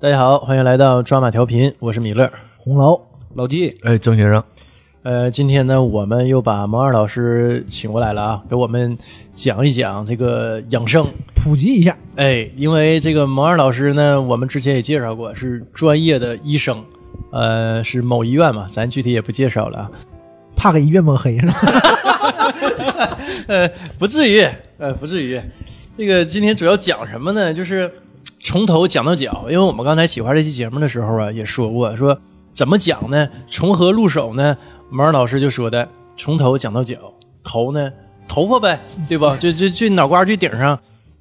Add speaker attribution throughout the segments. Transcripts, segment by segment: Speaker 1: 大家好，欢迎来到抓马调频，我是米勒。
Speaker 2: 红楼，
Speaker 3: 老纪，
Speaker 4: 哎，郑先生，
Speaker 1: 呃，今天呢，我们又把毛二老师请过来了啊，给我们讲一讲这个养生。
Speaker 2: 普及一下，
Speaker 1: 哎，因为这个毛二老师呢，我们之前也介绍过，是专业的医生，呃，是某医院嘛，咱具体也不介绍了啊。
Speaker 2: 怕给医院抹黑是吧？
Speaker 1: 呃， 不至于，呃，不至于。这个今天主要讲什么呢？就是从头讲到脚，因为我们刚才企划这期节目的时候啊，也说过，说怎么讲呢？从何入手呢？毛儿老师就说的，从头讲到脚，头呢，头发呗，对 吧？就就就脑瓜儿就顶上，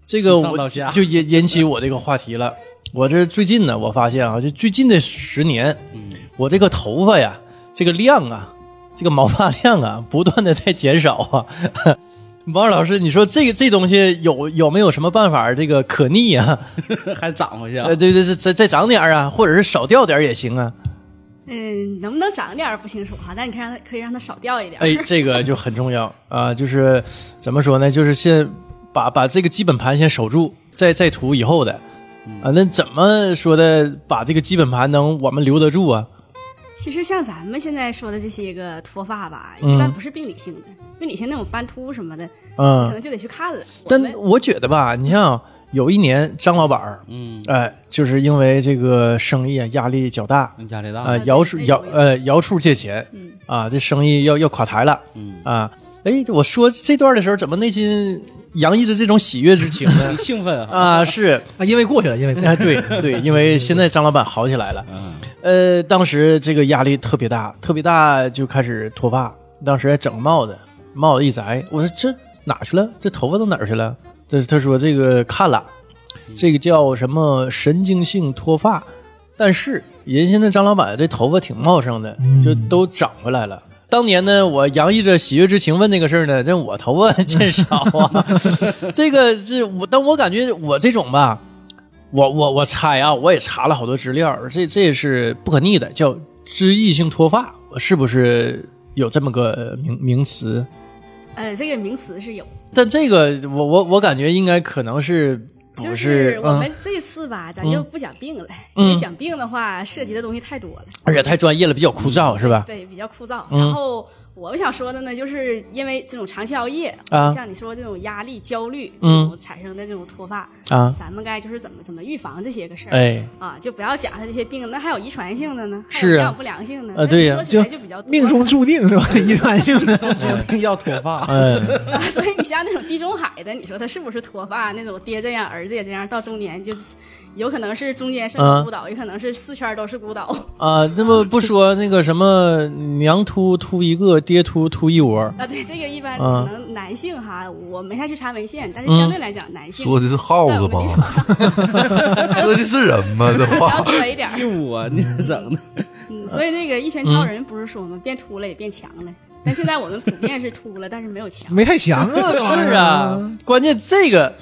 Speaker 1: 这个
Speaker 3: 从上
Speaker 1: 我
Speaker 3: 到下
Speaker 1: 就引引起我这个话题了。我这最近呢，我发现啊，就最近这十年，
Speaker 3: 嗯
Speaker 1: 我这个头发呀，这个量啊，这个毛发量啊，不断的在减少啊。王二老师，你说这个这东西有有没有什么办法这个可逆啊？
Speaker 3: 还长回去啊
Speaker 1: 呃，？对对，再再再长点儿啊，或者是少掉点儿也行啊。
Speaker 5: 嗯，能不能长点儿不清楚哈，但你可以让它可以让它少掉一点 儿。
Speaker 1: 哎，这个就很重要啊、就是怎么说呢？就是先把把这个基本盘先守住，再再图以后的啊。那怎么说的？把这个基本盘能我们留得住啊？
Speaker 5: 其实像咱们现在说的这些个脱发吧，
Speaker 1: 嗯
Speaker 5: 一般不是病理性的，病理性那种斑秃什么的，可
Speaker 1: 嗯，
Speaker 5: 能就得去看了。
Speaker 1: 但
Speaker 5: 我们
Speaker 1: 我觉得吧，你像有一年张老板儿，
Speaker 3: 嗯，
Speaker 1: 哎，就是因为这个生意啊压力较大，
Speaker 3: 压力
Speaker 1: 啊
Speaker 3: 大，，
Speaker 1: 姚处
Speaker 5: 那
Speaker 1: 姚
Speaker 5: 种也
Speaker 1: 呃姚处借钱，啊，这生意要要垮台了，
Speaker 3: 嗯？
Speaker 1: 啊，哎，我说这段的时候，怎么内心洋溢着这种喜悦之情呢
Speaker 3: 兴奋 啊！
Speaker 1: 啊，是，
Speaker 2: 啊，因为过去了，因为过去
Speaker 1: 啊，
Speaker 2: 了
Speaker 1: 对对，因为现在张老板好起来了，呃，当时这个压力特别大，特别大，就开始脱发，当时还整帽子，帽子一摘，我说这哪去了？这头发都哪儿去了？他他说这个看了，这个叫什么神经性脱发，但是人现在张老板这头发挺茂盛的，
Speaker 2: 嗯
Speaker 1: 就都长回来了。当年呢，我洋溢着喜悦之情问这个事儿呢，这我头发 见少啊。 这个这我，但我感觉我这种吧，我我我猜啊，我也查了好多资料，这这也是不可逆的，叫脂溢性脱发，是不是有这么个呃名名词？
Speaker 5: 呃，这个名词是有，
Speaker 1: 但这个我我我感觉应该可能是
Speaker 5: 就
Speaker 1: 不是
Speaker 5: 我
Speaker 1: 嗯
Speaker 5: 们，这次吧，咱就不讲病了，因
Speaker 1: 嗯
Speaker 5: 为讲病的话涉及的东西太多了，
Speaker 1: 而且太专业了，比较枯燥，是吧？
Speaker 5: 对，比较枯燥。
Speaker 1: 啊嗯
Speaker 5: 然后我想说的呢，就是因为这种长期熬夜，
Speaker 1: 啊
Speaker 5: 像你说这种压力、焦虑，
Speaker 1: 嗯
Speaker 5: 这种产生的这种脱发，
Speaker 1: 啊，
Speaker 5: 咱们该就是怎么怎么预防这些个事儿。
Speaker 1: 哎，
Speaker 5: 啊，就不要讲他这些病，那还有遗传性的呢，还
Speaker 1: 是啊
Speaker 5: 有营养不良性的，
Speaker 1: 呃
Speaker 5: 那
Speaker 1: 对
Speaker 5: 你
Speaker 1: 呀
Speaker 5: 说起来就比较 多啊
Speaker 2: 命中注定是吧？遗传性的，
Speaker 3: 注定要脱发，
Speaker 1: 嗯，
Speaker 5: 啊， 所以你像那种地中海的，你说他是不是脱发？啊那种爹这样，儿子也这样，到中年就是有可能是中间是
Speaker 1: 啊
Speaker 5: 孤岛，有可能是四圈都是孤岛。
Speaker 1: 啊，那么不说那个什么娘秃秃一个，爹秃秃一 窝，
Speaker 5: 啊，对，这个一般
Speaker 1: 啊
Speaker 5: 可能男性哈，我没太去查文献，但是相对来讲，男性
Speaker 4: 说的是耗
Speaker 5: 在
Speaker 4: 子
Speaker 5: 我们临
Speaker 4: 吗？
Speaker 5: 床上
Speaker 4: 说的是人 吗？这话
Speaker 5: 要多一点儿。
Speaker 3: 就啊，你整的
Speaker 5: 嗯，所以那个一拳超人不是说吗？变秃了也变强了，但现在我们普遍是秃了，但是没 有强。
Speaker 2: 没太强啊，这玩意儿
Speaker 1: 是啊，，关键这个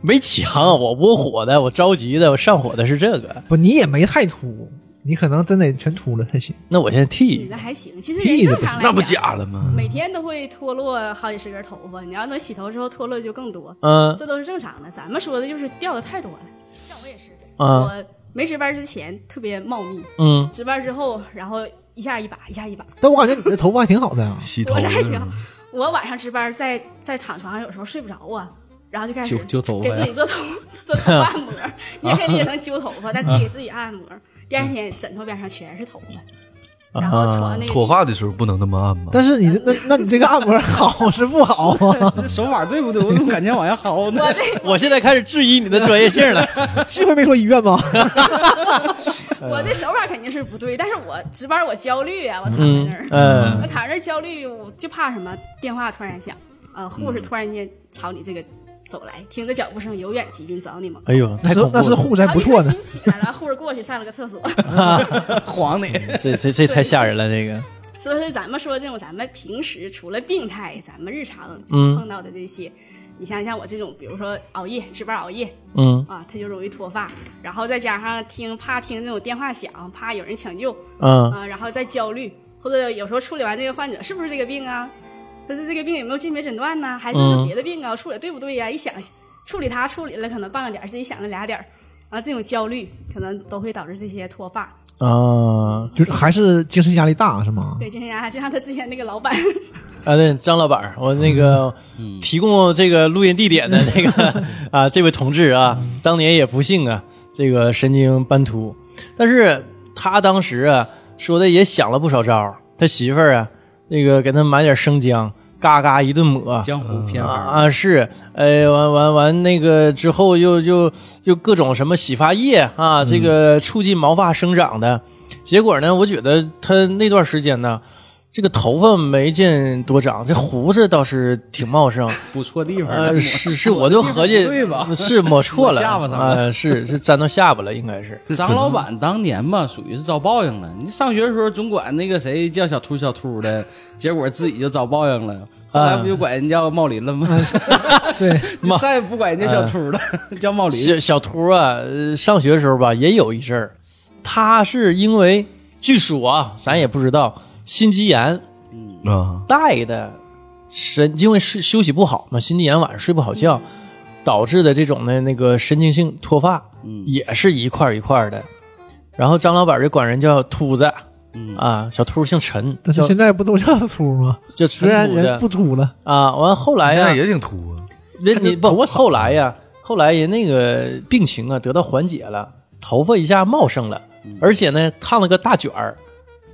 Speaker 1: 没抢，我窝火的，我着急的，我上火的是这个。
Speaker 2: 不，你也没太秃，你可能真得全秃了才行。
Speaker 1: 那我先剃
Speaker 5: 你
Speaker 1: 一个
Speaker 5: 这嗯还行，其实
Speaker 2: 剃
Speaker 5: 人
Speaker 2: 了
Speaker 5: 正
Speaker 2: 不
Speaker 5: 常来
Speaker 4: 那不
Speaker 5: 讲
Speaker 4: 假了吗？，
Speaker 5: 每天都会脱落好几十根头发，你要能洗头之后脱落就更多，
Speaker 1: 嗯
Speaker 5: 这都是正常的。咱们说的就是掉的太多了，像我也是，
Speaker 3: 啊
Speaker 1: 嗯
Speaker 5: 我没值班之前特别茂密，
Speaker 1: 嗯，
Speaker 5: 值班之后然后一下一把，一下一把。
Speaker 2: 但我感觉你这头发还挺好的啊
Speaker 4: 洗头
Speaker 5: 我这还
Speaker 4: 的
Speaker 5: 挺好我晚上值班在在躺床上有时候睡不着啊，然后就开始
Speaker 3: 揪揪头发
Speaker 5: 给
Speaker 3: 呀
Speaker 5: 自 己做头做头按摩，你也可以理解成揪头发，
Speaker 3: 啊
Speaker 5: 但自己给自己按摩。第二天枕头边上全是头
Speaker 1: 啊
Speaker 3: 啊
Speaker 5: 发，然后床那个
Speaker 4: 脱发的时候不能那么按吗？
Speaker 2: 但是你这那那你这个按摩好是不好啊？
Speaker 3: 这手法对不对？我怎么感觉往下薅 呢？
Speaker 5: 我这
Speaker 1: 我现在开始质疑你的专业性了。
Speaker 2: 幸亏没说医院吧，
Speaker 5: 我这手法肯定是不对，但是我值班我焦虑啊，我躺 在
Speaker 1: 嗯
Speaker 5: 那儿，
Speaker 1: 嗯
Speaker 5: 我躺那儿焦虑，我就怕什么电话突然响，呃，护
Speaker 2: 嗯
Speaker 5: 士突然间朝你这个走来，听着脚步声由远及近走到你门口。
Speaker 1: 哎呦，
Speaker 2: 那
Speaker 1: 太
Speaker 2: 是
Speaker 1: 恐怖
Speaker 2: 那是
Speaker 1: 了！
Speaker 2: 护士还不错呢
Speaker 5: 然后一。心起来了，护士过去上了个厕 所。
Speaker 3: 晃 你，
Speaker 1: 这这这太吓人了，这个
Speaker 5: 所以说，咱们说这种咱们平时除了病态，咱们日常
Speaker 1: 嗯
Speaker 5: 碰到的这些，你像像我这种，比如说熬夜值班熬夜
Speaker 1: 嗯
Speaker 5: 啊，它就容易脱发，然后再加上听怕听那种电话响，怕有人抢救
Speaker 1: 嗯
Speaker 5: 啊，然后再焦虑，或者有时候处理完这个患者是不是这个病啊？他是这个病有没有鉴别诊断呢？还是
Speaker 1: 嗯
Speaker 5: 别的病啊？处理对不对呀、一想处理他处理了可能半个点儿，自己想了俩点儿啊，这种焦虑可能都会导致这些脱发。
Speaker 1: 啊
Speaker 2: 就是还是精神压力大是吗？
Speaker 5: 对，精神压力就像他之前那个老板，
Speaker 1: 啊！对，张老板儿，我那个
Speaker 2: 嗯
Speaker 1: 提供这个录音地点的这 个啊，这位同志啊，
Speaker 2: 嗯
Speaker 1: 当年也不幸啊，这个神经斑秃，但是他当时啊说的也想了不少招儿，他媳妇儿啊，那个给他买点生姜，嘎嘎一顿抹，
Speaker 3: 江湖偏
Speaker 1: 啊
Speaker 3: 方，
Speaker 1: 啊是，哎，完完完那个之后又又又各种什么洗发液啊，
Speaker 3: 嗯
Speaker 1: 这个促进毛发生长的。结果呢，我觉得他那段时间呢，这个头发没见多长，这胡子倒是挺茂盛。
Speaker 3: 补错地方啊了
Speaker 1: 呃，是是，我就合计
Speaker 3: 不对吧？
Speaker 1: 是抹错了，
Speaker 3: 抹下巴上
Speaker 1: 啊、是是粘到下巴了，应该是。
Speaker 3: 张老板当年吧，属于是遭报应了。你上学的时候总管那个谁叫小秃小秃的，结果自己就遭报应了。后来不就管人叫茂林了吗？
Speaker 2: 对，
Speaker 3: 就再也不管人家小秃了，叫茂林。
Speaker 1: 小小秃啊，呃上学的时候吧，也有一阵儿，他是因为据说啊，咱也不知道心肌炎。
Speaker 4: 啊，
Speaker 1: 带的神，因为睡休息不好嘛，心肌炎晚上睡不好觉，导致的这种的那个神经性脱发，
Speaker 3: 嗯
Speaker 1: 也是一块儿一块儿的。然后张老板就管人叫秃子
Speaker 3: 嗯，
Speaker 1: 啊，小秃姓陈，
Speaker 2: 但是
Speaker 1: 叫
Speaker 2: 现在不都叫秃吗？
Speaker 1: 叫
Speaker 2: 虽然
Speaker 1: 陈秃
Speaker 2: 人
Speaker 1: 子
Speaker 2: 不秃了，
Speaker 1: 啊。完后来
Speaker 4: 现
Speaker 1: 呀
Speaker 4: 在，也挺秃啊，
Speaker 1: 人你
Speaker 2: 头
Speaker 1: 不
Speaker 2: 发
Speaker 1: 后来呀，后来人那个病情啊得到缓解了，头发一下茂盛了，
Speaker 2: 嗯
Speaker 1: 而且呢烫了个大卷儿。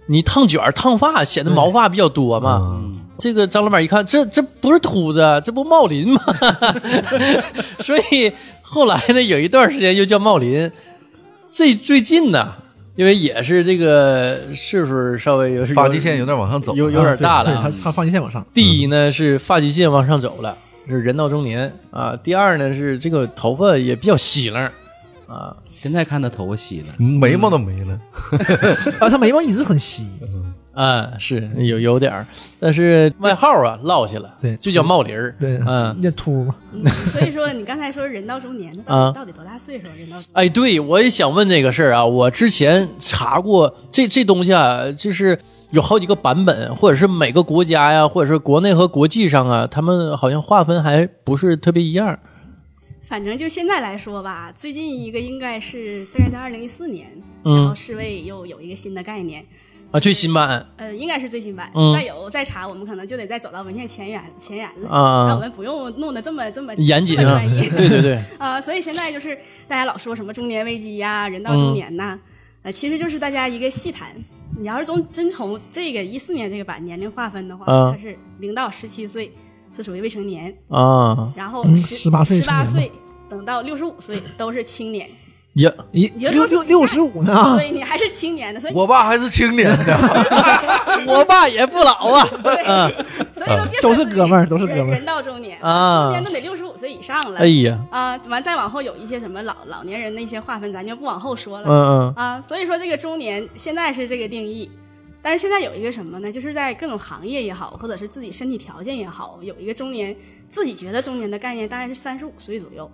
Speaker 1: 你烫卷儿烫发显得毛发比较多嘛，
Speaker 4: 嗯
Speaker 1: 这个张老板一看，这这不是秃子，这不茂林吗？ 所以后来呢，有一段时间又叫茂林。最最近呢，因为也是这个岁数稍微有
Speaker 4: 发际线有点往上走，
Speaker 1: 有有点大了
Speaker 2: 对
Speaker 1: 啊
Speaker 2: 他他放一线往上，
Speaker 1: 第一呢是发际线往上走了，是人到中年啊；第二呢是这个头发也比较稀楞啊，
Speaker 3: 现在看他头发稀了，
Speaker 4: 嗯眉毛都没了，
Speaker 2: 啊，他眉毛一直很稀，
Speaker 1: 啊是有有点儿，但是外号啊落下了，
Speaker 2: 对
Speaker 1: 就叫茂林儿，
Speaker 2: 对，
Speaker 1: 嗯，
Speaker 2: 那秃嘛，
Speaker 5: 嗯所以说你刚才说人到中年，那到
Speaker 1: 啊
Speaker 5: 底到底多大岁数？人到
Speaker 1: 哎，对，我也想问这个事儿啊。我之前查过这这东西啊，就是有好几个版本，或者是每个国家呀，或者是国内和国际上啊，他们好像划分还不是特别一样。
Speaker 5: 反正就现在来说吧，最近一个应该是大概在二零一四年，然后
Speaker 1: 嗯
Speaker 5: 世卫又有一个新的概念，
Speaker 1: 啊，最新版
Speaker 5: 呃，应该是最新版。
Speaker 1: 嗯
Speaker 5: 再有再查，我们可能就得再走到文献前沿前沿了。那我
Speaker 1: 啊，
Speaker 5: 们不用弄得这么这么
Speaker 1: 严谨
Speaker 5: 这么
Speaker 1: 啊，
Speaker 5: 专业
Speaker 1: 对对对，
Speaker 5: 啊、所以现在就是大家老说什么中年危机呀、人到
Speaker 2: 嗯
Speaker 5: 中年呐、呃，其实就是大家一个细谈。你要是从真从这个一四年这个版年龄划分的话，
Speaker 1: 啊
Speaker 5: 它是零到十七岁是属于未成年，
Speaker 1: 啊，
Speaker 5: 然后
Speaker 2: 嗯
Speaker 5: 十
Speaker 2: 18岁
Speaker 5: 十八
Speaker 2: 成年
Speaker 5: 岁等到六十五岁都是青年，
Speaker 1: 也
Speaker 2: 一
Speaker 5: 你就
Speaker 2: 六六六十五呢啊
Speaker 5: 所，以你还是青年的，所以
Speaker 4: 我爸还是青年的，
Speaker 1: 哎我爸也不老啊，
Speaker 5: 对，所以说别
Speaker 2: 啊都是哥们儿都是
Speaker 5: 人
Speaker 2: 哥们儿
Speaker 5: 人到中年
Speaker 4: 嗯
Speaker 1: 啊
Speaker 5: 中年都得六十五岁以上了。
Speaker 1: 哎呀，
Speaker 5: 啊，完再往后有一些什么老老年人的一些划分，咱就不往后说了、
Speaker 1: 嗯
Speaker 5: 啊。所以说这个中年现在是这个定义，但是现在有一个什么呢？就是在各种行业也好，或者是自己身体条件也好，有一个中年自己觉得中年的概念大概是三十五岁左右。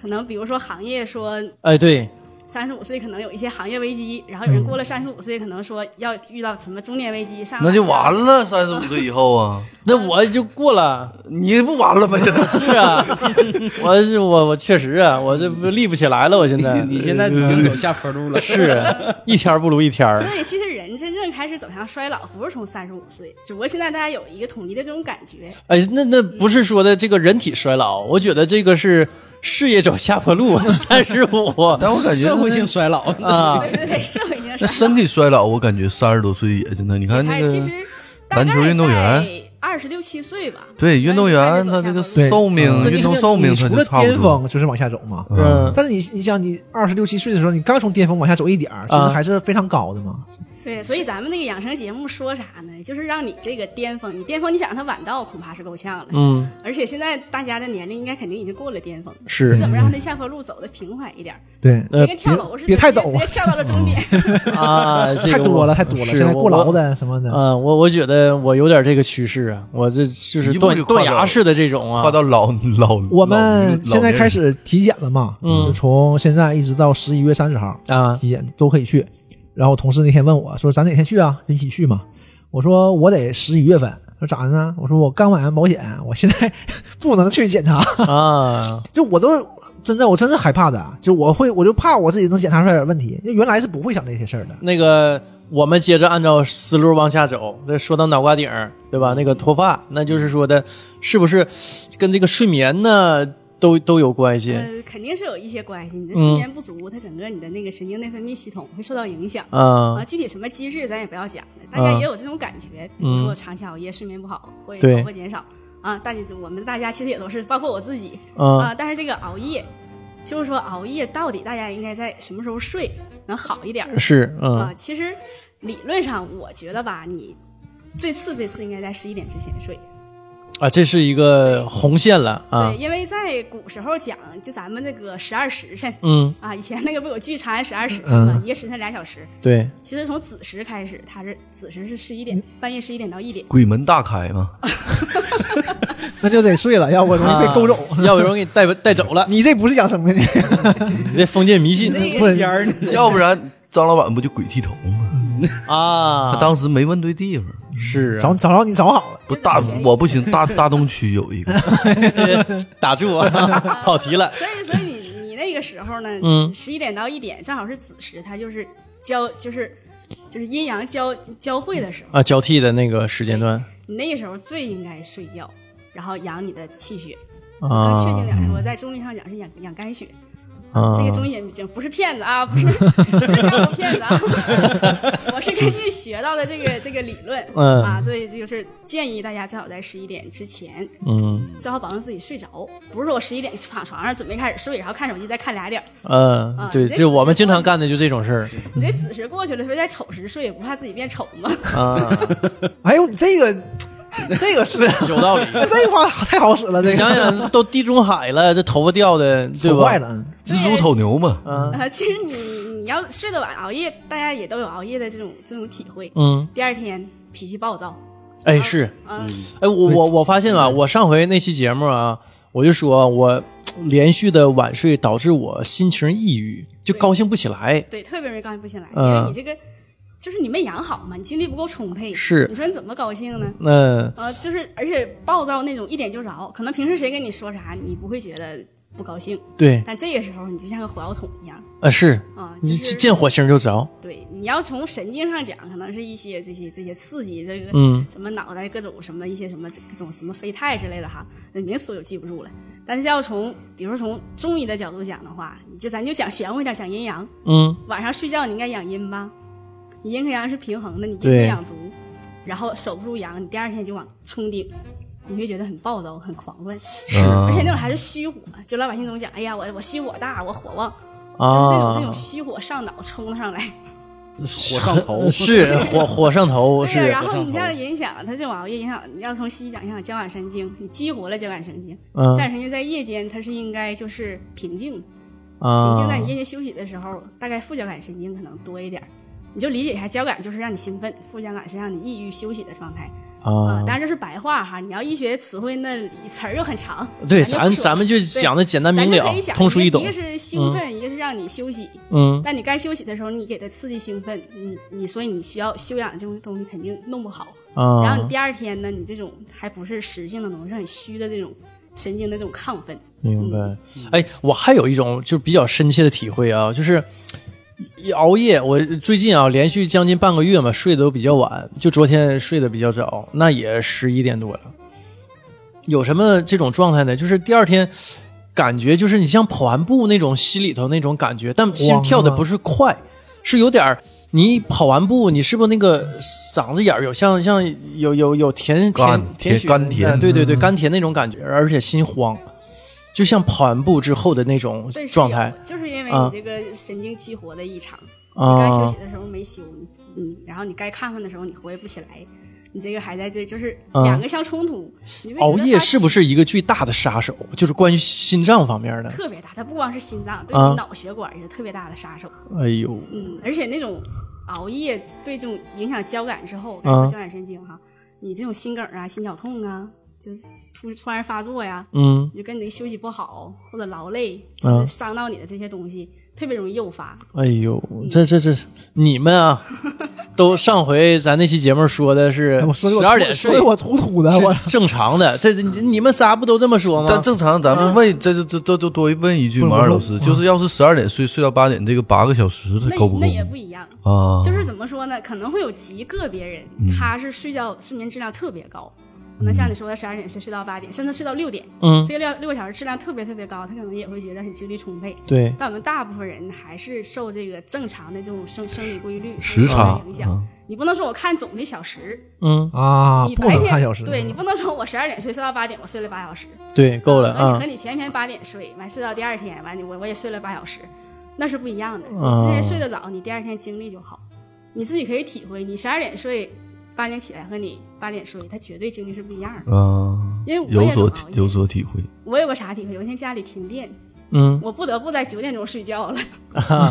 Speaker 5: 可能比如说行业说
Speaker 1: 嗯，哎对，
Speaker 5: 三十五岁可能有一些行业危机，然后
Speaker 4: 嗯
Speaker 5: 有人过了三十五岁可能说要遇到什么中年危机，上
Speaker 4: 那就完了。三十五岁以后啊，
Speaker 1: 那我就过了。
Speaker 4: 你不完了吗？现在
Speaker 1: 是啊， 我是我我确实啊，我这不立不起来了，我现在
Speaker 3: 你现在已经走下坡 路了。
Speaker 1: 是啊一天不如一天儿。
Speaker 5: 所以其实人真正开始走向衰老，不是从三十五岁，只不过现在大家有一个统一的这种感觉。
Speaker 1: 哎，那那不是说的这个人体衰老，我觉得这个是事业走下坡 路，啊三十五
Speaker 4: 但我感觉
Speaker 3: 社会性衰老，
Speaker 1: 啊
Speaker 5: 对对对，社会性衰老。
Speaker 4: 那身体衰老，我感觉三十多岁也现在，你看那
Speaker 5: 哎，其
Speaker 4: 个
Speaker 5: 实
Speaker 4: 篮球运动员
Speaker 5: 二十六七岁吧。
Speaker 4: 对运动员，
Speaker 5: 那
Speaker 4: 他
Speaker 5: 你
Speaker 4: 这
Speaker 5: 看
Speaker 4: 个
Speaker 5: 就走
Speaker 2: 对
Speaker 5: 下坡路
Speaker 4: 寿命、
Speaker 2: 那你
Speaker 4: 运动
Speaker 2: 看
Speaker 4: 寿命
Speaker 2: 你除
Speaker 4: 他就
Speaker 2: 了
Speaker 4: 差不
Speaker 2: 巅
Speaker 4: 多。
Speaker 2: 峰就是往下走嘛。
Speaker 1: 嗯
Speaker 2: 但是你你想，你二十六七岁的时候，你刚从巅峰往下走一点儿，其实
Speaker 1: 啊
Speaker 2: 还是非常高的嘛。
Speaker 5: 对，所以咱们那个养生节目说啥呢？就是让你这个巅峰，你巅峰你想让他晚到，恐怕是够呛的。
Speaker 1: 嗯，
Speaker 5: 而且现在大家的年龄应该肯定已经过了巅峰，
Speaker 1: 是
Speaker 5: 你怎么让他那下坡路走的平缓一点儿？
Speaker 2: 对，
Speaker 1: 呃
Speaker 5: 跟跳楼似的，
Speaker 2: 别别太
Speaker 5: 直接
Speaker 2: 陡
Speaker 5: 直接跳到了终点。
Speaker 1: 啊，这个
Speaker 2: 太多
Speaker 1: 我
Speaker 2: 了，太多了，
Speaker 1: 是
Speaker 2: 现在
Speaker 1: 我
Speaker 2: 过劳
Speaker 1: 我
Speaker 2: 的什么的，
Speaker 1: 啊，我我觉得我有点这个趋势啊，我这就是
Speaker 4: 一步
Speaker 1: 断
Speaker 4: 就跨
Speaker 1: 断
Speaker 4: 到
Speaker 1: 牙式的这种啊
Speaker 4: 跨，到老老，
Speaker 2: 我
Speaker 4: 老
Speaker 2: 们
Speaker 4: 年
Speaker 2: 现在开始体检了嘛，
Speaker 1: 嗯
Speaker 2: 就从现在一直到十一月三十号
Speaker 1: 啊，
Speaker 2: 体检都可以去。然后我同事那天问我说：“咱哪天去啊？就一起去嘛。”我说：“我得十一月份。”说咋的呢？我说我刚买完保险，我现在 不能去检查，
Speaker 1: 啊，
Speaker 2: 就我都真的我真是害怕的，啊就我会我就怕我自己能检查出来点问题，因为原来是不会想这些事儿的。
Speaker 1: 那个我们接着按照思路往下走，这说到脑瓜顶儿，对吧？那个脱发，那就是说的，是不是跟这个睡眠呢都都有关系？
Speaker 5: 呃，肯定是有一些关系。你
Speaker 1: 嗯
Speaker 5: 的睡眠不足，它整个你的那个神经内分泌系统会受到影响。
Speaker 1: 啊
Speaker 5: 啊，具体什么机制咱也不要讲了，大
Speaker 1: 啊
Speaker 5: 家也有这种感觉，比
Speaker 1: 嗯
Speaker 5: 如说长期熬夜、睡眠不好，会
Speaker 1: 对
Speaker 5: 头发减少啊。大家我们大家其实也都是，包括我自己
Speaker 1: 啊
Speaker 5: 啊。但是这个熬夜，就是说熬夜到底大家应该在什么时候睡能好一点儿
Speaker 1: 是
Speaker 5: 啊
Speaker 1: 嗯？
Speaker 5: 其实理论上我觉得吧，你最次最次应该在十一点之前睡。
Speaker 1: 啊，这是一个红线了啊
Speaker 5: 对，，因为在古时候讲，就咱们那个十二时辰
Speaker 1: 嗯，
Speaker 5: 啊，以前那个不有剧《长安十二时辰》吗？一个时辰俩小时。
Speaker 1: 对，
Speaker 5: 其实从子时开始，它是子时是十一
Speaker 1: 嗯
Speaker 5: 点，半夜十一点到一点。
Speaker 4: 鬼门大开嘛，
Speaker 2: 那就得睡了，要不容易被勾走。
Speaker 1: 啊要不容易带带走 了，
Speaker 2: 你这不是养生的，你
Speaker 1: 你这封建迷信
Speaker 5: 那
Speaker 2: 不
Speaker 5: 个
Speaker 2: 是
Speaker 3: 烟儿呢？
Speaker 4: 要不然张老板不就鬼剃头吗？他
Speaker 1: 啊，
Speaker 4: 当时没问对地方，
Speaker 1: 是啊
Speaker 2: 找找着你找好了。
Speaker 4: 不大我不行，大大东区有一个，
Speaker 1: 打住啊，跑题了，
Speaker 5: 所以，所以你你那个时候呢，
Speaker 1: 嗯
Speaker 5: 十一点到一点正好是子时，它就是交就是就是阴阳交交汇的时候，
Speaker 1: 啊，交替的那个时间段
Speaker 5: 你那个时候最应该睡觉，然后养你的气血。更确定
Speaker 1: 啊
Speaker 5: 点儿说，在中医上讲是养养肝血。
Speaker 1: 啊
Speaker 5: 这个中医也讲不是骗子啊，不是 不是让我骗子啊， 我是根据学到的这个这个理论，
Speaker 1: 嗯
Speaker 5: 啊，所以这就是建议大家最好在十一点之前，
Speaker 1: 嗯
Speaker 5: 最好保证自己睡着，不是说我十一点躺床上准备开始睡，然后看手机再看俩点儿，
Speaker 1: 嗯，对，
Speaker 5: 啊这
Speaker 1: 就我们经常干的就这种事儿
Speaker 5: 你这子时过去了，说在丑时睡，不怕自己变丑吗？
Speaker 1: 啊，
Speaker 2: 哎呦，你这个 这个是，
Speaker 1: 有道理。
Speaker 2: 这话太好使了，这
Speaker 1: 你想
Speaker 2: 个
Speaker 1: 想，都地中海了，这头发掉的，对
Speaker 2: 丑
Speaker 1: 吧？
Speaker 2: 坏了。
Speaker 4: 蜘蛛丑牛嘛，
Speaker 1: 嗯
Speaker 5: 啊，其实你你你要睡得晚，熬夜，大家也都有熬夜的这种这种体会，
Speaker 1: 嗯，
Speaker 5: 第二天脾气暴躁，
Speaker 1: 哎是，
Speaker 5: 嗯，
Speaker 1: 哎我我我发现啊，
Speaker 3: 嗯
Speaker 1: 我上回那期节目啊，我就说我连续的晚睡导致我心情抑郁，就高兴不起来。
Speaker 5: 对，特别容易高兴不起来，因
Speaker 1: 嗯
Speaker 5: 为你这个就是你没养好嘛，你精力不够充沛。
Speaker 1: 是
Speaker 5: 你说你怎么高兴呢？
Speaker 1: 嗯
Speaker 5: 呃，就是而且暴躁那种一点就着，可能平时谁跟你说啥，你不会觉得不高兴，
Speaker 1: 对，
Speaker 5: 但这个时候你就像个火药桶一样
Speaker 1: 啊是，
Speaker 5: 啊、就
Speaker 1: 你
Speaker 5: 是
Speaker 1: 见火星就着，
Speaker 5: 对，你要从神经上讲，可能是一些这些这些刺激，这个
Speaker 1: 嗯
Speaker 5: 什么脑袋各种什么一些什么各种什么啡肽之类的哈，那名词我就记不住了。但是要从比如说从中医的角度讲的话，你就咱就讲玄乎一点，讲阴阳，
Speaker 1: 嗯
Speaker 5: 晚上睡觉你应该养阴吧？你阴和阳是平衡的，你阴
Speaker 1: 对
Speaker 5: 不养足，然后守不住阳，你第二天就往冲顶，你会觉得很暴躁、很狂乱，
Speaker 4: 啊
Speaker 5: 而且那种还是虚火，就老百姓总讲，哎呀，我我虚火大，我火旺，就是这种这
Speaker 1: 啊
Speaker 5: 种，虚火上脑冲上来，
Speaker 3: 火上 头
Speaker 1: 是火火上头
Speaker 5: 对呀，
Speaker 1: 是
Speaker 5: 然，后
Speaker 3: 火上
Speaker 5: 你像影响它这种熬夜影响，你要从西医讲影响交感神经，你激活了交感神经，
Speaker 1: 嗯
Speaker 5: 交感神经在夜间它是应该就是平静的。神经
Speaker 1: 啊
Speaker 5: 在你夜间休息的时候，大概副交感神经可能多一点儿。你就理解一下，交感就是让你兴奋，副交感是让你抑郁休息的状态啊、
Speaker 1: 啊
Speaker 5: 当，然这是白话哈，你要医学词汇那里词儿又很长，
Speaker 1: 对，
Speaker 5: 就
Speaker 1: 咱
Speaker 5: 不说
Speaker 1: 咱们就讲的简单明
Speaker 5: 咱就
Speaker 1: 了
Speaker 5: 可以，想
Speaker 1: 通俗易懂
Speaker 5: 一个，是兴奋，一个是让你休息。
Speaker 1: 嗯
Speaker 5: 但你该休息的时候，你给它刺激兴奋，你你所以你需要休养这种东西肯定弄不好。
Speaker 1: 啊，
Speaker 5: 然后你第二天呢，你这种还不是实性的东西，是很虚的这种神经的这种亢奋。
Speaker 1: 明
Speaker 4: 嗯
Speaker 1: 白。哎，我还有一种就比较深切的体会啊，就是一熬夜。我最近啊，连续将近半个月嘛，睡得都比较晚，就昨天睡得比较早，那也十一点多了。有什么这种状态呢？就是第二天。感觉就是你像跑完步那种心里头那种感觉，但心
Speaker 2: 慌
Speaker 1: 跳的
Speaker 2: 吗
Speaker 1: 不是快，是有点儿。你跑完步，你是不是那个嗓子眼儿有像像有有有甜
Speaker 4: 干
Speaker 1: 甜
Speaker 4: 甜
Speaker 1: 血
Speaker 4: 甘甜
Speaker 1: 哎对对对，甘甜那种感觉，而且心慌，就像跑完步之后的那种
Speaker 5: 对，是
Speaker 1: 状
Speaker 5: 有
Speaker 1: 态
Speaker 5: 就是因为
Speaker 1: 啊
Speaker 5: 你这个神经激活的异常。你该休
Speaker 1: 啊
Speaker 5: 息的时候没休，你嗯，然后你该亢奋的时候你活跃不起来，你这个还在这，就是
Speaker 1: 嗯
Speaker 5: 两个相冲突。你会觉得
Speaker 1: 熬夜
Speaker 5: 它
Speaker 1: 是不是一个巨大的杀手？就是关于心脏方面的。
Speaker 5: 特别大？它不光是心脏，对
Speaker 1: 啊
Speaker 5: 你脑血管也是特别大的杀手。
Speaker 1: 哎呦，
Speaker 5: 嗯，而且那种熬夜对这种影响交感之后，
Speaker 1: 啊
Speaker 5: 说交感神经哈，你这种心梗啊、心绞痛啊，就是突突然发作呀，
Speaker 1: 嗯，
Speaker 5: 你就跟你的休息不好或者劳累，
Speaker 1: 啊
Speaker 5: 就是伤到你的这些东西，特别容易诱发。
Speaker 1: 哎呦，这这这，你们啊，都上回咱那期节目说的是
Speaker 2: 哎我说的我
Speaker 1: 十二点
Speaker 2: 说
Speaker 1: 睡
Speaker 2: 的我突突的，我
Speaker 1: 是正常的，这你你们仨不都这么说吗？
Speaker 4: 但正常，咱们问这这这这都多问一句
Speaker 2: 不
Speaker 4: 嘛，
Speaker 2: 是
Speaker 4: 二
Speaker 2: 不是
Speaker 4: 老师，就是要是十二点睡睡到八点，这个八个小时它
Speaker 5: 那
Speaker 4: 够不够
Speaker 5: 那也不一样，
Speaker 4: 啊？
Speaker 2: 哦
Speaker 5: 就是怎么说呢？可能会有极个别人，
Speaker 2: 嗯
Speaker 5: 他是睡觉睡眠质量特别高，可能像你说的十二点睡睡到八点，甚至睡到六点，
Speaker 1: 嗯，
Speaker 5: 这个六六个小时质量特别特别高，他可能也会觉得很精力充沛。
Speaker 1: 对，
Speaker 5: 但我们大部分人还是受这个正常的这种生生理规律
Speaker 4: 时
Speaker 5: 生理
Speaker 4: 差
Speaker 5: 影响。
Speaker 4: 啊
Speaker 5: 你不能说我看总的小时，
Speaker 1: 嗯，
Speaker 2: 啊，
Speaker 5: 你
Speaker 2: 不
Speaker 5: 白
Speaker 2: 能
Speaker 5: 天
Speaker 2: 看小时，
Speaker 5: 对你不能说我十二点睡睡到八点，我睡了八小时，
Speaker 1: 对，够了
Speaker 5: 所以你
Speaker 1: 啊
Speaker 5: 和，你前一天八点睡，完睡到第二天，完你我我也睡了八小时，那是不一样的。
Speaker 1: 啊
Speaker 5: 你之前睡得早，你第二天精力就好，你自己可以体会。你十二点睡，八点起来和你八点睡，他绝对精力是不一样的。
Speaker 4: 啊，
Speaker 5: 因为我
Speaker 4: 有
Speaker 5: 也
Speaker 4: 所
Speaker 5: 总熬夜
Speaker 4: 有所体会。
Speaker 5: 我有个啥体会？有一天家里停电，
Speaker 1: 嗯，
Speaker 5: 我不得不在九点钟睡觉了。
Speaker 1: 啊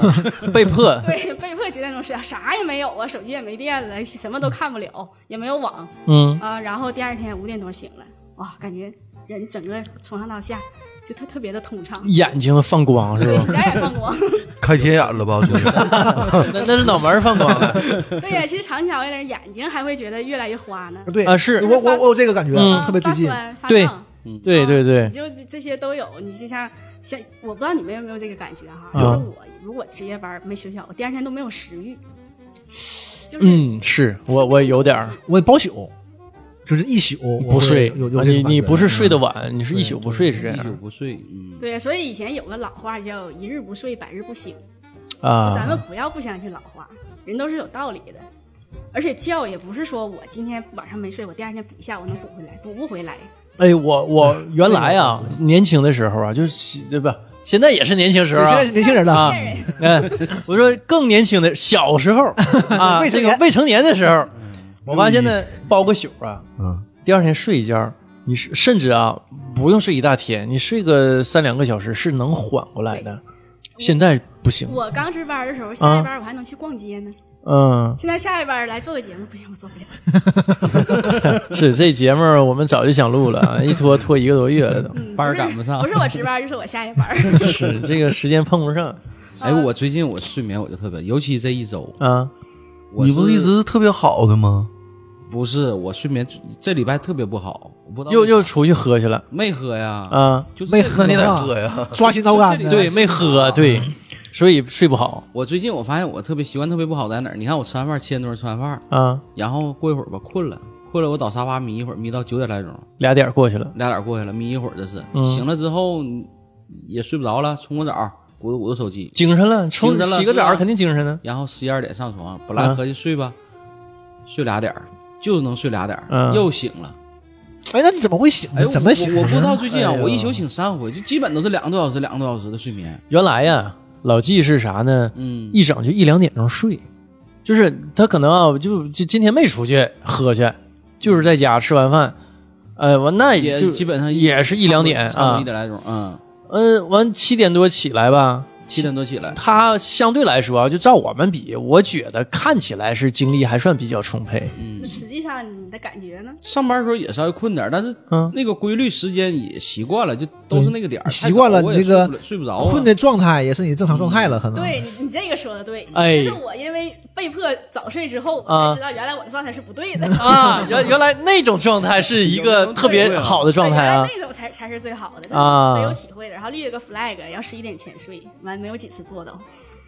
Speaker 1: 被迫，
Speaker 5: 对，被迫九点钟睡觉，啥也没有啊，手机也没电了，什么都看不了，也没有网
Speaker 1: 嗯，
Speaker 5: 啊、然后第二天五点多醒了，哇，感觉人整个从上到下就特特别的通畅，
Speaker 1: 眼睛放光是
Speaker 5: 对，
Speaker 1: 吧？
Speaker 5: 你俩也放光。
Speaker 4: 开天眼了 吧？真是
Speaker 1: 那那是脑门儿放光了，
Speaker 5: 对呀、其实长期熬夜的人眼睛还会觉得越来越花呢，
Speaker 2: 对
Speaker 1: 啊是
Speaker 2: 我我我有这个感觉，
Speaker 1: 嗯
Speaker 5: 啊
Speaker 2: 特别最近
Speaker 5: 发。酸发
Speaker 1: 对
Speaker 5: 烫，
Speaker 1: 对对
Speaker 5: 你
Speaker 1: 对，
Speaker 5: 就这些都有。你就像像我不知道你们有没有这个感觉哈，
Speaker 1: 啊
Speaker 5: 就是我如果值夜班没休息好，我第二天都没有食欲，就是、
Speaker 1: 嗯，是我我有点儿
Speaker 2: 我包宿，就是一宿我
Speaker 1: 不睡，
Speaker 2: 有有
Speaker 1: 啊
Speaker 2: 这个
Speaker 1: 你
Speaker 2: 感
Speaker 1: 你
Speaker 2: 觉嗯
Speaker 1: 不是睡得晚，你是一
Speaker 2: 对
Speaker 1: 宿不睡是这
Speaker 3: 一宿
Speaker 1: 样
Speaker 3: 不睡，嗯，
Speaker 5: 对，所以以前有个老话叫“一日不睡，百日不醒”。就咱们
Speaker 1: 啊，
Speaker 5: 不要不相信老话，人都是有道理的。而且觉也不是说我今天晚上没睡，我第二天补一下，我能补回来，补不回来。
Speaker 1: 哎，我我
Speaker 2: 嗯
Speaker 1: 原来啊年轻的时候啊，就是喜对吧？现在也是年轻时候
Speaker 2: 对
Speaker 1: 啊
Speaker 2: 现在是，年轻人了
Speaker 1: 啊
Speaker 2: 啊，
Speaker 5: 骗人，
Speaker 1: 嗯，我说更年轻的小时 候啊，
Speaker 2: 未成
Speaker 1: 这
Speaker 2: 年
Speaker 1: 个
Speaker 2: 嗯
Speaker 1: 未成年的时候，我发现呢，包个宿啊，
Speaker 4: 嗯，
Speaker 1: 第二天睡一觉，你是甚至啊不用睡一大天，你睡个三两个小时是能缓过来的。现在不行，
Speaker 5: 我刚值班的
Speaker 1: 啊
Speaker 5: 时候，下一班我还能去逛街呢。
Speaker 1: 嗯，
Speaker 5: 现在下一班来做个节目，不行，我做不了。
Speaker 1: 嗯是这节目我们早就想录了啊，一拖拖一个多月了都，
Speaker 5: 嗯
Speaker 3: 班儿
Speaker 5: 不是
Speaker 3: 赶不上
Speaker 5: 不是我值班，就是我下一 班。
Speaker 1: 是这个时间碰不上
Speaker 3: 哎，我最近我睡眠我就特别，尤其这一周，
Speaker 1: 啊。
Speaker 3: 我
Speaker 4: 你不是一直特别好的吗？
Speaker 3: 不是我睡眠这礼拜特别不好，我不知道
Speaker 1: 又
Speaker 3: 为啥
Speaker 1: 又出去喝去了
Speaker 3: 没喝呀，
Speaker 1: 啊？
Speaker 3: 就啊
Speaker 2: 没
Speaker 3: 这
Speaker 2: 喝
Speaker 4: 那你得
Speaker 2: 啊
Speaker 4: 喝呀。
Speaker 2: 抓心挠肝的。
Speaker 1: 对，没喝，对，
Speaker 3: 嗯
Speaker 1: 所以睡不好
Speaker 3: 我最近我发现我特别习惯特别不好在哪儿？你看我吃完饭七点多吃完饭，
Speaker 1: 啊。
Speaker 3: 然后过一会儿吧困了，困了我倒沙发眯一会儿，眯到九点来钟，
Speaker 1: 俩点儿过去了，
Speaker 3: 俩点过去了，眯一会儿这是。
Speaker 1: 嗯
Speaker 3: 醒了之后也睡不着了，冲个澡，鼓捣鼓捣手机，
Speaker 1: 精神了，冲
Speaker 3: 精神了
Speaker 1: 洗个澡
Speaker 3: 是
Speaker 1: 儿
Speaker 3: 吧
Speaker 1: 肯定精神呢。
Speaker 3: 然后十一二点上床，本
Speaker 1: 啊
Speaker 3: 来合计睡吧，睡俩点儿，就是能睡俩点儿，
Speaker 1: 嗯
Speaker 3: 又醒了。
Speaker 2: 哎，那你怎么会醒呢？
Speaker 3: 哎，
Speaker 2: 怎么醒呢？
Speaker 3: 我？我不知道最近啊，
Speaker 1: 哎呦
Speaker 3: 我一宿醒三回，就基本都是两个多小时、两个多小时的睡眠。
Speaker 1: 原来呀，老纪是啥呢？
Speaker 3: 嗯，
Speaker 1: 一整就一两点钟睡，就是他可能啊，就就今天没出去喝去，就是在家吃完饭，呃，完那
Speaker 3: 也
Speaker 1: 就
Speaker 3: 基本上
Speaker 1: 也是一两点
Speaker 3: 差不多
Speaker 1: 啊
Speaker 3: 一，点来钟，嗯，
Speaker 1: 嗯，完七点多起来吧。
Speaker 3: 七点多起来。
Speaker 1: 他相对来说啊，就照我们比，我觉得看起来是精力还算比较充沛，
Speaker 5: 那实际上你的感觉呢？
Speaker 3: 上班的时候也稍微困点儿，但是
Speaker 1: 嗯
Speaker 3: 那个规律时间也习惯了，就都是那个点
Speaker 2: 嗯
Speaker 3: 儿。
Speaker 2: 习惯了
Speaker 3: 太早我也
Speaker 2: 你这个
Speaker 3: 睡不了睡不着啊，
Speaker 2: 困的状态也是你正常状态了，可能。
Speaker 3: 嗯
Speaker 5: 对你你这个说的对，
Speaker 1: 哎
Speaker 5: 就是我因为被迫早睡之后，
Speaker 1: 啊
Speaker 5: 我才知道原来我的状态是不对的。
Speaker 1: 啊， 原原来那种状态是一个特别好的状态啊
Speaker 5: 对原来那种才才是最好的，这
Speaker 1: 啊
Speaker 5: 是没有体会的。然后立了个 flag，要十一点前睡，完没有几次做到。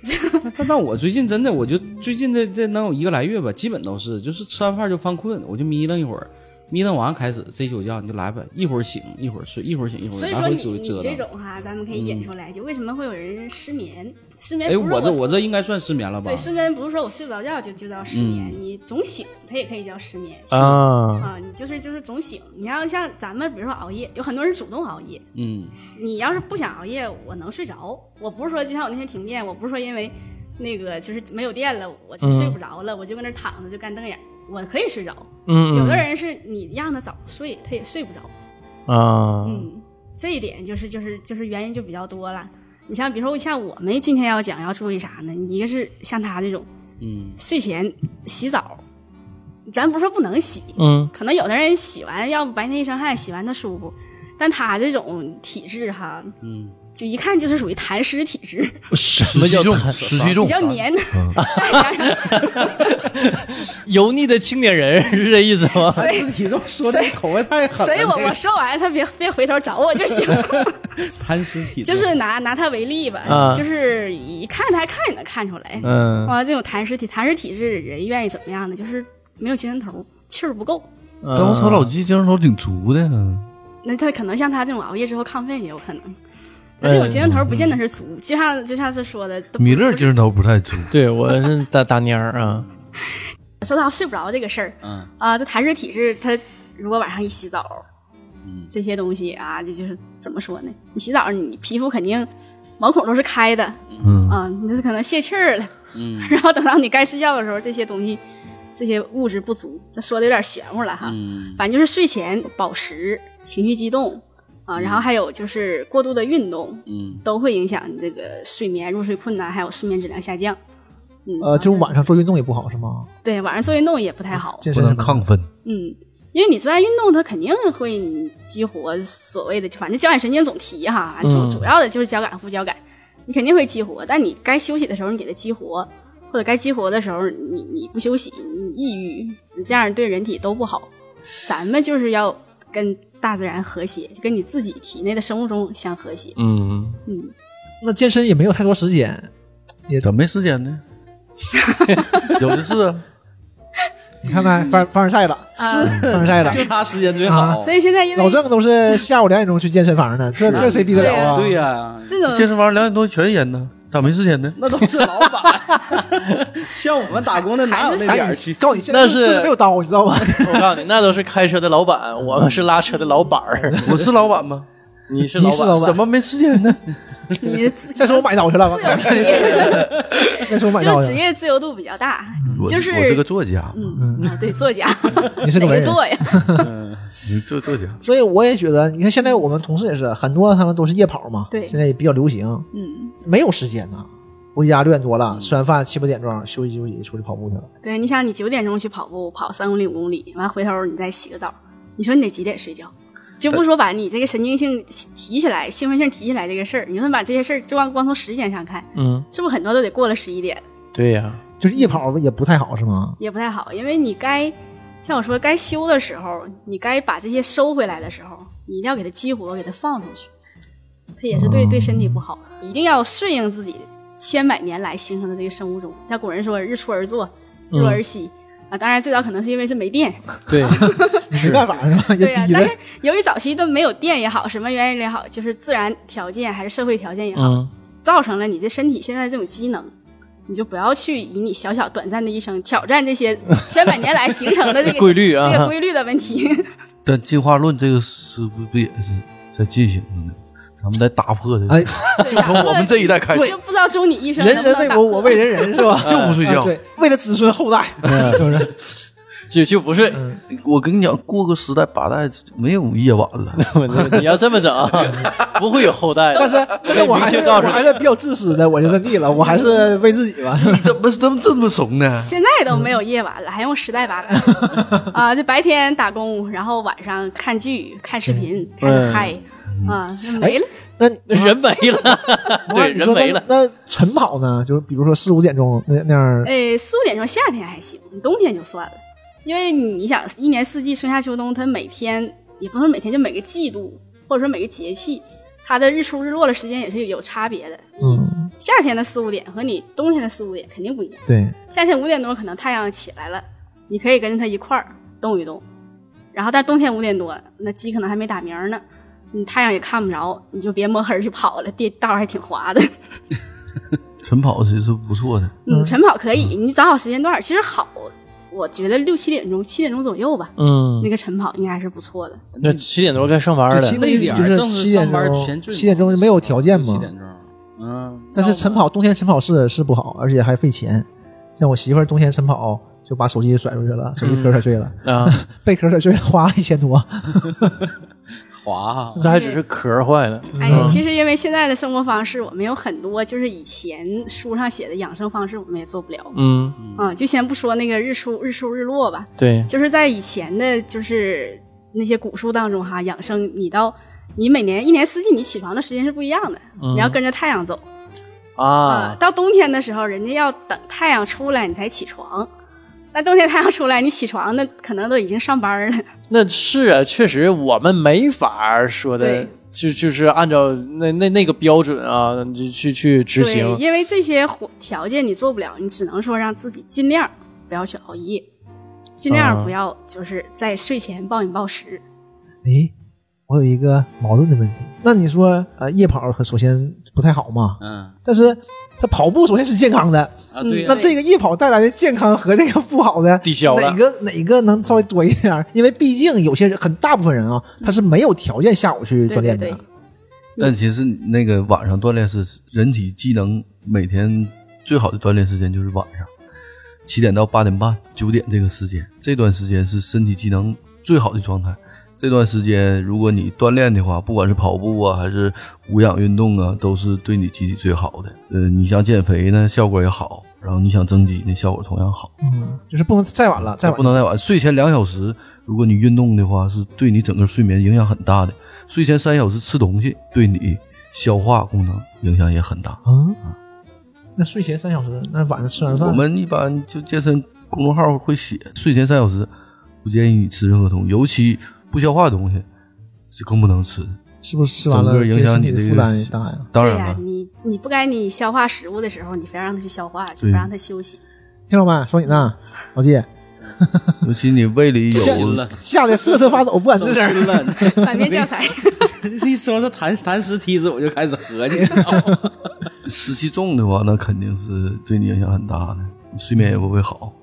Speaker 3: 但但但我最近真的，我就最近这这能有一个来月吧，基本都是就是吃完饭就犯困，我就眯瞪一会儿，眯瞪完开始这一宿觉你就来吧，一会儿醒一会儿睡，一会儿醒一嗯会儿睡，
Speaker 5: 所以
Speaker 3: 来
Speaker 5: 说
Speaker 3: 回
Speaker 5: 你
Speaker 3: 折
Speaker 5: 你
Speaker 3: 折
Speaker 5: 这
Speaker 3: 腾。
Speaker 5: 种哈、咱们可以引出来，就为什么会有人失眠？失
Speaker 3: 嗯
Speaker 5: 眠
Speaker 3: 哎，
Speaker 5: 不是
Speaker 3: 我这我
Speaker 5: 我
Speaker 3: 这应该算失眠了吧嗯
Speaker 5: 对？失眠不是说我睡不着觉就就叫失眠，你总醒它也可以叫失眠。
Speaker 1: 啊，
Speaker 5: 啊，你就是就是总醒，你要像咱们，比如说熬夜，有很多人主动熬夜，
Speaker 3: 嗯，
Speaker 5: 你要是不想熬夜，我能睡着。我不是说就像我那天停电，我不是说因为那个就是没有电了，我就睡不着了，我就搁那儿躺着就干瞪眼儿，我可以睡着。
Speaker 1: 嗯，
Speaker 5: 有的人是你让他早睡，他也睡不着。
Speaker 1: 啊，
Speaker 5: 嗯，这一点就是就是就是原因就比较多了。你像比如说像我们今天要讲要注意啥呢？一个是像他这种，
Speaker 3: 嗯，
Speaker 5: 睡前洗澡，咱不是说不能洗，
Speaker 1: 嗯
Speaker 5: 可能有的人洗完，要不白天一身汗，洗完他舒服，但他这种体质哈，
Speaker 3: 嗯，
Speaker 5: 就一看就是属于痰湿体质，
Speaker 1: 嗯什么叫
Speaker 4: 湿气重
Speaker 1: 痰
Speaker 4: 湿气重
Speaker 5: 比较黏，
Speaker 1: 油腻的青年人是这意思吗？
Speaker 3: 孩子体重说的口味太狠了，
Speaker 5: 所以我
Speaker 3: 这
Speaker 5: 我说完他别别回头找我就行。
Speaker 3: 贪食体重
Speaker 5: 就是拿拿他为例吧，
Speaker 1: 啊
Speaker 5: 就是一看他看也能看出来，
Speaker 1: 嗯
Speaker 5: 啊，这种痰湿体痰湿体质人愿意怎么样呢？就是没有精神头，气儿不够。
Speaker 1: 嗯
Speaker 4: 但我操，老纪精神头挺足的呢。
Speaker 5: 那他可能像他这种熬夜之后亢奋也有可能，那这种精神头不见得是足，就像就像是说的，都不
Speaker 4: 米勒精神头不太足，
Speaker 1: 对我是大大蔫儿啊，
Speaker 5: 说到睡不着这个事儿
Speaker 3: 嗯
Speaker 5: 啊，这痰湿体质，他如果晚上一洗澡，
Speaker 3: 嗯
Speaker 5: 这些东西啊，这就是怎么说呢？你洗澡，你皮肤肯定毛孔都是开的
Speaker 4: 嗯，
Speaker 5: 啊，你这可能泄气儿了，
Speaker 3: 嗯
Speaker 5: 然后等到你该睡觉的时候，这些东西这些物质不足，这说的有点玄乎了哈。
Speaker 3: 嗯
Speaker 5: 反正就是睡前保湿、情绪激动啊，然后还有就是过度的运动，
Speaker 3: 嗯
Speaker 5: 都会影响你这个睡眠、入睡困难，还有睡眠质量下降。嗯，
Speaker 2: 呃，就是晚上做运动也不好是吗？
Speaker 5: 对晚上做运动也不太好，
Speaker 2: 健
Speaker 4: 不
Speaker 2: 身
Speaker 4: 能
Speaker 2: 什么的
Speaker 4: 亢奋。
Speaker 5: 嗯，因为你做爱运动，它肯定会激活所谓的，反正交感神经总提哈，
Speaker 1: 嗯
Speaker 5: 主主要的就是交感副交感，你肯定会激活，但你该休息的时候你给它激活，或者该激活的时候你你不休息，你抑郁，你这样对人体都不好。咱们就是要跟大自然和谐，就跟你自己体内的生物钟相和谐。
Speaker 1: 嗯，
Speaker 5: 嗯，
Speaker 2: 那健身也没有太多时间，
Speaker 4: 咋没时间呢？有的是啊，
Speaker 2: 你看看凡凡尔赛了，
Speaker 5: 嗯啊
Speaker 2: 凡尔赛了。
Speaker 3: 就他时间最
Speaker 2: 哦
Speaker 3: 好，
Speaker 5: 所以现在因为
Speaker 2: 老郑都是下午两点钟去健身房的，这这谁比得了啊？
Speaker 3: 对呀，
Speaker 5: 这种
Speaker 4: 健身房两点多全是人呢，咋没时间 呢？
Speaker 3: 那都是老板， 像我们打工的哪有那点儿去？
Speaker 2: 告诉你，
Speaker 1: 那是
Speaker 2: 就是没有刀，你知 道吗？
Speaker 1: 我告诉你，那都是开车的老板，我们是拉车的老板 儿，
Speaker 4: 我是老板吗？
Speaker 1: 你是
Speaker 2: 你
Speaker 1: 老
Speaker 2: 是
Speaker 1: 板，
Speaker 2: 老板
Speaker 4: 怎么没时间呢？
Speaker 5: 你自
Speaker 2: 再说我买刀去了， 再说我买刀
Speaker 5: 就是职
Speaker 2: 去了。
Speaker 5: 业自由度比较大，
Speaker 4: 我
Speaker 5: 就是
Speaker 4: 我是个作家，
Speaker 5: 嗯啊，对，作家，
Speaker 2: 你是个
Speaker 5: 哪
Speaker 2: 文
Speaker 5: 个
Speaker 2: 人
Speaker 5: 作 呀？
Speaker 4: 你作作家，
Speaker 2: 所以我也觉得，你看现在我们同事也是很多，他们都是夜跑嘛，
Speaker 5: 对
Speaker 2: 现在也比较流行，
Speaker 5: 嗯，
Speaker 2: 没有时间呐。回家六点多了，吃完饭七八点钟休息休息，出去跑步去了。
Speaker 5: 对，你想你九点钟去跑步，跑三公里五公里，完回头你再洗个澡，你说你得几点睡觉？就不说把你这个神经性提起来、兴奋性提起来这个事儿，你说把这些事儿就光光从时间上看，
Speaker 1: 嗯，
Speaker 5: 是不是很多都得过了十一点，
Speaker 1: 对呀、
Speaker 2: 就是夜跑也不太好，是吗？
Speaker 5: 也不太好，因为你该像我说该休的时候，你该把这些收回来的时候，你一定要给它激活，给它放出去，它也是对对身体不好，一定要顺应自己千百年来形成的这个生物钟。像古人说“日出而作，日落而息”啊，当然最早可能是因为是没电，
Speaker 1: 对，
Speaker 2: 没办法是 吧？也
Speaker 5: 对呀、
Speaker 2: 逼
Speaker 5: 但
Speaker 2: 的
Speaker 5: 是。由于早期的没有电也好，什么原因也好，就是自然条件还是社会条件也好，
Speaker 1: 嗯，
Speaker 5: 造成了你这身体现在这种机能，你就不要去以你小小短暂的一生挑战这 些千百年来形成的这个
Speaker 1: 规律啊
Speaker 5: 这个规律的问 题。
Speaker 4: 但进化论这个是不不也是在进行着呢？咱们来打破这个，
Speaker 2: 哎，
Speaker 5: 就
Speaker 4: 从 我们这一代开始
Speaker 5: 就不知道终你一生
Speaker 2: 人
Speaker 5: 能不
Speaker 2: 人
Speaker 5: 能
Speaker 2: 为
Speaker 5: 打
Speaker 2: 我，我
Speaker 5: 破。
Speaker 2: 为人人，是吧？
Speaker 4: 就不睡
Speaker 2: 啊
Speaker 4: 觉。
Speaker 2: 对，为了子孙后代，是不是？
Speaker 1: 就就 不睡，
Speaker 4: 我跟你讲，过个十代八代没有夜晚了。
Speaker 1: 你要这么整， 不会有后代的。
Speaker 2: 但是，那我还是
Speaker 1: 明确告
Speaker 2: 我
Speaker 1: 诉你
Speaker 2: 还是比较自私的，我就认地了，我还是为自己吧。
Speaker 4: 你 怎么怎么这么怂呢？
Speaker 5: 现在都没有夜晚了，还用时代 八百啊？就白天打工，然后晚上看剧、看视频，开始嗨
Speaker 4: 嗯
Speaker 5: 啊，那没了。
Speaker 2: 那
Speaker 1: 人没了， 对，
Speaker 2: 你
Speaker 1: 人
Speaker 2: 说那
Speaker 1: 没了。
Speaker 2: 那晨跑呢？就是比如说四五点钟那那样，
Speaker 5: 哎，四五点钟夏天还行，冬天就算了，因为你想一年四季春夏秋冬，它每天也不能说每天，就每个季度或者说每个节气，它的日出日落的时间也是有差别的。
Speaker 2: 嗯，
Speaker 5: 夏天的四五点和你冬天的四五点肯定不一样。
Speaker 2: 对，
Speaker 5: 夏天五点多可能太阳起来了，你可以跟着它一块儿动一动。然后，但冬天五点多，那鸡可能还没打鸣呢，你太阳也看不着，你就别摸黑儿去跑了，地道还挺滑的。
Speaker 4: 晨跑其实不错的，
Speaker 5: 嗯，晨跑可以，你找好时间段儿，其实好，我觉得六七点钟、七点钟左右吧，
Speaker 1: 嗯
Speaker 5: 那，个晨跑应该是不错的。
Speaker 1: 那七点多该上班
Speaker 3: 就七
Speaker 1: 了
Speaker 3: 点。那一点儿
Speaker 2: 就是
Speaker 3: 正是
Speaker 2: 七点
Speaker 3: 上
Speaker 2: 钟
Speaker 3: 班前最
Speaker 2: 七点钟就没有条件嘛
Speaker 3: 七点钟，嗯，
Speaker 2: 但是晨跑冬天晨跑是是不好，而且还费钱。像我媳妇儿冬天晨跑就把手机甩出去了，手机壳甩碎了，
Speaker 1: 啊，
Speaker 2: 被壳甩碎了，花了一千多。
Speaker 3: 滑 哈，
Speaker 1: 这还只是壳儿坏了。
Speaker 5: 哎呀，其实因为现在的生活方式，我们有很多就是以前书上写的养生方式，我们也做不了。
Speaker 1: 嗯，
Speaker 5: 嗯，就先不说那个日出、日出、日落吧，
Speaker 1: 对，
Speaker 5: 就是在以前的，就是那些古书当中哈，养生你到你每年一年四季你起床的时间是不一样的，
Speaker 1: 嗯
Speaker 5: 你要跟着太阳走
Speaker 1: 啊，
Speaker 5: 呃到冬天的时候，人家要等太阳出来你才起床。那冬天太阳出来，你起床那可能都已经上班了。
Speaker 1: 那是啊，确实我们没法儿说的
Speaker 5: 对，
Speaker 1: 就就是按照那那那个标准啊，就去去执
Speaker 5: 对，
Speaker 1: 行。
Speaker 5: 因为这些活条件你做不了，你只能说让自己尽量不要去熬夜，尽量不要就是在睡前暴饮暴食。
Speaker 2: 哎，我有一个矛盾的问题。那你说，呃，夜跑很首先不太好嘛，
Speaker 3: 嗯
Speaker 2: 但是它跑步首先是健康的，
Speaker 3: 啊，对呀，
Speaker 4: 嗯
Speaker 2: 那这个夜跑带来的健康和这个不好的
Speaker 1: 抵消了
Speaker 2: 哪个哪个能稍微多一点儿？因为毕竟有些人，很大部分人啊，他是没有条件下午去
Speaker 5: 对
Speaker 2: 锻
Speaker 5: 对
Speaker 2: 炼的。啊
Speaker 5: 对，
Speaker 4: 但其实你那个晚上锻炼是人体机能每天最好的锻炼时间就是晚上，七点到八点半、九点这个时间，这段时间是身体机能最好的状态。这段时间如果你锻炼的话，不管是跑步啊还是无氧运动啊，都是对你机体最好的。呃，你想减肥呢，效果也好；然后你想增肌呢，效果同样好。
Speaker 2: 嗯，就是不能再晚了，再晚
Speaker 4: 不能太晚。睡前两小时，如果你运动的话，是对你整个睡眠影响很大的。睡前三小时吃东西，对你消化功能影响也很大。
Speaker 2: 啊。那睡前三小时，那晚上吃完饭，
Speaker 4: 我们一般就健身公众号会写，睡前三小时不建议你吃任何东西，尤其不消化的东西是更不能吃。
Speaker 2: 是不是吃完
Speaker 4: 整
Speaker 2: 了
Speaker 4: 个
Speaker 2: 对
Speaker 4: 影响
Speaker 2: 身
Speaker 4: 你
Speaker 2: 体
Speaker 4: 这
Speaker 2: 的
Speaker 4: 个
Speaker 2: 负担也大呀？
Speaker 4: 当
Speaker 5: 对
Speaker 4: 然
Speaker 5: 呀、
Speaker 4: 了，
Speaker 5: 你你不该你消化食物的时候，你非让它去消化，就
Speaker 4: 对
Speaker 5: 不让它休息。
Speaker 2: 听老板说你呢，老季
Speaker 4: 尤其你 胃里有
Speaker 3: 走心了，
Speaker 2: 吓得瑟瑟发抖，不敢
Speaker 3: 走
Speaker 2: 吱 声。
Speaker 3: 心了。
Speaker 5: 反面教 材，
Speaker 3: 这一说这弹弹石梯子，我就开始合计，
Speaker 4: 湿气重的话，那肯定是对你影响很大的，你睡眠也不会好。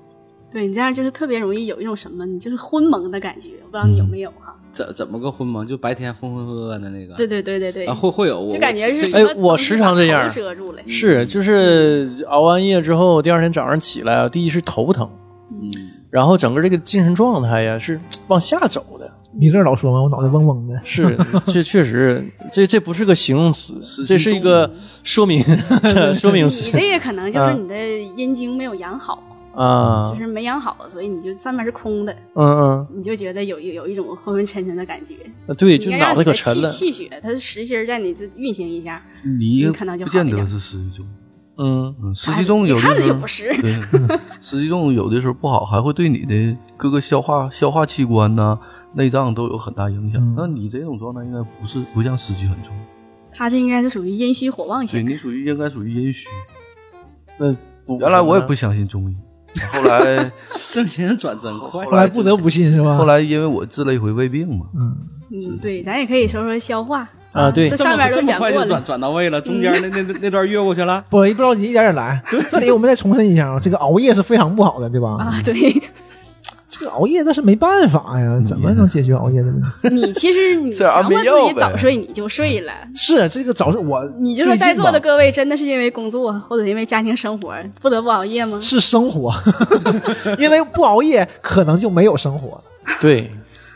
Speaker 5: 对你这样就是特别容易有一种什么，你就是昏蒙的感觉，我不知道你有没有哈、
Speaker 3: 怎怎么个昏蒙？就白天浑浑噩噩的那个。
Speaker 5: 对对对对对，
Speaker 3: 啊，会会有，我
Speaker 5: 就感觉是
Speaker 3: 这
Speaker 5: 什么
Speaker 1: 哎我时常这样
Speaker 5: 东西把头遮住 了。
Speaker 1: 是，就是熬完夜之后，第二天早上起来，第一是头疼，
Speaker 3: 嗯
Speaker 1: 然后整个这个精神状态呀是往下走的。
Speaker 2: 你这老说嘛，我脑袋嗡嗡的。
Speaker 1: 是，这确实，这这不是个形容词，这是一个说 明说明
Speaker 5: 你
Speaker 1: 词
Speaker 5: 这个可能就是
Speaker 1: 啊
Speaker 5: 你的阴茎没有养好，
Speaker 1: 啊，
Speaker 5: 就是没养好，所以你就上面是空的，
Speaker 1: 嗯
Speaker 5: 你就觉得有有有一种昏昏沉沉的感觉。
Speaker 1: 嗯，对，
Speaker 5: 你
Speaker 1: 就
Speaker 5: 应该
Speaker 1: 脑
Speaker 5: 让
Speaker 1: 袋
Speaker 5: 你
Speaker 1: 可沉
Speaker 5: 的气
Speaker 1: 了，
Speaker 5: 气血它是实心儿在你这运行一下，
Speaker 4: 你
Speaker 5: 嗯可能就
Speaker 4: 不
Speaker 5: 好一
Speaker 4: 见
Speaker 5: 点
Speaker 4: 得是湿气重。
Speaker 1: 嗯，
Speaker 4: 嗯，湿气重有的
Speaker 5: 哎看着
Speaker 4: 时
Speaker 5: 就
Speaker 4: 候
Speaker 5: 不是。
Speaker 4: 对，嗯湿气重有的时候不好，还会对你的各个消化消化器官呐、内脏都有很大影响。
Speaker 2: 嗯
Speaker 4: 那你这种状态应该不是不像湿气很重，
Speaker 5: 它这应该是属于阴虚火旺
Speaker 4: 对
Speaker 5: 型，
Speaker 4: 你属于应该属于阴虚。
Speaker 1: 那补
Speaker 4: 原来我也不
Speaker 1: 上
Speaker 4: 相信中医，后来
Speaker 3: 挣钱转真快
Speaker 2: 后
Speaker 4: 后
Speaker 2: 来不得不信是
Speaker 1: 啊
Speaker 2: 吧？
Speaker 4: 后来因为我治了一回胃病嘛，
Speaker 2: 嗯，
Speaker 5: 嗯，对，咱也可以说说消化
Speaker 1: 啊对
Speaker 5: 这
Speaker 3: 这么
Speaker 5: 上面都
Speaker 3: 这么
Speaker 5: 讲过
Speaker 3: 快就转
Speaker 5: 了，嗯
Speaker 3: 转到位了，中间那 那那那段越过去了。
Speaker 2: 不不着急，一点点来。这里我们再重申一下啊，这个熬夜是非常不好的，对吧？
Speaker 5: 啊，对
Speaker 2: 这个熬夜那是没办法呀，怎
Speaker 4: 嗯
Speaker 2: 么能解决熬夜的问题？
Speaker 5: 你其实你
Speaker 4: 这
Speaker 5: 强
Speaker 4: 安
Speaker 5: 迫
Speaker 4: 眠
Speaker 5: 自
Speaker 4: 药
Speaker 5: 己早
Speaker 4: 呗
Speaker 5: 睡，你就睡了。
Speaker 2: 是这个早是我，
Speaker 5: 你就说
Speaker 2: 嗯最
Speaker 5: 在
Speaker 2: 近
Speaker 5: 座的
Speaker 2: 吧
Speaker 5: 各位，真的是因为工作或者因为家庭生活不得不熬夜吗？
Speaker 2: 是生 活，因为不熬夜可能就没有生活。
Speaker 1: 对，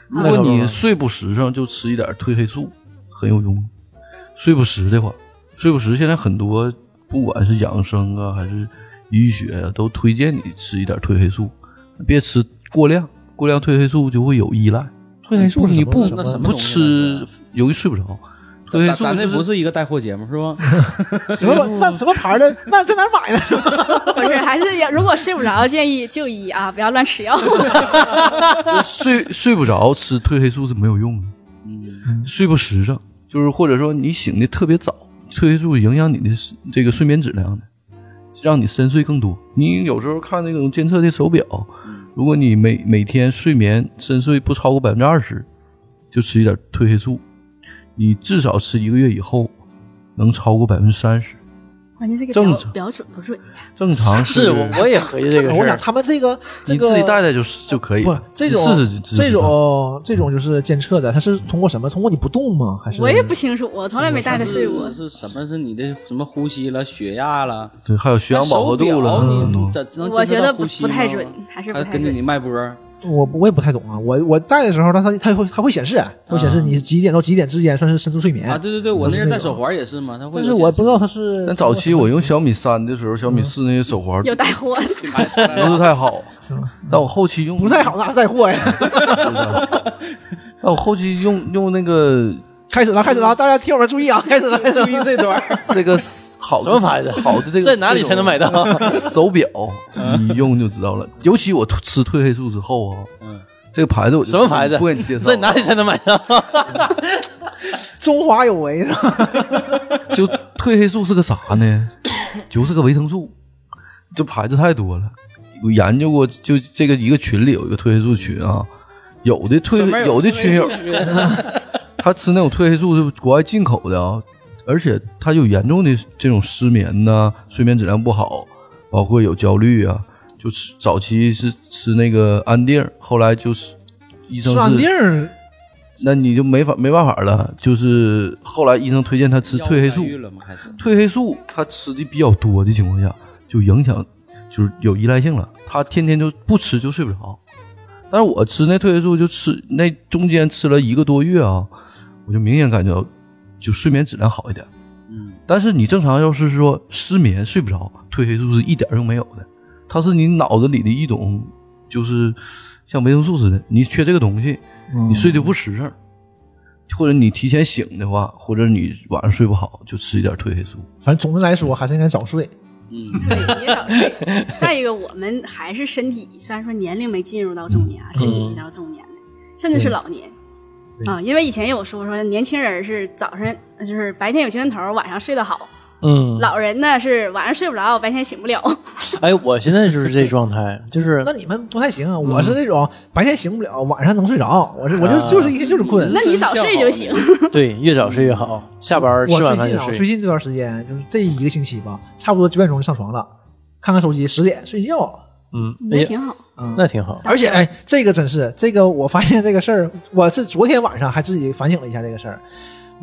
Speaker 4: 如果你
Speaker 1: 那
Speaker 4: 睡不实诚，就吃一点褪黑素，很有用。睡不实的话，睡不实现在很多不管是养生啊还是医学啊，都推荐你吃一点褪黑素，别吃过量，过量褪黑素就会有依赖。
Speaker 2: 褪黑素是
Speaker 4: 你
Speaker 2: 什么
Speaker 4: 不
Speaker 2: 什么
Speaker 4: 你不吃容易睡不着，褪黑
Speaker 3: 咱
Speaker 4: 素
Speaker 3: 咱这
Speaker 4: 就
Speaker 3: 不
Speaker 4: 是
Speaker 3: 是一个带货节目是吧？
Speaker 2: 什
Speaker 4: 哎
Speaker 2: 么那什么牌的？那在哪儿买的？
Speaker 5: 不是，还是要如果睡不着，建议就医啊，不要乱吃 药。
Speaker 4: 睡睡不着吃褪黑素是没有用的。嗯，睡不实诚，就是或者说你醒的特别早，褪黑素影响你的这个睡眠质量的，让你深睡更多。你有时候看那种监测的手表，
Speaker 2: 嗯
Speaker 4: 如果你每每天睡眠深睡不超过百分之二十，就吃一点褪黑素，你至少吃一个月以后能超过百分之三十。
Speaker 5: 关键这个
Speaker 4: 正
Speaker 5: 标
Speaker 4: 常
Speaker 5: 标准不准呀、
Speaker 4: 正常
Speaker 1: 是我我也合计这个事
Speaker 2: 我想
Speaker 1: 儿，
Speaker 2: 他们这个这
Speaker 4: 你
Speaker 2: 个
Speaker 4: 自己带带就是就可以
Speaker 2: 不
Speaker 4: 了，
Speaker 2: 这种
Speaker 4: 试试就知道
Speaker 2: 这种这种就是监测的，它是通过什么？通过你不动吗？还是
Speaker 5: 我也不清楚，我从来没带他睡过
Speaker 3: 是。是什么？是你的什么呼吸了、血压了、
Speaker 4: 对，还有血氧饱和度了，嗯
Speaker 3: 手表
Speaker 4: 很多
Speaker 3: 你怎能
Speaker 5: 我觉得不
Speaker 3: 监测到呼吸
Speaker 5: 不太
Speaker 3: 吗
Speaker 5: 准，还是不
Speaker 3: 还
Speaker 5: 太
Speaker 3: 根据
Speaker 5: 准。
Speaker 3: 你脉搏，
Speaker 2: 我我也不太懂啊。我我戴的时候，它它它会它会显示，啊它会显示你几点到几点之间算是深度睡眠
Speaker 3: 啊，对对对，我那
Speaker 2: 哎是
Speaker 3: 阵
Speaker 2: 那
Speaker 3: 戴
Speaker 2: 种
Speaker 3: 手环也是嘛，它会
Speaker 2: 但
Speaker 3: 有显示。
Speaker 2: 是我不知道它是。
Speaker 4: 但早期我用小米三的时候，小
Speaker 2: 嗯
Speaker 4: 米四那些手环
Speaker 5: 有带货，
Speaker 4: 不是太好，但我后期用
Speaker 2: 不太好，那是带货呀。
Speaker 4: 但我后期用用那个
Speaker 2: 开始了，开始了，大家听友们注意啊，开始了，开始
Speaker 3: 注
Speaker 2: 了
Speaker 3: 意这段儿，
Speaker 4: 这个好的
Speaker 1: 什么牌子
Speaker 4: 好的这个
Speaker 1: 在哪里才能买到？
Speaker 2: 啊
Speaker 1: 嗯
Speaker 4: 手表？你用就知道了。尤其我吃褪黑素之后啊，
Speaker 3: 嗯，
Speaker 4: 这个牌子我就
Speaker 1: 什么牌子？
Speaker 4: 不给你介绍，
Speaker 1: 在哪里才能买 到？
Speaker 2: 中华有为是吧？
Speaker 4: 就褪黑素是个啥呢？就是个维生素，这牌子太多了。我研究过，就这个一个群里有一个褪黑素群啊，有的褪
Speaker 3: 专门
Speaker 4: 有的群友
Speaker 3: 专门有
Speaker 4: 他吃那种褪黑素是国外进口的啊，而且他有严重的这种失眠呐、睡眠质量不好，包括有焦虑啊，就吃早期是吃那个安定，后来就是医生
Speaker 2: 吃
Speaker 4: 是
Speaker 2: 安定儿
Speaker 4: 那你就没法没办法了，就是后来医生推荐他吃
Speaker 3: 药
Speaker 4: 褪
Speaker 3: 物
Speaker 4: 黑
Speaker 3: 干
Speaker 4: 素，
Speaker 3: 预了吗？开始
Speaker 4: 褪黑素他吃的比较多的情况下，就影响就是有依赖性了。他天天就不吃就睡不着。但是我吃那褪黑素就吃那中间吃了一个多月啊，我就明显感觉到就睡眠质量好一点。
Speaker 3: 嗯，
Speaker 4: 但是你正常要是说失眠睡不着，褪黑素是一点用没有的，它是你脑子里的一种就是像维生素似的，你缺这个东西，你睡得不实诚。或者你提前醒的话，或者你晚上睡不好，就吃一点褪黑素。
Speaker 2: 反正总的来说还是应该早睡。
Speaker 3: 嗯
Speaker 5: 对，也早睡。再一个，我们还是身体，虽然说年龄没进入到中年啊，身体进入到中年了，甚至是老年
Speaker 2: 对
Speaker 5: 啊、因为以前有说说年轻人是早上就是白天有精神头儿，晚上睡得好；
Speaker 1: 嗯，
Speaker 5: 老人呢是晚上睡不着，白天醒不了。
Speaker 1: 哎，我现在就是这状态，就是
Speaker 2: 那你们不太行啊，我是那种白天醒不了，晚上能睡着，我是我就
Speaker 1: 啊
Speaker 2: 就是一天就是困。
Speaker 5: 那你早睡就行。
Speaker 1: 对，越早睡越好，下班
Speaker 2: 我
Speaker 1: 吃完
Speaker 2: 最
Speaker 1: 饭
Speaker 2: 近
Speaker 1: 就
Speaker 2: 啊，我最
Speaker 1: 睡。
Speaker 2: 近这段时间就是这一个星期吧，差不多九点钟就上床了，看看手机，十点睡觉。
Speaker 1: 嗯，哎
Speaker 5: 那
Speaker 1: 呀，
Speaker 5: 挺好，
Speaker 1: 那挺好。
Speaker 2: 而且哎，这个真是这个，我发现这个事儿，我是昨天晚上还自己反省了一下这个事儿。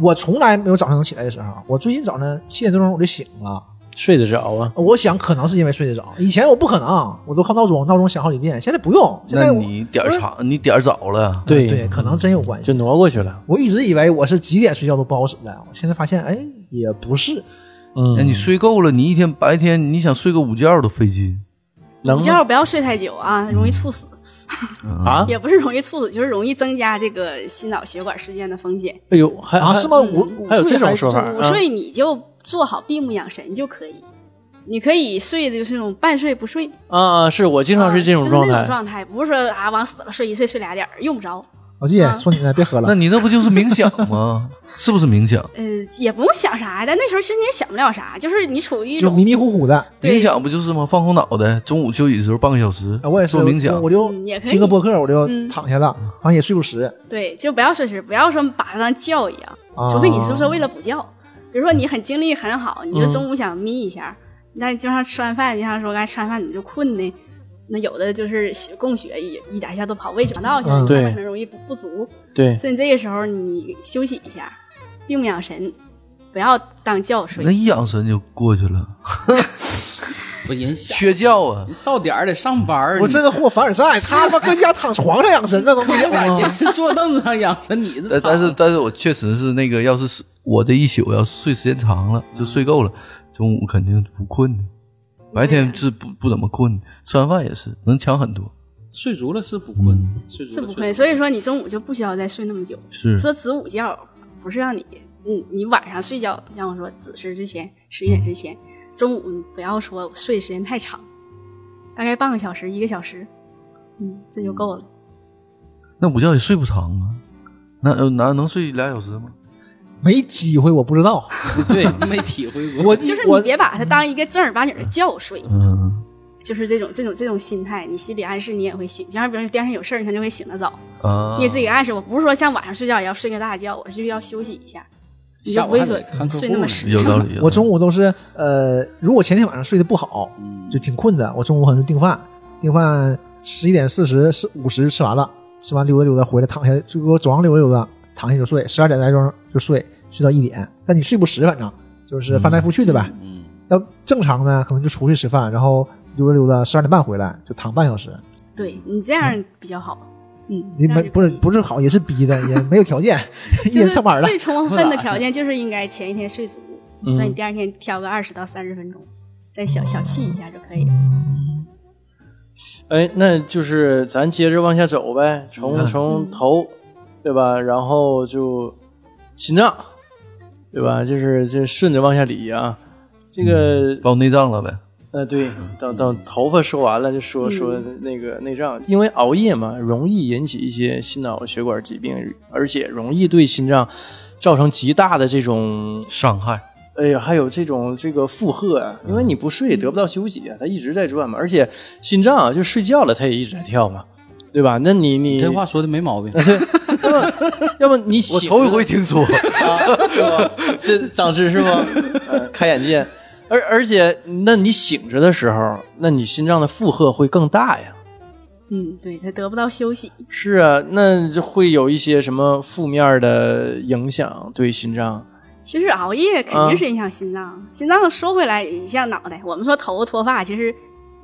Speaker 2: 我从来没有早上能起来的时候，我最近早上七点多钟我就醒了。
Speaker 1: 睡得着啊？
Speaker 2: 我想可能是因为睡得早，以前我不可能，我都靠闹钟，闹钟响好几遍。现在不用，现
Speaker 4: 那
Speaker 2: 在我
Speaker 4: 你点儿长，你点儿早了，
Speaker 1: 对
Speaker 2: 对，可能真有关系。
Speaker 1: 就挪过去了。
Speaker 2: 我一直以为我是几点睡觉都不好使的，我现在发现哎也不是，
Speaker 1: 嗯
Speaker 2: 哎
Speaker 4: 哎那你睡够了，你一天白天你想睡个午觉都费劲
Speaker 1: 能
Speaker 5: 一觉不要睡太久啊，容易猝死。
Speaker 1: 啊？
Speaker 5: 也不是容易猝死，就是容易增加这个心脑血管事件的风险。
Speaker 1: 哎呦，还嗯
Speaker 2: 啊，是？吗？我
Speaker 1: 还有这种说法啊
Speaker 5: 午睡你就做好闭目养神就可以，你可以睡的就是那种半睡不睡，
Speaker 1: 还啊，是我经常是这种
Speaker 5: 就是
Speaker 1: 状
Speaker 5: 那种
Speaker 1: 态。
Speaker 5: 状态，不是说啊往死了睡一睡睡俩点儿用不着，
Speaker 2: 老季
Speaker 5: 啊
Speaker 2: 说你呢，别喝
Speaker 4: 那
Speaker 2: 了。
Speaker 4: 你那不就是冥想吗？是不是冥想？
Speaker 5: 呃，也不用想啥的，那时候其实你也想不了啥，就是你处于一
Speaker 2: 就迷
Speaker 5: 种
Speaker 2: 迷糊糊的，
Speaker 5: 对
Speaker 4: 冥想不就是吗？放空脑袋，中午休息的时候半个小时
Speaker 2: 啊我也是
Speaker 4: 做冥想
Speaker 2: 我。就
Speaker 5: 嗯也可以
Speaker 2: 听个播客，我就
Speaker 5: 嗯
Speaker 2: 躺下了，反正也睡不实。
Speaker 5: 对，就不要睡时，不要说把它当觉一样，
Speaker 2: 啊
Speaker 5: 除非你是说为了补觉，比如说你很精力很好，你就中午想眯一下，那就像吃完饭，就像说该吃完饭你就困的，那有的就是血供血一一点一下都跑胃肠道去了，
Speaker 2: 嗯
Speaker 5: 你下半
Speaker 1: 对
Speaker 5: 身容易不不足，
Speaker 1: 对，
Speaker 5: 所以你这个时候你休息一下，闭目养神，不要当觉睡
Speaker 4: 那。一养神就过去 了，
Speaker 3: 不人小
Speaker 4: 缺觉啊！
Speaker 3: 到点儿得上班儿，
Speaker 2: 我
Speaker 3: 你
Speaker 2: 这个货凡尔赛，他他妈搁家躺床上养神，那都没
Speaker 3: 别
Speaker 2: 用
Speaker 3: 把
Speaker 2: 啊。
Speaker 3: 人坐凳子上养着你
Speaker 4: 但
Speaker 3: 这躺着，
Speaker 4: 呃但是但是我确实是那个，要是是我这一宿要睡时间长了，就睡够了，中午肯定不困的，白天是不不怎么困的，吃完饭也是能强很多。
Speaker 3: 睡足了是不困，睡足
Speaker 5: 是
Speaker 3: 了
Speaker 5: 不
Speaker 3: 睡
Speaker 5: 亏，所以说你中午就不需要再睡那么久。
Speaker 4: 是
Speaker 5: 说子午觉不是让你，你你晚上睡觉，像我说子时之前十一点
Speaker 4: 嗯
Speaker 5: 之前，中午你不要说睡时间太长，大概半个小时一个小时，嗯，这就够了。
Speaker 4: 那午觉也睡不长啊，那呃哪能睡俩小时吗？
Speaker 2: 没机会，我不知道。
Speaker 3: 对，没体会过。
Speaker 2: 我
Speaker 5: 就是
Speaker 2: 我
Speaker 5: 你别把它当一个正儿八经的觉睡，
Speaker 4: 嗯
Speaker 5: 就是这种这种这种心态，你心里暗示你也会醒。就像比如第二天有事儿，你可能就会醒得早，
Speaker 4: 啊，
Speaker 5: 你给自己暗示，我不是说像晚上睡觉也要睡个大觉，我就要休息一下，你就
Speaker 3: 下午
Speaker 5: 不
Speaker 3: 还
Speaker 5: 会说
Speaker 3: 得看客
Speaker 5: 睡
Speaker 3: 户
Speaker 5: 那么
Speaker 3: 呢
Speaker 5: 实
Speaker 4: 有道理。
Speaker 2: 我中午都是呃，如果前天晚上睡得不好，
Speaker 3: 嗯
Speaker 2: 就挺困的，我中午可能就订饭，订饭十一点四十、是五十吃完了，吃完溜达溜达回来躺下，就给我走廊溜达溜达，躺下就睡，十二点来钟就睡，睡到一点，但你睡不实，反正就是翻来覆去的呗。
Speaker 3: 嗯，
Speaker 2: 要正常呢，可能就出去吃饭，然后溜达溜达，十二点半回来就躺半小时。
Speaker 5: 对你这样比较好。嗯，
Speaker 2: 你
Speaker 5: 这样
Speaker 2: 没
Speaker 5: 就
Speaker 2: 不是
Speaker 5: 可以
Speaker 2: 不是好，也是逼的，也没有条件，
Speaker 5: 就
Speaker 2: 也
Speaker 5: 是
Speaker 2: 上班了。嗯
Speaker 5: 最充分 的条件就是应该前一天睡足，所以你第二天挑个二十到三十分钟，再小小憩一下就可以了。
Speaker 1: 哎，那就是咱嗯接着往下走呗，从从头，对吧？然后就心脏，对吧？就是这顺着往下理啊，这个
Speaker 4: 包内脏了呗。
Speaker 1: 呃，对，等等头发说完了，就说说那个内脏，因为熬夜嘛，容易引起一些心脑血管疾病，而且容易对心脏造成极大的这种，
Speaker 4: 伤害，
Speaker 1: 哎呀，还有这种这个负荷啊，因为你不睡得不到休息啊，它一直在转嘛，而且心脏啊，就睡觉了，它也一直在跳嘛，对吧？那你你
Speaker 3: 这话说的没毛病。
Speaker 1: 要不你
Speaker 4: 我
Speaker 1: 醒
Speaker 4: 头一
Speaker 1: 了
Speaker 4: 回 听说，
Speaker 1: 啊，是吗？这长知识吗？呃，开眼界。而而且，那你醒着的时候，那你心脏的负荷会更大呀。
Speaker 5: 嗯，对他得不到休息，
Speaker 1: 是啊，那就会有一些什么负面的影响对心脏。
Speaker 5: 其实熬夜肯
Speaker 2: 嗯
Speaker 5: 定是影响心脏，心脏说回来也像脑袋，我们说头脱发，其实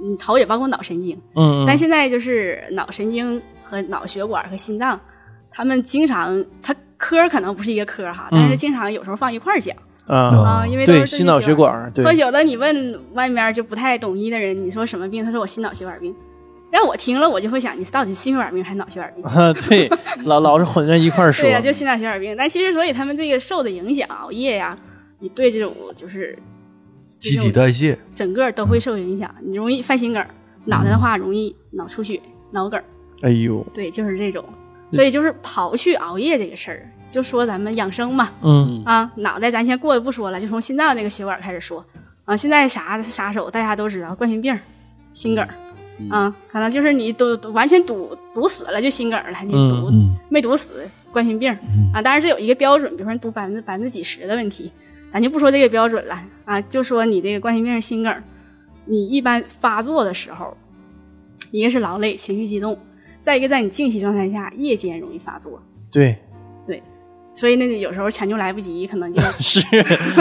Speaker 5: 嗯头也包括脑神经，
Speaker 1: 嗯，
Speaker 5: 但现在就是脑神经和脑血管和心脏，他们经常它科儿可能不是一个科儿哈，
Speaker 2: 嗯
Speaker 5: 但是经常有时候放一块儿讲
Speaker 1: 啊，
Speaker 5: 啊、
Speaker 4: 哦
Speaker 5: 因为都是
Speaker 1: 对，心脑血。管，对
Speaker 5: 说，有的你问外面就不太懂医的人，你说什么病？他说我心脑血管病，让我听了我就会想，你到底是心血管病还是脑血管病？
Speaker 1: 啊， 对，老老是混在一块儿说
Speaker 5: 对。呀、就心脑血管病。但其实，所以他们这个受的影响，熬夜呀、你对这种就是
Speaker 4: 机体代谢，
Speaker 5: 整个都会受影响，你容易犯心梗儿，脑袋的话容易脑出血、脑梗儿，
Speaker 1: 哎呦，
Speaker 5: 对，就是这种。所以就是刨去熬夜这个事儿，就说咱们养生嘛，
Speaker 1: 嗯
Speaker 5: 啊，脑袋咱先过去不说了，就从心脏那个血管开始说啊。现在啥杀手大家都知道，冠心病、心梗儿
Speaker 3: 嗯
Speaker 5: 啊，可能就是你都都完全堵堵死了就心梗儿了，你
Speaker 1: 嗯
Speaker 5: 堵、
Speaker 4: 嗯
Speaker 5: 没堵死冠心病
Speaker 4: 嗯
Speaker 5: 啊。当然这有一个标准，比如说你堵百分之百分之几十的问题，咱就不说这个标准了啊，就说你这个冠心病、心梗儿，你一般发作的时候，一个是劳累、情绪激动，再一个在你静息状态下，夜间容易发作。
Speaker 1: 对，
Speaker 5: 所以那有时候抢救来不及，可能就
Speaker 1: 是，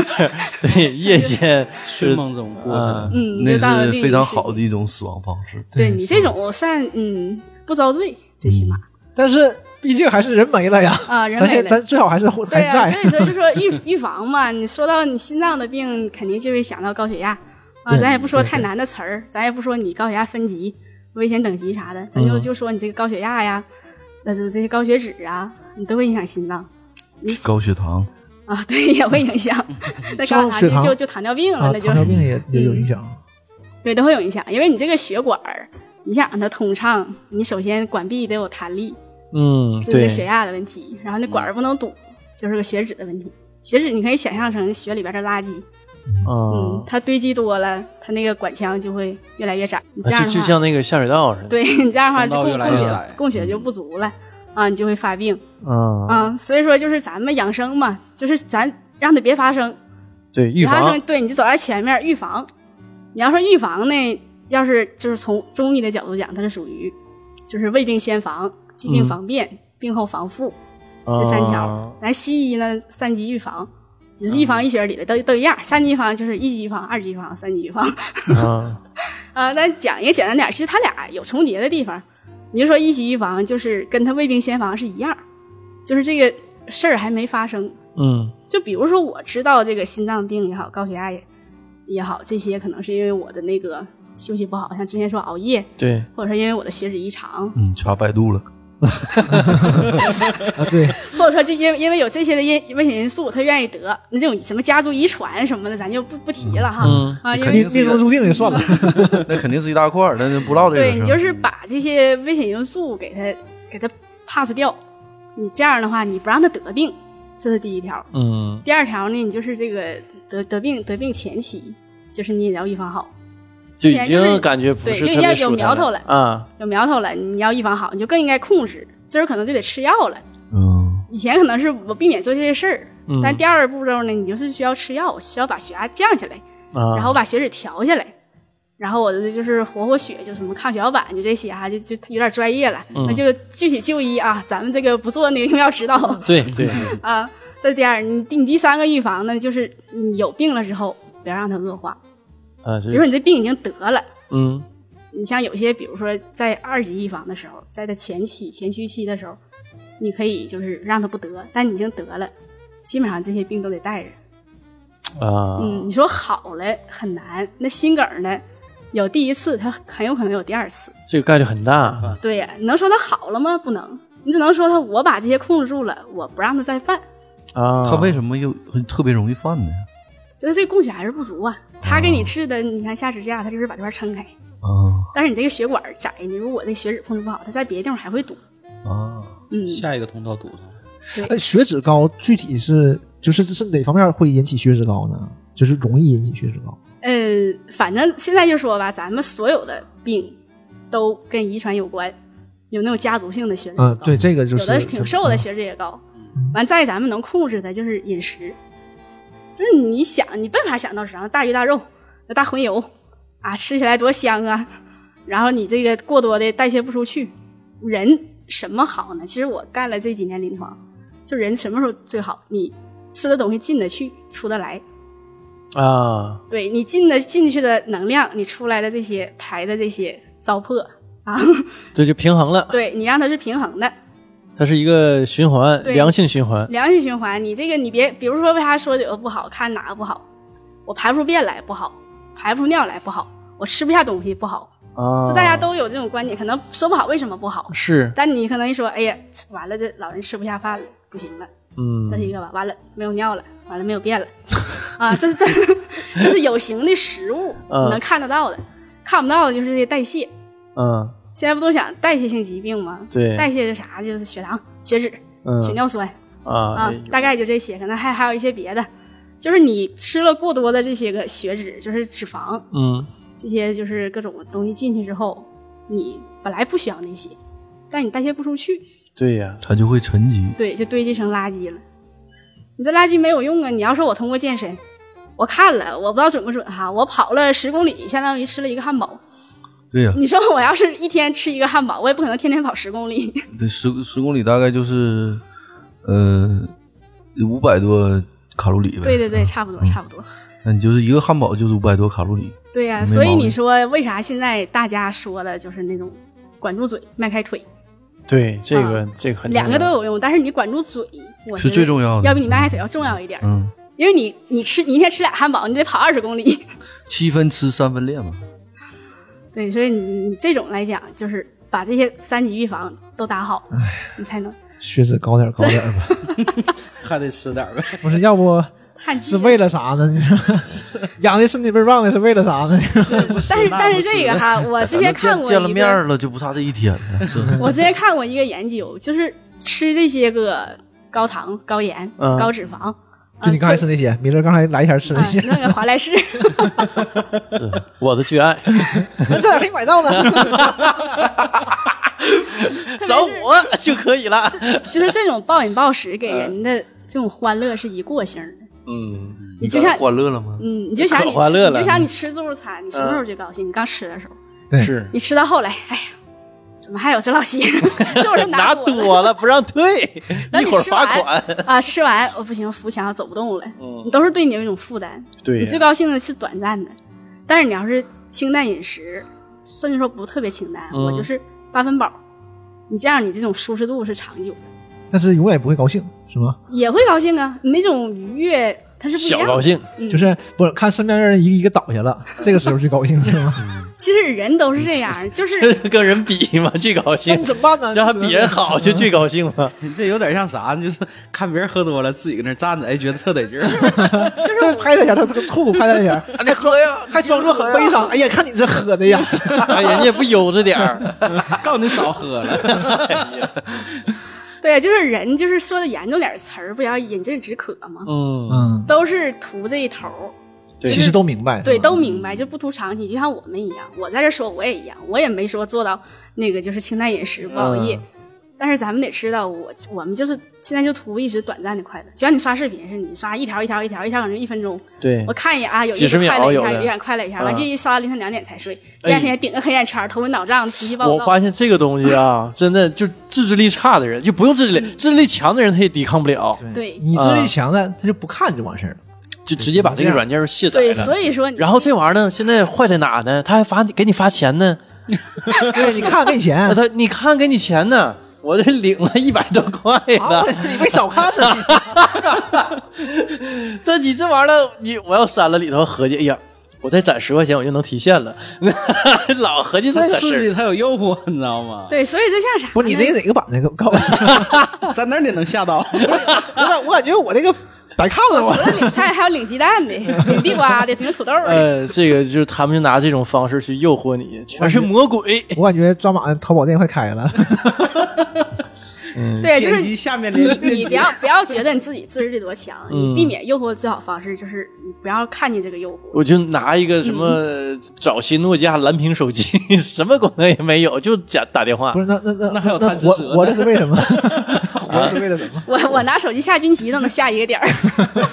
Speaker 1: 对，夜间
Speaker 3: 睡
Speaker 1: 是
Speaker 3: 梦中过去
Speaker 1: 啊
Speaker 3: 了，，
Speaker 5: 嗯，
Speaker 4: 呃那
Speaker 5: 就到了
Speaker 4: 是
Speaker 5: 另一
Speaker 4: 非
Speaker 5: 个
Speaker 4: 常
Speaker 5: 世
Speaker 4: 好的
Speaker 5: 界
Speaker 4: 一种死亡方式。
Speaker 5: 对你这种算嗯不遭罪，最起码
Speaker 2: 但是毕竟还是人没了呀，
Speaker 5: 啊
Speaker 2: 嗯
Speaker 5: 人
Speaker 2: 咱
Speaker 5: 为
Speaker 2: 也
Speaker 5: 了
Speaker 2: 咱。最好还是活还
Speaker 5: 对啊，
Speaker 2: 在
Speaker 5: 所以说 就说预预防嘛。你说到你心脏的病，肯定就会想到高血压啊。
Speaker 2: 对
Speaker 5: 咱也不说
Speaker 2: 对
Speaker 5: 太
Speaker 2: 对
Speaker 5: 难的词儿，咱也不说你高血压分级、危险等级啥的，咱
Speaker 2: 嗯
Speaker 5: 就就说你这个高血压呀，那这这些高血脂啊，你都会影响心脏
Speaker 4: 高血糖，
Speaker 5: 啊， 对，也会影响。 那高
Speaker 2: 嗯血
Speaker 5: 血糖
Speaker 2: 糖
Speaker 5: 就就就糖尿病了，
Speaker 2: 啊，
Speaker 5: 那就
Speaker 2: 糖尿病也也有影响。
Speaker 5: 对，都会有影响，因为你这个血管儿，你想让它通畅，你首先管壁得有弹力，
Speaker 1: 嗯，
Speaker 5: 这是啊
Speaker 1: 对
Speaker 5: 个，血压的问题，然后那管儿不能堵，就是个血脂的问题。血脂你可以想象成血里边的垃圾，嗯
Speaker 1: 嗯，，
Speaker 5: 它堆积多了，它那个管腔就会越来越窄。你这样
Speaker 1: 就啊就
Speaker 5: 的话，
Speaker 1: 像那个下水道似的，，
Speaker 5: 对 你这样的话，
Speaker 3: 通道
Speaker 5: 供
Speaker 3: 越来越
Speaker 5: 供
Speaker 3: 窄
Speaker 5: 血供血就不足了啊，你就会发病
Speaker 1: 嗯，
Speaker 5: 啊。所以说，就是咱们养生嘛，就是咱让它别发生，
Speaker 1: 对，预
Speaker 5: 别发
Speaker 1: 防
Speaker 5: 生，，对你就走在前面预防。你要说预防呢，要是就是从中医的角度讲，它是属于就是未病先防，疾病
Speaker 1: 嗯
Speaker 5: 防变，病后防复。这三条
Speaker 1: 啊。
Speaker 5: 咱西医呢，三级预防，就是预防医学里的都都一样。三级预防就是一级预防、二级预防、三级预防。
Speaker 1: 啊，
Speaker 5: 啊，咱讲也简单点儿，其实它俩有重叠的地方。你就说一级预防，就是跟它未病先防是一样，就是这个事儿还没发生。
Speaker 1: 嗯
Speaker 5: 就比如说我知道这个心脏病也好，高血压也也好，这些可能是因为我的那个休息不好，像之前说熬夜，，
Speaker 1: 对，
Speaker 5: 或者说因为我的血脂异常，
Speaker 4: 嗯，查百度了，
Speaker 2: 啊，对，
Speaker 5: 或者说就因为因为有这些的因危险因素，他愿意得那这种什么家族遗传什么的，咱就不不提了哈、
Speaker 1: 嗯
Speaker 5: 啊，因
Speaker 4: 肯
Speaker 5: 为
Speaker 4: 定
Speaker 2: 命
Speaker 4: 是一
Speaker 2: 命中
Speaker 4: 个，
Speaker 2: 注定就算了。
Speaker 4: 那肯定是一大块儿，那就不唠这
Speaker 5: 对
Speaker 4: 个
Speaker 5: 你
Speaker 4: 事
Speaker 5: 就
Speaker 4: 儿。
Speaker 5: 是把这些危险因素给他给他 pass 掉，你这样的话你不让他得病，这是第一条。
Speaker 1: 嗯
Speaker 5: 第二条呢，你就是这个得得病得病前期，就是你也要预防好，，
Speaker 1: 就
Speaker 5: 之
Speaker 1: 已
Speaker 5: 前就是
Speaker 1: 经感觉不
Speaker 5: 对
Speaker 1: 是
Speaker 5: 就
Speaker 1: 特
Speaker 5: 要
Speaker 1: 别
Speaker 5: 有
Speaker 1: 舒坦
Speaker 5: 苗头了
Speaker 1: 啊，
Speaker 5: 有苗头了，你要预防好，你就更应该控制，今儿可能就得吃药了。
Speaker 4: 嗯，
Speaker 5: 以前可能是我避免做这些事儿，
Speaker 1: 嗯
Speaker 5: 但第二步骤呢，你就是需要吃药，需要把血压降下来。
Speaker 1: 啊，
Speaker 5: 然后把血脂调下来，然后我的就是活活血，就什么抗血小板，就这些哈、就就有点专业了。那就具体就医啊，咱们这个不做那个用药指导
Speaker 1: 对对，
Speaker 5: 啊。这第二，你第你第三个预防呢，就是你有病了之后，不要让它恶化。
Speaker 1: 啊，就
Speaker 5: 比如说你这病已经得了，
Speaker 1: 嗯
Speaker 5: 你像有些，比如说在二级预防的时候，在它前期前驱期的时候，你可以就是让它不得，但你已经得了，基本上这些病都得带着。
Speaker 1: 啊，
Speaker 5: 嗯，你说好了很难，那心梗呢，有第一次，它很有可能有第二次。
Speaker 1: 这个概率很大，啊
Speaker 5: 对呀、你能说它好了吗？不能，你只能说它我把这些控制住了，我不让它再犯。
Speaker 1: 啊，
Speaker 4: 他为什么又特别容易犯呢？
Speaker 5: 就是这供血还是不足啊。他给你治的，你看下支架，他就是把这块撑开，
Speaker 4: 啊
Speaker 5: 但是你这个血管窄，你如果这血脂控制不好，它在别的地方还会堵。
Speaker 4: 啊，
Speaker 5: 嗯，
Speaker 3: 下一个通道堵上。
Speaker 2: 哎，血脂高具体是就是是哪方面会引起血脂高呢？就是容易引起血脂高。
Speaker 5: 呃，反正现在就说吧，咱们所有的病都跟遗传有关，有那种家族性的血脂高，
Speaker 2: 嗯，对，这个就是
Speaker 5: 有的是挺瘦的，
Speaker 2: 嗯
Speaker 5: 血脂也高。
Speaker 2: 嗯
Speaker 5: 完，再咱们能控制的就是饮食，就是你想，你没法想到啥，大鱼大肉、那大荤油啊，吃起来多香啊！然后你这个过多的代谢不出去，人什么好呢？其实我干了这几年临床，就人什么时候最好？你吃的东西进得去，出得来。
Speaker 1: 啊，
Speaker 5: 对你进的进去的能量，你出来的这些排的这些糟粕啊，
Speaker 1: 这就平衡了，
Speaker 5: 对你让它是平衡的，
Speaker 1: 它是一个循环，
Speaker 5: 对
Speaker 1: 良性循环。
Speaker 5: 良性循环。你这个你别，比如说为啥说有的不好看哪个不好，我排不出便来不好，排不出尿来不好，我吃不下东西不好，
Speaker 1: 啊，
Speaker 5: 就大家都有这种观点，可能说不好为什么不好，
Speaker 1: 是，
Speaker 5: 但你可能一说，哎呀，吃完了这老人吃不下饭了，不行了，
Speaker 1: 嗯
Speaker 5: 这，是一个吧，完了没有尿了，完了没有便了， 啊，这是这这是有形的食物，
Speaker 1: 嗯
Speaker 5: 你能看得到的，看不到的就是这代谢。
Speaker 1: 嗯，
Speaker 5: 现在不都讲代谢性疾病吗？
Speaker 1: 对，
Speaker 5: 代谢是啥？就是血糖、血脂、
Speaker 1: 嗯
Speaker 5: 血尿酸、
Speaker 1: 啊
Speaker 5: 啊，，大概就这些，可能还还有一些别的。就是你吃了过多的这些个血脂，就是脂肪
Speaker 1: 嗯，
Speaker 5: 这些，就是各种东西进去之后，你本来不需要那些，但你代谢不出去，
Speaker 1: 对呀，
Speaker 4: 他就会沉积。
Speaker 5: 对，就堆积成垃圾了。你这垃圾没有用啊！你要说我通过健身，我看了，我不知道准不准哈，我跑了十公里，相当于吃了一个汉堡。
Speaker 4: 对呀、
Speaker 5: 你说我要是一天吃一个汉堡，我也不可能天天跑十公里。
Speaker 4: 这十十公里大概就是，呃，五百多卡路里呗。
Speaker 5: 对对对，
Speaker 4: 嗯
Speaker 5: 差不多差不多。
Speaker 4: 那你就是一个汉堡就是五百多卡路里。
Speaker 5: 对呀、
Speaker 4: 没
Speaker 5: 所以
Speaker 4: 毛
Speaker 5: 你
Speaker 4: 病
Speaker 5: 说为啥现在大家说的就是那种管住嘴、迈开腿，
Speaker 1: 对，这个这个很
Speaker 5: 啊两个
Speaker 1: 重
Speaker 5: 都
Speaker 1: 要
Speaker 5: 有用，但是你管住嘴，我
Speaker 4: 是最重要的
Speaker 5: 要比你迈开腿要重要一点儿。
Speaker 4: 嗯，
Speaker 5: 因为你你吃你一天吃俩汉堡，你得跑二十公里。
Speaker 4: 七分吃三分练嘛。
Speaker 5: 对，所以你你这种来讲，就是把这些三级预防都打好，
Speaker 4: 哎
Speaker 5: 你才 能
Speaker 2: 血脂高点儿高点儿吧。
Speaker 3: 还得吃点呗。
Speaker 2: 不是，要不
Speaker 5: 看
Speaker 2: 是为了啥呢？你说养的身体倍儿棒的是为了啥呢？
Speaker 5: 但是但是这个 哈，我啊之前看过
Speaker 4: 见了
Speaker 5: 一
Speaker 4: 面
Speaker 5: 个，
Speaker 4: 儿了就不差这一天了，是
Speaker 5: 我之前看过一个研究，就是吃这些个高糖、高盐、
Speaker 1: 嗯
Speaker 5: 高脂肪，
Speaker 2: 就你刚才吃那些，米勒刚才来一前吃那
Speaker 4: 哎
Speaker 5: 啊，
Speaker 2: 些，
Speaker 5: 那个华 莱士。
Speaker 1: 是我的最 爱，
Speaker 2: 在哪可以买到呢？
Speaker 1: 找我就可以了。
Speaker 5: 就是这种暴饮暴食给人的这种欢乐是一过性的。
Speaker 1: 嗯，
Speaker 5: 你就像，
Speaker 4: 欢乐了吗？
Speaker 5: 嗯，你就想你
Speaker 1: 可欢乐
Speaker 5: 吃，你
Speaker 1: 了嗯
Speaker 5: 就想你吃自助餐，你什么时候最高兴？你刚吃的时候，
Speaker 2: 对
Speaker 1: 是
Speaker 5: 你吃到后来，哎呀，怎么还有这老些？ 是不是
Speaker 1: 拿
Speaker 5: 多
Speaker 1: 多了不让退，
Speaker 5: 那
Speaker 1: 一
Speaker 5: 你
Speaker 1: 会儿
Speaker 5: 吃完
Speaker 1: 罚款。嗯
Speaker 5: 啊？吃完我不行，扶墙走不动了，你都是对你有一种负担。
Speaker 1: 对
Speaker 5: 你
Speaker 1: 呀
Speaker 5: 最高兴的是短暂的，但是你要是清淡饮食，甚至说不特别清淡，
Speaker 1: 嗯
Speaker 5: 我就是八分饱，你这样你这种舒适度是长久的。
Speaker 2: 但是永远不会高兴，是吗？
Speaker 5: 也会高兴啊，你那种愉悦它是不一样
Speaker 1: 小
Speaker 5: 的。
Speaker 1: 高 兴，
Speaker 5: 嗯
Speaker 2: 就是不是看身边人一个一个倒下 了，这个时候最高兴，是 吗？
Speaker 5: 其实人都是 这样，就是
Speaker 1: 跟人比嘛最高
Speaker 2: 那
Speaker 1: 兴
Speaker 2: 你，怎么办呢？
Speaker 1: 让他比人
Speaker 5: 嗯
Speaker 1: 好就最高兴嘛。
Speaker 3: 你 这有点像啥呢？就是看别人喝多了，自己搁那站着，哎，觉得特得劲 儿。
Speaker 5: 就是
Speaker 2: 这
Speaker 5: 我
Speaker 2: 拍他一下，他他吐，拍他一 下，
Speaker 4: 啊，你喝呀！
Speaker 2: 还装作很悲伤。哎呀，看你这喝的呀！
Speaker 1: 哎，人家不悠着点儿，
Speaker 3: 告诉你少喝 了。
Speaker 5: 对，啊就是人就是说的严重点儿词儿，不也要饮鸩止渴吗？
Speaker 1: 嗯，
Speaker 2: 嗯，
Speaker 5: 都是图这一头儿，
Speaker 1: 对
Speaker 2: 其实都明白，
Speaker 5: 对，
Speaker 2: 是吧
Speaker 5: 都明白，就不图长期。就像我们一样，我在这说我也一样，我也没说做到那个就是清淡饮食不熬夜，但是咱们得知道我，我们就是现在就图一时短暂的快乐，就像你刷视频似的，你刷一条一条一条，一条可能就一分钟，
Speaker 1: 对
Speaker 5: 我，看一眼啊，有
Speaker 1: 几
Speaker 5: 一
Speaker 1: 十
Speaker 5: 个
Speaker 1: 秒
Speaker 5: 快乐一
Speaker 1: 有
Speaker 5: 下，
Speaker 1: 的
Speaker 5: 有一眼快乐一下，
Speaker 1: 啊
Speaker 5: 完继续刷到凌晨两点才睡，
Speaker 1: 哎
Speaker 5: 第二天顶个黑眼圈，头昏脑胀，脾气暴
Speaker 1: 我
Speaker 5: 躁。
Speaker 1: 发现这个东西啊，真的就自制力差的人，就不用自制
Speaker 5: 嗯
Speaker 1: 力，自制力强的人他也抵抗不了，
Speaker 5: 对
Speaker 2: 你智力强的，他就不看就完事儿了。
Speaker 1: 就直接把这个软件卸载
Speaker 5: 对，
Speaker 1: 了。
Speaker 5: 所以说你
Speaker 1: 然后这玩意儿呢，现在坏在哪呢？他还发给你发钱呢，
Speaker 2: 对，你看给钱
Speaker 1: 啊，他你看给你钱呢，我这领了一百多块
Speaker 2: 啊
Speaker 1: 呢。
Speaker 2: 你没少看呢。
Speaker 1: 但你这玩意儿，你我要删了里头合计，哎呀，我再攒十块钱我就能提现了， 老合计这
Speaker 3: 它
Speaker 1: 个
Speaker 3: 刺
Speaker 1: 事
Speaker 3: 激，
Speaker 1: 儿。
Speaker 3: 它有诱惑，你知道吗？
Speaker 5: 对，所以这像啥呢？
Speaker 2: 不是你那个哪个版的？ 告诉我，啊
Speaker 3: 在哪儿你能吓到？
Speaker 2: 我感觉我这个白看了， 我
Speaker 5: 除了领菜，还有领鸡蛋的、 领地瓜的、领土豆
Speaker 2: 哎
Speaker 5: 的。
Speaker 1: 呃，这个就是他们就拿这种方式去诱惑你，全是魔鬼。
Speaker 2: 我感觉抓马淘宝店快开了，
Speaker 1: 呃
Speaker 5: 对，就是
Speaker 3: 点击下面
Speaker 5: 你
Speaker 3: 链链
Speaker 5: 你不
Speaker 3: 接。
Speaker 5: 要不要觉得你自己自制力多强，
Speaker 1: 嗯
Speaker 5: 你避免诱惑的最好方式就是你不要看见这个诱惑。
Speaker 1: 我就拿一个什
Speaker 2: 嗯
Speaker 1: 么早期诺基亚蓝屏手机， 什么功能也没有，就假打电话
Speaker 2: 不。是那那那
Speaker 3: 那还有贪吃蛇呢
Speaker 2: 我我这是为什 么？我这是为了什
Speaker 1: 嗯
Speaker 2: 么？
Speaker 5: 我我拿手机下军棋都能下一 个点儿，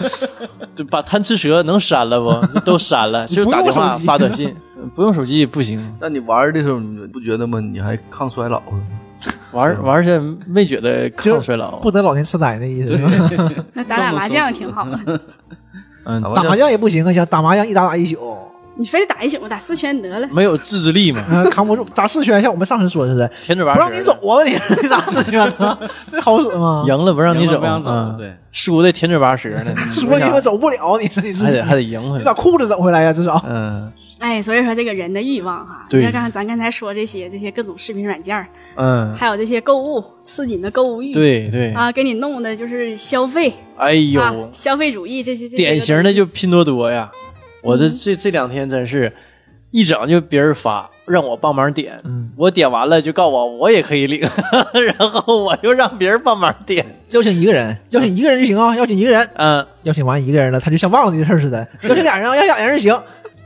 Speaker 1: 就把贪吃蛇能删了不？都删了，就打电话发短 信，嗯不用手机不行。
Speaker 4: 但你玩的时候，你不觉得吗？你还抗衰老啊了？
Speaker 1: 玩玩去没觉得抗衰老，
Speaker 2: 嗯不得老年痴呆那意思是吧？
Speaker 5: 那打打麻将挺好的。
Speaker 1: 嗯，
Speaker 2: 打麻将也不行啊，想打麻将一打打一宿，
Speaker 5: 你非得打一宿，打四圈得了。
Speaker 1: 没有自制力 嘛，
Speaker 2: 嗯扛不住，打四圈像我们上次说似的，
Speaker 1: 甜嘴
Speaker 2: 不
Speaker 1: 巴
Speaker 2: 让你走，啊！你你 咋四圈呢？那好啊使吗？
Speaker 1: 赢了不让你走，
Speaker 3: 不想走
Speaker 1: 嗯，
Speaker 3: 对，
Speaker 1: 输的甜嘴巴舌呢，
Speaker 2: 说你
Speaker 1: 你
Speaker 2: 们走不了，你 说你自
Speaker 1: 还
Speaker 2: 己
Speaker 1: 得还得赢回
Speaker 2: 你把
Speaker 1: 来，
Speaker 2: 裤子整回来呀，至少。
Speaker 1: 嗯
Speaker 5: 哎，所以说这个人的欲望哈，
Speaker 1: 对
Speaker 5: 你看刚才咱刚才说这些这些各种视频软件儿，
Speaker 1: 嗯，
Speaker 5: 还有这些购物刺激你的购物欲，
Speaker 1: 对对，
Speaker 5: 啊，给你弄的就是消费
Speaker 1: 哎
Speaker 5: 啊
Speaker 1: 呦，，
Speaker 5: 消费主义这些这些
Speaker 1: 典型的就拼多多呀，我这这这两天真是，一整就别人发让我帮忙点，我点完了就告我我也可以领， 然后我又让别人帮忙点，
Speaker 2: 邀请一个人，邀请一个人就行啊，邀请一个人，
Speaker 1: 嗯，
Speaker 2: 邀请完一个人了，他就像忘了这事儿似的。 邀请俩人啊，邀请俩人就行。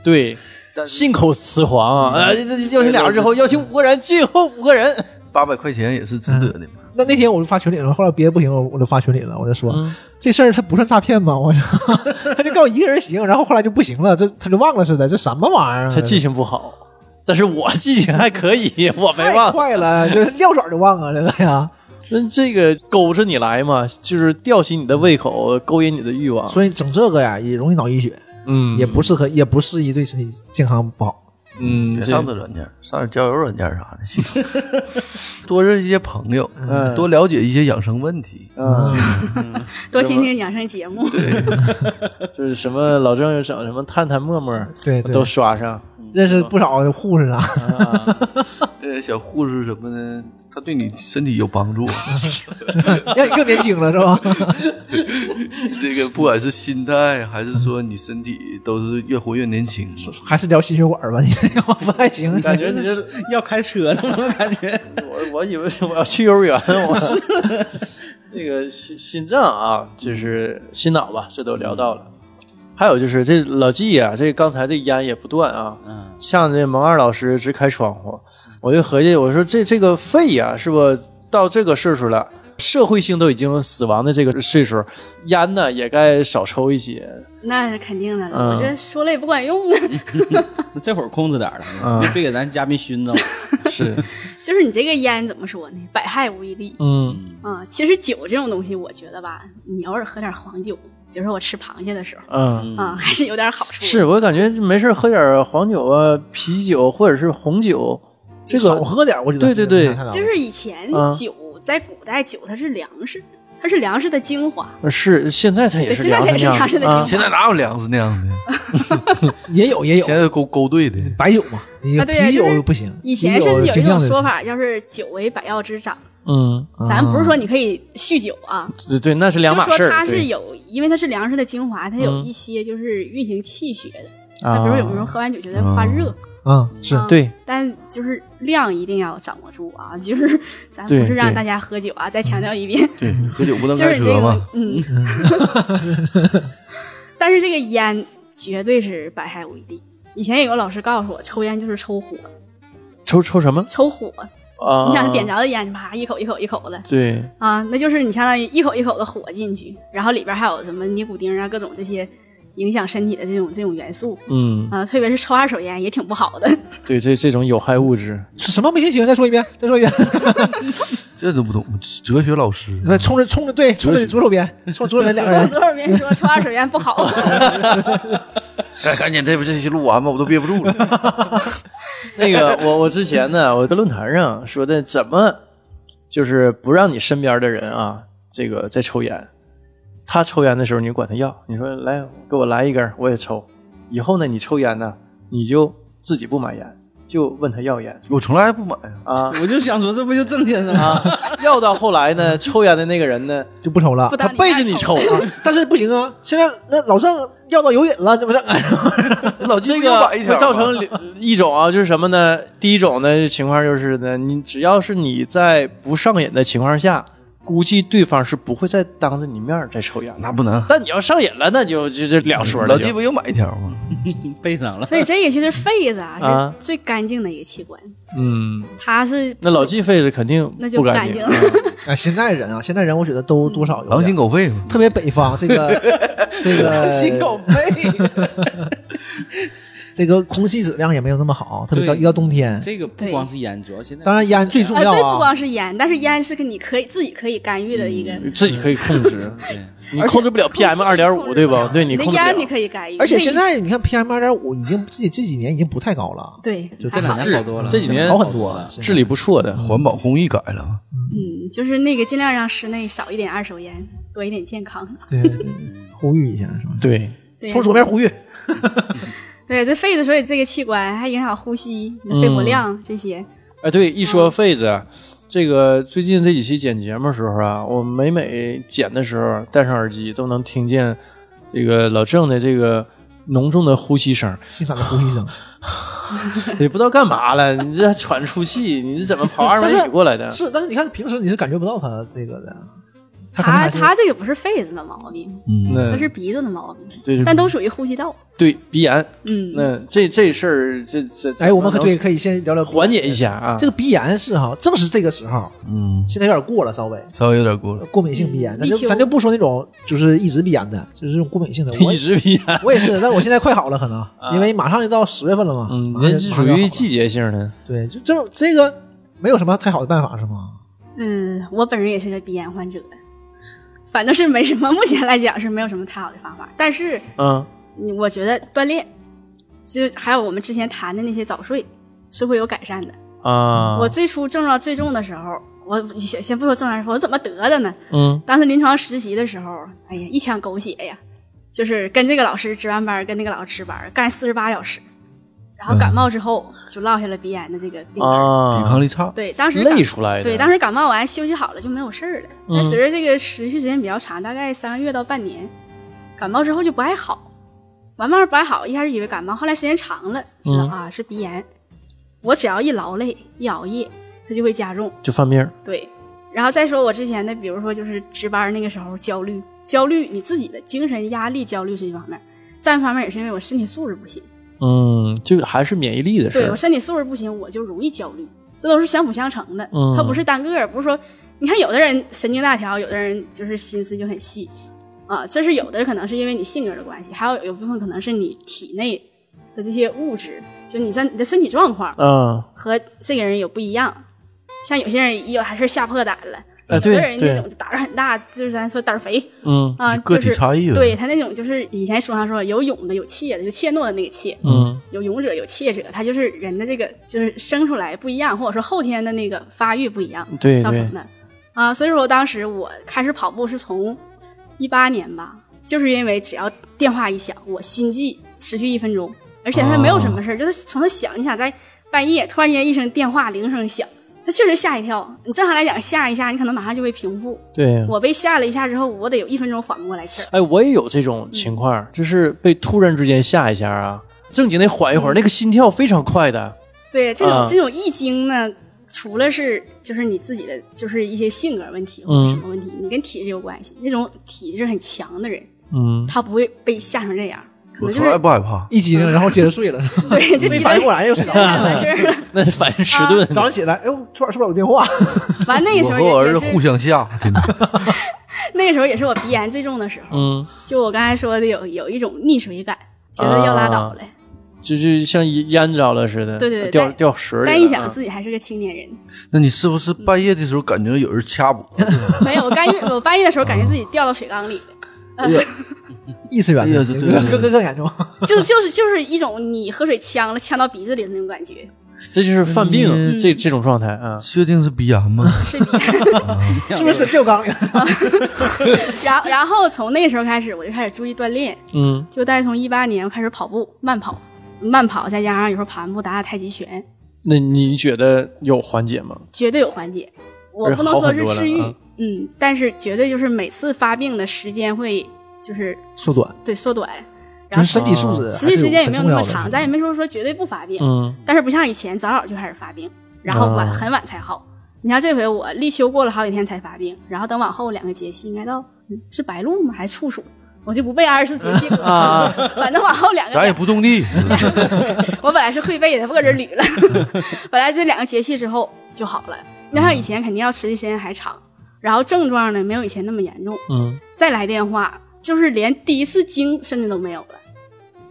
Speaker 1: 对。信口雌黄啊！呃，这这邀请俩人之后，邀请五个人，最后五个人，
Speaker 4: 八百块钱也是值得的嘛。
Speaker 2: 那那天我就发群里了，后来别的不行，我我就发群里了，我就说、这事儿他不算诈骗吗？我操， 他就告诉一个人行，然后后来就不行了，这他就忘了似的，这什么玩意儿啊？
Speaker 1: 他记性不好，但是我记性还可以，我没
Speaker 2: 太
Speaker 1: 忘。
Speaker 2: 快了，就是撂爪就忘啊，这个呀。
Speaker 1: 那这个勾着你来嘛，就是吊起你的胃口，勾引你的欲望。
Speaker 2: 所以整这个呀也容易脑溢血，
Speaker 1: 嗯
Speaker 2: 也不适合，也不适宜对身体健康不好。
Speaker 1: 嗯
Speaker 4: 别上这软件，上点交友软件啥 的，多认识一些朋友，
Speaker 1: 嗯
Speaker 4: 多了解一些养生问题。
Speaker 1: 嗯，
Speaker 5: 多听听养生节目。
Speaker 1: 就是什么老郑又整什么探探陌陌，
Speaker 2: 对对
Speaker 1: 都刷上。
Speaker 2: 认识不少护士啥，
Speaker 4: 呃，小护士什么的，他对你身体有 帮助。
Speaker 2: 让你更年轻了是 吧？
Speaker 4: 这个不管是心态还是说你身体，都是越活越年轻。
Speaker 2: 还是聊心血管吧，你这个不太 行。
Speaker 1: 感觉你这，
Speaker 3: 要开车了，我感觉。
Speaker 1: 我我以为我要去幼儿园， 我这个心心脏啊，就是心脑吧，这都聊到了。还有就是这老纪啊，这刚才这烟也不断啊，
Speaker 3: 嗯，
Speaker 1: 呛这蒙二老师直开窗户，
Speaker 2: 嗯
Speaker 1: 我就合计，我说这这个肺呀、是不到这个岁数了，社会性都已经死亡的这个岁数，烟呢也该少抽一些。
Speaker 5: 那是肯定的，
Speaker 1: 嗯
Speaker 5: 我这说了也不管用啊。
Speaker 3: 那这会儿控制点儿
Speaker 1: 嗯
Speaker 3: 了，别给咱嘉宾熏着了。
Speaker 1: 是，
Speaker 5: 就是你这个烟怎么说呢？百害无一利。
Speaker 1: 嗯
Speaker 5: 嗯，其实酒这种东西，我觉得吧，你偶尔喝点黄酒，比如说我吃螃蟹的时候，
Speaker 1: 嗯，
Speaker 5: 啊、 还是有点好处。
Speaker 1: 是我感觉没事喝点黄酒啊、啤酒或者是红酒，这
Speaker 2: 少
Speaker 1: 个
Speaker 2: 喝点，我觉得
Speaker 1: 对对对
Speaker 5: 就是以前
Speaker 1: 嗯
Speaker 5: 酒在古代酒它是粮食，它是粮食的精华。
Speaker 2: 嗯
Speaker 1: 是现在它也
Speaker 5: 对
Speaker 1: 是
Speaker 5: 现在
Speaker 1: 粮
Speaker 5: 它也
Speaker 1: 食
Speaker 5: 是
Speaker 1: 酿
Speaker 5: 粮食的
Speaker 1: 啊
Speaker 5: 精
Speaker 4: 现在哪有粮食那样的？
Speaker 2: 也有
Speaker 5: 哎
Speaker 2: 也有
Speaker 4: 现在勾勾兑的，
Speaker 2: 白酒嘛，你
Speaker 5: 啊对呀
Speaker 2: 啤
Speaker 5: 就是
Speaker 2: 酒不行。
Speaker 5: 以前甚至有
Speaker 2: 啤酒
Speaker 5: 一种
Speaker 2: 精酿的
Speaker 5: 说法，就是酒为百药之长。
Speaker 1: 嗯，
Speaker 5: 咱不是说你可以酗酒啊，
Speaker 1: 对对，那是两
Speaker 5: 就
Speaker 1: 码
Speaker 5: 是
Speaker 1: 事
Speaker 5: 说
Speaker 1: 儿。
Speaker 5: 它是
Speaker 1: 对
Speaker 5: 有，因为它是粮食的精华，它有
Speaker 1: 嗯
Speaker 5: 一些就是运行气血的。那
Speaker 1: 啊
Speaker 5: 比如有时候喝完酒觉得发热，
Speaker 2: 啊，是
Speaker 5: 啊
Speaker 1: 对，
Speaker 5: 但就是量一定要掌握住啊！就是咱不
Speaker 1: 对
Speaker 5: 是让
Speaker 1: 对
Speaker 5: 大家喝酒啊，再强调一遍，
Speaker 4: 对，喝酒不能
Speaker 5: 就
Speaker 4: 开
Speaker 5: 是这
Speaker 4: 车
Speaker 5: 个
Speaker 4: 嘛。，
Speaker 5: 嗯。 但是这个烟绝对是百害无一利。以前有个老师告诉我，抽烟就是抽火，
Speaker 1: 抽抽什么
Speaker 5: 抽火。
Speaker 1: 啊？
Speaker 5: 你想点着的烟，啪一口一口一口的
Speaker 1: 对，
Speaker 5: 啊，那就是你相当于一口一口的火进去，然后里边还有什么尼古丁啊，各种这些影响身体的这种这种元素
Speaker 1: 嗯，
Speaker 5: 啊，特别是抽二手烟也挺不好的。
Speaker 1: 对这这种有害物质，
Speaker 2: 是什么没听清？再说一遍，再 说一遍。
Speaker 4: 这都不懂，哲学老师
Speaker 2: 那冲着冲着对，冲着左手边，冲着左手边两个
Speaker 1: 哎
Speaker 5: 我
Speaker 2: 人。
Speaker 5: 左耳边说抽二手烟 不好。
Speaker 4: 哎，赶紧，这不这期录完吧，我都憋不住了。
Speaker 1: 那个，我我之前呢，我在论坛上说的，怎么就是不让你身边的人啊，这个在抽烟。他抽烟的时候，你管他要，你说来给我来一根儿，我也抽。以后呢，你抽烟呢，你就自己不买烟，就问他要烟
Speaker 4: 我从来不买啊。
Speaker 1: 啊
Speaker 3: 我就想说，这不就郑先生吗？
Speaker 1: 啊。要到后来呢，抽烟的那个人呢，
Speaker 2: 就不抽了
Speaker 5: 不。
Speaker 1: 他
Speaker 5: 当你
Speaker 1: 背着
Speaker 5: 爱
Speaker 1: 你抽
Speaker 5: 抽
Speaker 1: 啊，
Speaker 2: 但是不行啊，现在那老郑要到有瘾了，这 不是？
Speaker 4: 老金
Speaker 1: 这
Speaker 4: 又
Speaker 1: 个
Speaker 4: 买一条
Speaker 1: 会
Speaker 4: 啊
Speaker 1: 造成两一种啊，就是什么呢？第一种呢情况就是呢，你只要是你在不上瘾的情况下，估计对方是不会再当着你面儿再抽烟
Speaker 4: 那
Speaker 1: 了。
Speaker 4: 不能，
Speaker 1: 但你要上瘾了，那就就这两说
Speaker 4: 老
Speaker 1: 了就。
Speaker 4: 金不又买一条吗？
Speaker 3: 背上了
Speaker 5: 所，以这个其实肺子啊
Speaker 1: 啊
Speaker 5: 是最干净的一个器官，
Speaker 1: 嗯，
Speaker 5: 它是
Speaker 1: 那老纪肺子肯定
Speaker 5: 那就
Speaker 1: 不
Speaker 5: 不
Speaker 1: 干
Speaker 5: 干
Speaker 1: 净
Speaker 5: 净。。
Speaker 2: 哎，现在人啊，现在人我觉得都多少有
Speaker 4: 狼
Speaker 2: 点
Speaker 4: 心狗肺嘛。
Speaker 2: 特别北方这 个这个
Speaker 3: 肺。
Speaker 2: 这个空气质量也没有那么好，特别到
Speaker 3: 对
Speaker 2: 一到冬天。
Speaker 3: 这个不
Speaker 5: 对
Speaker 3: 光是烟，主要现在
Speaker 2: 当然烟最重
Speaker 5: 啊，
Speaker 2: 要
Speaker 5: 对，不
Speaker 2: 啊
Speaker 5: 光，是烟，但是烟是个你可以自己可以干预的一个，
Speaker 1: 自己可以控 制，
Speaker 3: 对
Speaker 1: 你控制不了 PM 嗯二点五，对吧？对你
Speaker 5: 那
Speaker 1: 控制不了
Speaker 5: 烟你。可以干预，
Speaker 2: 而且
Speaker 5: 那
Speaker 2: 现在你看 PM 二点五已经这这几年已经不太高了，
Speaker 5: 对，
Speaker 2: 就
Speaker 3: 这两
Speaker 5: 还好
Speaker 3: 年好多了，啊
Speaker 1: 这几年
Speaker 2: 好很多了。
Speaker 1: 治理不错的，
Speaker 4: 环保工艺改了，
Speaker 5: 嗯，就是那个尽量让室内少一点二手烟，多一点健康。
Speaker 2: 对，对对 呼吁一下是吧？
Speaker 1: 对，
Speaker 5: 对，
Speaker 2: 从左边呼吁，
Speaker 5: 对这肺子，所以这个器官还影响呼吸、肺
Speaker 2: 嗯
Speaker 5: 活量这些。
Speaker 1: 哎，对，一
Speaker 5: 嗯
Speaker 1: 说痱子，啊这个最近这几期剪节目的时候啊，我每每剪的时候戴上耳机，都能听见这个老郑的这个浓重的呼吸声，
Speaker 2: 欣赏的呼吁声。
Speaker 1: 也不知道干嘛了。你这还喘出气，你是怎么跑二百
Speaker 2: 但
Speaker 1: 米
Speaker 2: 是
Speaker 1: 过来的？
Speaker 2: 是，但是你看平时你是感觉不到他这个的，他可能
Speaker 5: 他
Speaker 2: 还是
Speaker 5: 他这个不是肺子的毛病，
Speaker 4: 嗯，
Speaker 5: 不
Speaker 1: 那
Speaker 5: 是鼻子的毛病，
Speaker 1: 这是
Speaker 5: 但都属于呼吸道。
Speaker 1: 对鼻炎。
Speaker 5: 嗯，
Speaker 1: 那这这事儿，这这
Speaker 2: 哎，我们可
Speaker 1: 能
Speaker 2: 对可以先聊聊
Speaker 1: 缓解一。下啊。
Speaker 2: 这个鼻炎是哈，正是这个时候，
Speaker 4: 嗯，
Speaker 2: 现在有点过了，稍微
Speaker 4: 稍微有点过了。
Speaker 2: 过敏性鼻炎，咱
Speaker 5: 立
Speaker 2: 就
Speaker 5: 秋
Speaker 2: 咱就不说那种就是一直鼻炎的，就是这种过敏性 的。我
Speaker 1: 一直鼻炎，
Speaker 2: 我也是，但我现在快好了，可能因为马上就到十月份了嘛，
Speaker 1: 嗯，
Speaker 2: 马上
Speaker 1: 那
Speaker 2: 就是马上
Speaker 1: 属
Speaker 2: 就好
Speaker 1: 于
Speaker 2: 了
Speaker 1: 季节性的。
Speaker 2: 对，就这这个没有什么太好的办法是 吗？
Speaker 5: 嗯，我本人也是个鼻炎患者，反正是没什么，目前来讲是没有什么太好的方法。但是
Speaker 1: 嗯，
Speaker 5: 嗯我觉得锻炼，就还有我们之前谈的那些早睡，是会有改善的。
Speaker 1: 啊，
Speaker 5: 我最初症状最重的时候，我先先不说症状，我怎么得的呢？
Speaker 1: 嗯
Speaker 5: 当时临床实习的时候，哎呀，一腔狗血呀，就是跟这个老师值完班，跟那个老师值班，干四十八小时，然后感冒之后就落下了鼻炎的这个病根儿。
Speaker 4: 抵
Speaker 1: 嗯啊
Speaker 4: 抗，力差，
Speaker 5: 对，当时感
Speaker 1: 累出来的。
Speaker 5: 对，当时感冒完休息好了就没有事儿了。但
Speaker 1: 嗯
Speaker 5: 随着这个持续时间比较长，大概三个月到半年，感冒之后就不爱好，完慢慢不爱好，一开始以为感冒，后来时间长了知道、
Speaker 1: 嗯
Speaker 5: 啊是鼻炎。我只要一劳累、一熬夜，它就会加重。
Speaker 1: 就犯病儿。
Speaker 5: 对，然后再说我之前的，比如说就是值班那个时候焦虑，焦虑你自己的精神压力焦虑是一方面，再一方面也是因为我身体素质不行，
Speaker 1: 嗯，就还是免疫力的事
Speaker 5: 对我
Speaker 1: 儿。
Speaker 5: 身体素质不行，我就容易焦虑，这都是相辅相成的，
Speaker 1: 嗯
Speaker 5: 它不是单个儿，不是说你看有的人神经大条，有的人就是心思就很细，啊，这是有的可能是因为你性格的关系，还有有部分可能是你体内的这些物质，就你像你的身体状况
Speaker 1: 嗯，
Speaker 5: 和这个人有不一样，像有些人有还是吓破胆了。
Speaker 1: 哎，
Speaker 5: 有
Speaker 1: 对
Speaker 5: 的人那
Speaker 1: 对
Speaker 5: 种，胆儿很大，就是咱说胆儿肥
Speaker 1: 嗯
Speaker 5: 啊，
Speaker 4: 就个体
Speaker 5: 就是
Speaker 4: 差异呗
Speaker 5: 对他那种就是以前书上说有勇的，有怯的，就怯懦的那个怯，
Speaker 1: 嗯
Speaker 5: 有勇者，有怯者，他就是人的这个就是生出来不一样，或者说后天的那个发育不一样
Speaker 1: 对
Speaker 5: 造
Speaker 1: 对
Speaker 5: 成，的啊。所以说，当时我开始跑步是从一八年吧，就是因为只要电话一响，我心悸持续一分钟，而且他没有什
Speaker 4: 哦
Speaker 5: 么事儿，就是从他响，你想在半夜突然间一声电话铃声响。他确实吓一跳，你正常来讲吓一下，你可能马上就会平复，
Speaker 1: 对。
Speaker 5: 我被吓了一下之后，我得有一分钟缓不过来气儿。
Speaker 1: 哎，我也有这种情
Speaker 5: 嗯
Speaker 1: 况，就是被突然之间吓一下啊，正经得缓
Speaker 5: 嗯
Speaker 1: 一会儿，那个心跳非常快的。
Speaker 5: 对，这种、
Speaker 1: 啊
Speaker 5: 这种易经呢，除了是就是你自己的就是一些性格问题或
Speaker 1: 嗯
Speaker 5: 者什么问题，你跟体质有关系。那种体质很强的人，
Speaker 1: 嗯，
Speaker 5: 他不会被吓成这样，可
Speaker 4: 我
Speaker 5: 能就
Speaker 4: 从来
Speaker 5: 是
Speaker 4: 不害怕。
Speaker 2: 一激灵，然后接着睡 了，
Speaker 5: 对，就
Speaker 2: 没
Speaker 5: 鸡
Speaker 2: 反
Speaker 5: 蛋
Speaker 2: 应过来又睡 着了。
Speaker 5: 完事儿了。
Speaker 1: 那反应迟
Speaker 5: 啊
Speaker 1: 钝。
Speaker 2: 早上起来，哎呦，昨晚是不是有电话？
Speaker 5: 完那个
Speaker 4: 我
Speaker 5: 时
Speaker 4: 和
Speaker 5: 候也
Speaker 4: 我儿子
Speaker 5: 也
Speaker 4: 互
Speaker 5: 是
Speaker 4: 相吓，真的。
Speaker 5: 那个时候也是我鼻炎最重的时候，
Speaker 1: 嗯，
Speaker 5: 就我刚才说的有有一种溺水感，觉得要拉倒了。
Speaker 4: 啊
Speaker 1: 就是像淹着了似的，
Speaker 5: 对对对
Speaker 1: 掉
Speaker 5: 但
Speaker 1: 掉水里了啊。
Speaker 5: 但一想自己还是个青年人，
Speaker 4: 那你是不是半夜的时候感觉有人掐脖子？
Speaker 5: 没有我干预， 我半夜的时候感觉自己掉到水缸里了。
Speaker 2: 异次元
Speaker 4: 哎
Speaker 2: 的，
Speaker 4: 呀这这
Speaker 2: 更更更严重。
Speaker 5: 就就是就是一种你喝水呛了，呛到鼻子里的那种感觉，
Speaker 1: 这就是犯病、
Speaker 4: 嗯
Speaker 1: 这这种状态啊。
Speaker 4: 确定是鼻炎吗？
Speaker 5: 是你。
Speaker 2: 是不是真掉缸呀？
Speaker 5: 然然后从那个时候开始，我就开始注意锻炼，
Speaker 1: 嗯，
Speaker 5: 就大概从一八年我开始跑步，慢跑，慢跑再加上有时候盘步打打太极拳，
Speaker 1: 那你觉得有缓解吗？
Speaker 5: 绝对有缓解。我
Speaker 1: 是
Speaker 5: 不能
Speaker 1: 好
Speaker 5: 说
Speaker 1: 很
Speaker 5: 是
Speaker 1: 多了
Speaker 5: 治愈
Speaker 1: 啊，
Speaker 5: 嗯，但是绝对就是每次发病的时间会就是
Speaker 2: 缩短，
Speaker 5: 对缩短，然
Speaker 2: 就是
Speaker 5: 后
Speaker 2: 身体素质啊
Speaker 5: 持续时间也没有那么长，咱
Speaker 2: 咱
Speaker 5: 也没说说绝对不发病，
Speaker 1: 嗯，
Speaker 5: 但是不像以前早早就开始发病，然后晚、
Speaker 1: 啊
Speaker 5: 很晚才好。你像这回我立秋过了好几天才发病，然后等往后两个节气，应该到、嗯是白露吗？还是处暑？我就不背二十四节气了，
Speaker 1: 啊
Speaker 5: 反正往后两个
Speaker 4: 咱也哎不种 地，
Speaker 5: 我本来是会背的，不搁这儿捋了。 本来这两个节气之后就好了，要
Speaker 1: 嗯
Speaker 5: 像以前肯定要持续时间还长，然后症状呢没有以前那么严重。
Speaker 1: 嗯，
Speaker 5: 再来电话，就是连第一次经甚至都没有了，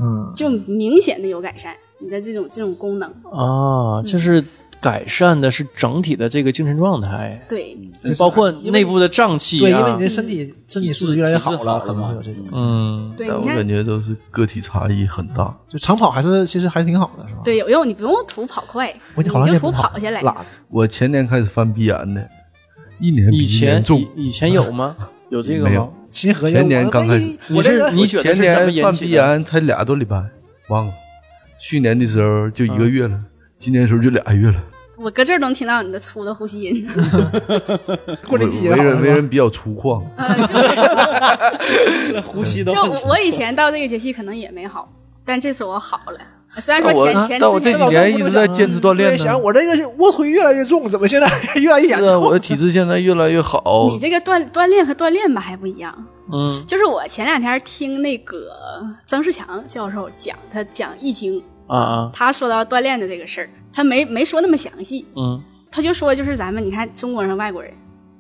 Speaker 2: 嗯，
Speaker 5: 就明显的有改善。你的这种这种功能，
Speaker 1: 啊，就是
Speaker 5: 嗯
Speaker 1: 改善的是整体的这个精神状态，
Speaker 5: 对，
Speaker 1: 就包括内部的胀气、啊。
Speaker 2: 对，因为你的身体身体素质越来越好
Speaker 3: 体质好
Speaker 2: 了，
Speaker 3: 了
Speaker 2: 可能
Speaker 3: 嘛
Speaker 2: 会有这种。
Speaker 1: 嗯，
Speaker 5: 对，
Speaker 4: 但
Speaker 5: 你
Speaker 4: 我
Speaker 5: 看
Speaker 4: 感，觉都是个体差异很大。
Speaker 2: 就长跑还是其实还是挺好的，是吧？，
Speaker 5: 对有用，你不用图跑快，
Speaker 2: 啊我
Speaker 5: 你
Speaker 2: 好像
Speaker 5: 就
Speaker 2: 也
Speaker 5: 图
Speaker 2: 不
Speaker 5: 跑下来。
Speaker 2: 懒
Speaker 4: 我前年开始犯鼻炎的，一年比
Speaker 1: 以
Speaker 4: 一
Speaker 1: 前
Speaker 4: 年重
Speaker 1: 以。以前有 吗？有这个
Speaker 4: 没
Speaker 1: 吗
Speaker 4: 有？
Speaker 2: 心合一
Speaker 4: 前年刚开始
Speaker 1: 你是
Speaker 2: 我这个
Speaker 1: 你觉得
Speaker 4: 前
Speaker 1: 是怎么
Speaker 4: 年
Speaker 1: 引
Speaker 4: 犯
Speaker 1: 起
Speaker 4: 鼻
Speaker 1: 的？
Speaker 4: 炎才俩多礼拜，忘了。去年的时候就一个月了，今年的时候就俩月了。
Speaker 5: 我搁这儿都能听到你的粗的呼吸 音，
Speaker 2: 过这季节
Speaker 4: 为
Speaker 2: 好了
Speaker 4: 人为
Speaker 2: 是吧
Speaker 4: 人比较粗犷，
Speaker 3: 呼吸 都
Speaker 5: 呃就我我以前到这个节气可能也没好，但这次我好了。虽然说前前
Speaker 4: 啊但我
Speaker 5: 之
Speaker 4: 这
Speaker 5: 前
Speaker 4: 几年一直在坚持锻炼
Speaker 2: 对想
Speaker 4: 呢。
Speaker 2: 我这个卧推越来越重，怎么现在 越来越严
Speaker 4: 是啊，
Speaker 2: 重？
Speaker 4: 我的体质现在越来越好
Speaker 5: 你。这个锻锻炼和锻炼吧还不一样，
Speaker 1: 嗯
Speaker 5: 就是我前两天听那个曾仕强教授讲，他讲《易经》，
Speaker 1: 啊啊
Speaker 5: 他说到锻炼的这个事儿，他没没说那么详细，
Speaker 1: 嗯
Speaker 5: 他就说就是咱们你看中国人和外国人，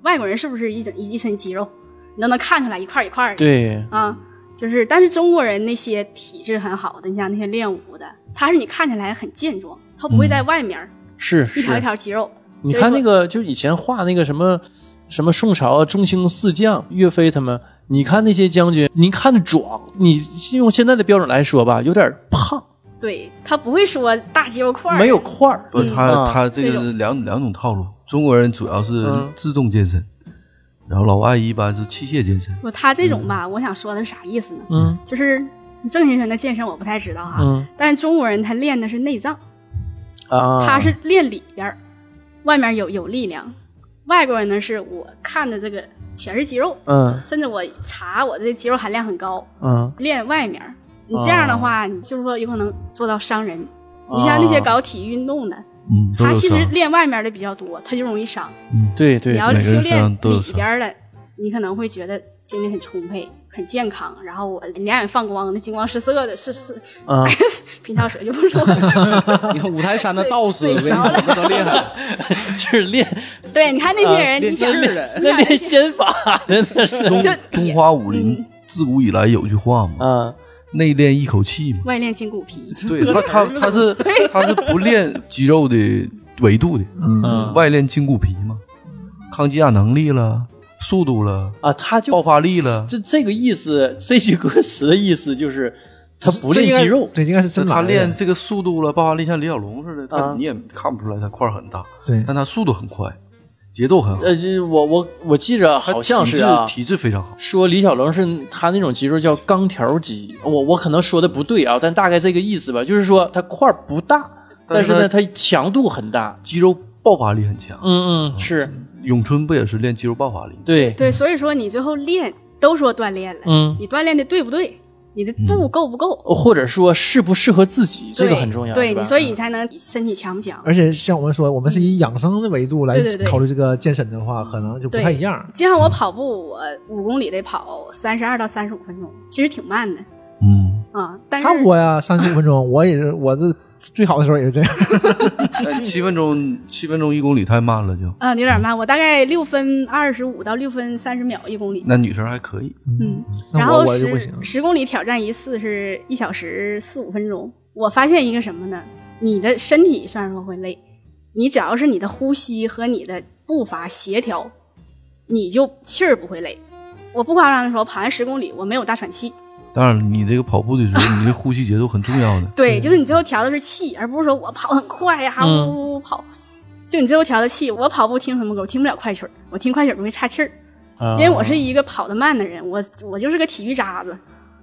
Speaker 5: 外国人是不是一整一一身肌肉，你都能看出来一块儿一块儿的，
Speaker 1: 对
Speaker 5: 啊，就是但是中国人那些体质很好的，你像那些练武的，他是你看起来很健壮，他不会在外面儿
Speaker 1: 是嗯
Speaker 5: 一
Speaker 1: 是。
Speaker 5: 条一条肌肉，
Speaker 1: 你
Speaker 5: 所以
Speaker 1: 看
Speaker 5: 说
Speaker 1: 那个，就以前画那个什么什么宋朝啊中兴四将、岳飞他们，你看那些将军，你看着壮，你用现在的标准来说吧，有点胖，
Speaker 5: 对他不会说大肌肉块儿
Speaker 1: 没有块儿。
Speaker 4: 不，他
Speaker 5: 嗯
Speaker 1: 啊
Speaker 4: 他这个是两两种套路。中国人主要是
Speaker 1: 嗯
Speaker 4: 自动健身，然后老外一般是器械健身。
Speaker 5: 不，他这种吧，我想说的是啥意思呢？
Speaker 1: 嗯
Speaker 5: 就是郑先生的健身我不太知道哈，
Speaker 1: 嗯
Speaker 5: 但是中国人他练的是内脏，
Speaker 1: 啊，
Speaker 5: 他是练里边儿，外面有有力量。外国人呢，是我看的这个全是肌肉，
Speaker 1: 嗯
Speaker 5: 甚至我查我的肌肉含量很高，
Speaker 1: 嗯
Speaker 5: 练外面儿。你这
Speaker 3: 哦
Speaker 5: 样的话，你就是说有可能做到伤人。你像那些
Speaker 1: 哦
Speaker 5: 搞体育运动的，
Speaker 4: 嗯，都
Speaker 5: 他
Speaker 4: 有
Speaker 5: 其实
Speaker 4: 伤。
Speaker 5: 练外面的比较多，他就容易伤。
Speaker 4: 嗯，
Speaker 1: 对对
Speaker 5: 你要
Speaker 1: 对
Speaker 5: 是
Speaker 4: 每
Speaker 5: 修
Speaker 4: 个人身
Speaker 5: 炼
Speaker 4: 上都有
Speaker 5: 里
Speaker 4: 伤
Speaker 5: 边儿的，你可能会觉得精力很充沛、很健康，然后我两眼放光的、金光十色的，是是，
Speaker 1: 啊，
Speaker 5: 平翘舌就不说了。
Speaker 3: 你看五台山的道士，
Speaker 5: 嘴
Speaker 3: 我
Speaker 5: 嘴
Speaker 3: 跟你
Speaker 5: 瓢
Speaker 3: 讲，
Speaker 5: 了
Speaker 3: 都厉害，
Speaker 1: 就是练
Speaker 5: 对，你看那些人，
Speaker 3: 啊练
Speaker 5: 你想
Speaker 3: 气儿的
Speaker 5: 你
Speaker 1: 那
Speaker 5: 想那
Speaker 1: 练
Speaker 5: 些
Speaker 1: 仙法真的是
Speaker 4: 中
Speaker 5: 就嗯
Speaker 4: 中华武林自古以来有句话嘛，
Speaker 1: 啊，
Speaker 4: 内练一口气嘛。
Speaker 5: 外练筋骨皮，
Speaker 4: 对他，他他是他是不练肌肉的维度的，
Speaker 1: 嗯
Speaker 4: 外练筋骨皮嘛，抗击打能力了，速度了，
Speaker 1: 啊，他
Speaker 4: 爆
Speaker 1: 就
Speaker 4: 发力了，
Speaker 1: 这这个意思，这句歌词的意思就是他不
Speaker 2: 这
Speaker 1: 练
Speaker 2: 应该
Speaker 1: 肌肉，
Speaker 2: 对，应该是真
Speaker 4: 他
Speaker 2: 懒
Speaker 4: 练这个速度了，爆发力像李小龙似的，
Speaker 1: 啊
Speaker 4: 他你也看不出来他块儿很大，
Speaker 2: 对
Speaker 4: 但他速度很快，节奏很好，
Speaker 1: 呃，这我我我记着
Speaker 4: 他
Speaker 1: 好像
Speaker 4: 体
Speaker 1: 是
Speaker 4: 质
Speaker 1: 啊，
Speaker 4: 体质非常好。
Speaker 1: 说李小龙是他那种肌肉叫钢条肌，我我可能说的不对啊，但大概这个意思吧，就是说他块儿不大，但
Speaker 4: 但
Speaker 1: 是
Speaker 4: 是
Speaker 1: 呢，他强度很大。
Speaker 4: 肌肉爆发力很强，
Speaker 1: 嗯嗯，是
Speaker 4: 咏春不也是练肌肉爆发力？
Speaker 1: 对，
Speaker 5: 对，所以说你最后练都说锻炼了，
Speaker 1: 嗯，
Speaker 5: 你锻炼的对不对？你
Speaker 4: 嗯
Speaker 5: 的度够不够？
Speaker 1: 或者说适不适合自己，这个
Speaker 5: 对
Speaker 1: 很重要。
Speaker 5: 对，
Speaker 1: 吧嗯
Speaker 5: 你所以你才能身体强不强？
Speaker 2: 而且像我们说，我们是以养生的维度来
Speaker 5: 对对对
Speaker 2: 考虑这个健身的话，可能就不
Speaker 5: 对
Speaker 2: 太一样。
Speaker 5: 就像我跑步，我五公里得跑三十二到三十五分钟，其实挺慢的
Speaker 4: 嗯，
Speaker 5: 啊、但是
Speaker 2: 差不多呀，三十五分钟，我也是，我这最好的时候也是这样。
Speaker 4: 那七分钟七分钟一公里太慢了就，
Speaker 5: 嗯、有点慢，我大概六分二十五到六分三十秒一公里。
Speaker 4: 那女生还可以，
Speaker 5: 嗯，
Speaker 2: 那
Speaker 5: 然
Speaker 2: 我
Speaker 5: 后
Speaker 2: 我就不
Speaker 5: 十
Speaker 2: 行，
Speaker 5: 十公里挑战一次是一小时四五分钟。我发现一个什么呢？你的身体虽然说会累，你只要是你的呼吸和你的步伐协调，你就气儿不会累。我不夸张的说，跑完十公里我没有大喘气，
Speaker 4: 当然了，你这个跑步的时候，你的呼吸节奏很重要 的。
Speaker 5: 对，就是你最后调的是气，而不是说我跑很快呀、
Speaker 4: 嗯
Speaker 5: 呜呜呜跑。就你最后调的气，我跑步听什么歌？我听不了快曲儿，我听快曲儿容易岔气儿，因为我是一个跑得慢的人，我我就是个体育渣子，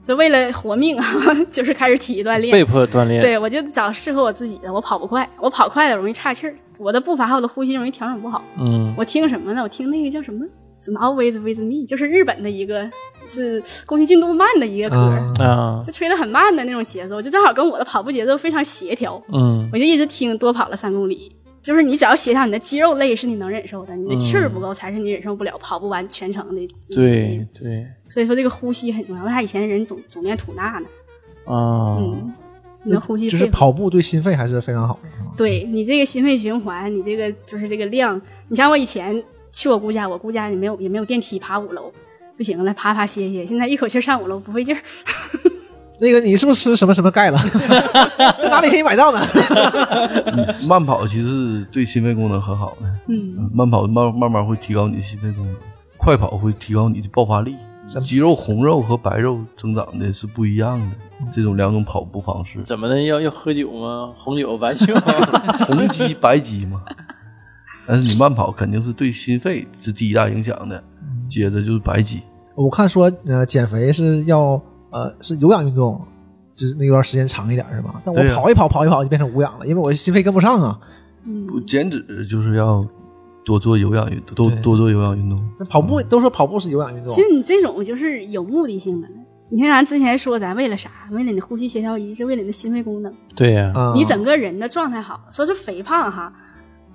Speaker 5: 就为了活命 啊，就是开始体育锻炼，
Speaker 1: 被迫锻炼。
Speaker 5: 对，我就找适合我自己的。我跑不快，我跑快了容易岔气儿，我的步伐和我的呼吸容易调整不好。
Speaker 1: 嗯，
Speaker 5: 我听什么呢？我听那个叫什么？什么 Always with me，就是日本的一个是宫崎骏动漫的一个歌，
Speaker 2: 啊，
Speaker 1: 啊，
Speaker 5: 就吹得很慢的那种节奏，就正好跟我的跑步节奏非常协调。
Speaker 1: 嗯，
Speaker 5: 我就一直听，多跑了三公里。就是你只要协调，你的肌肉累是你能忍受的，你的气
Speaker 2: 嗯
Speaker 5: 儿不够才是你忍受不了跑不完全程的。嗯
Speaker 1: 对，对
Speaker 5: 所以说这个呼吸很重要。为啥以前人总总练吐纳呢？
Speaker 1: 啊，，
Speaker 5: 嗯，你的呼吸
Speaker 2: 就是
Speaker 5: 肺活
Speaker 2: 跑步对心肺还是非常好的。
Speaker 5: 对你这个心肺循环，你这个就是这个量。你像我以前去我姑家，我姑家也没有也没有电梯，爬五楼不行了，爬爬歇歇。现在一口气儿上五楼不费劲儿，
Speaker 2: 那个你是不是吃什么什么钙了？ 在哪里可以买到呢？
Speaker 4: 嗯慢跑其实对心肺功能很好的，
Speaker 5: 嗯，
Speaker 4: 嗯慢跑慢慢慢会提高你的心肺功能，快跑会提高你的爆发力，肌肉红肉和白肉增长的是不一样的，这种两种跑步方式
Speaker 1: 怎么的？要要喝酒吗？红酒、白酒，
Speaker 4: 红肌白肌嘛。 但是你慢跑肯定是对心肺是第一大影响的，
Speaker 1: 嗯
Speaker 4: 接着就是白肌，
Speaker 2: 我看说，呃，减肥是要呃是有氧运动，就是那段时间长一点是吧？但
Speaker 4: 对
Speaker 2: 我
Speaker 4: 呀
Speaker 2: 跑一跑跑一跑就变成无氧了，因为我心肺跟不上啊。
Speaker 4: 不减脂就是要多做有氧运动，多
Speaker 2: 对
Speaker 4: 多做有氧运动。
Speaker 2: 那跑步都说跑步是有氧运动
Speaker 5: 其，实你这种就是有目的性的了。你看咱之前说，咱为了啥？为了你呼吸协调仪，是为了你的心肺功能，
Speaker 1: 对呀，
Speaker 2: 啊，
Speaker 5: 你整个人的状态好。说是肥胖哈，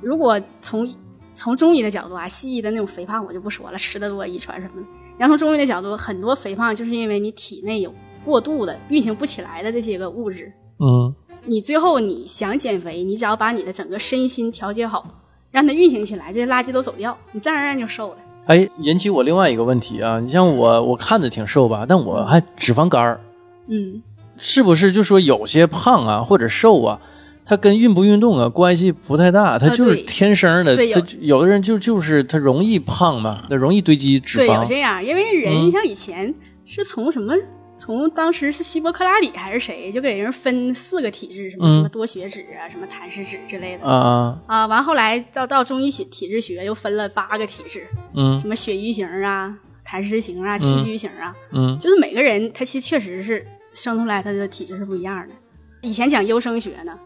Speaker 5: 如果从从中医的角度啊，西医的那种肥胖我就不说了，吃的多遗传什么的。然后从中医的角度，啊很多肥胖就是因为你体内有过度的运行不起来的这些个物质，
Speaker 1: 嗯，
Speaker 5: 你最后你想减肥，你只要把你的整个身心调节好，让它运行起来，这些垃圾都走掉，你自然而然就瘦了。
Speaker 1: 哎，引起我另外一个问题啊，你像我，我看着挺瘦吧，但我还脂肪肝儿，
Speaker 5: 嗯，
Speaker 1: 是不是就说有些胖啊或者瘦啊，它跟运不运动啊关系不太大，它
Speaker 5: 呃
Speaker 1: 就是
Speaker 5: 对
Speaker 1: 天生的。
Speaker 5: 对有
Speaker 1: 它就有的人就就是他容易胖嘛，那容易堆积脂
Speaker 5: 对，有
Speaker 1: 肪。
Speaker 5: 这样，因为人
Speaker 1: 嗯
Speaker 5: 像以前是从什么？从当时是希波克拉里还是谁，就给人分四个体质，什么
Speaker 1: 嗯
Speaker 5: 什么多血脂啊，什么痰湿脂之类的
Speaker 1: 啊，
Speaker 5: 啊。完后来到到中医体体质学又分了八个体质，
Speaker 1: 嗯
Speaker 5: 什么血瘀型啊、痰湿型啊、气虚型啊，
Speaker 1: 嗯
Speaker 5: 就是每个人他其实确实是生出来他的体质是不一样的。以前讲优生学呢，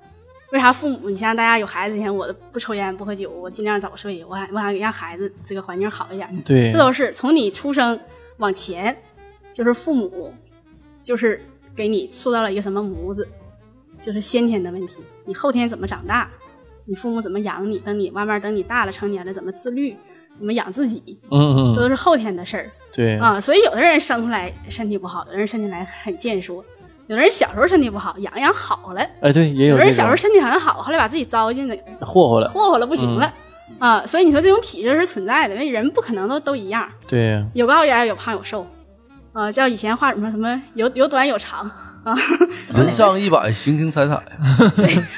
Speaker 5: 为啥父母你像大家有孩子之前，我不抽烟不喝酒，我尽量早睡，我还我想让孩子这个环境好一点。
Speaker 1: 对
Speaker 5: 这都是从你出生往前，就是父母就是给你塑造了一个什么模子，就是先天的问题，你后天怎么长大，你父母怎么养你，等你慢慢等你大了成年了怎么自律，怎么养自己，
Speaker 1: 嗯
Speaker 5: 这
Speaker 1: 嗯，
Speaker 5: 都是后天的事儿。
Speaker 1: 对，
Speaker 5: 啊，所以有的人生出来身体不好，有的人身体来很健硕，有的人小时候身体不好，养养好了，
Speaker 1: 哎对，也
Speaker 5: 有
Speaker 1: 有
Speaker 5: 的
Speaker 1: 这
Speaker 5: 人小时候
Speaker 1: 个
Speaker 5: 身体很好，后来把自己糟践的
Speaker 1: 霍霍了。嗯
Speaker 5: 霍霍了不行了、啊，所以你说这种体质是存在的，因为人不可能都都一样，
Speaker 1: 对呀，
Speaker 5: 有高有矮，有胖有瘦，啊，叫以前话什么什么有有短有长 啊。
Speaker 4: 人上一百，形形色色。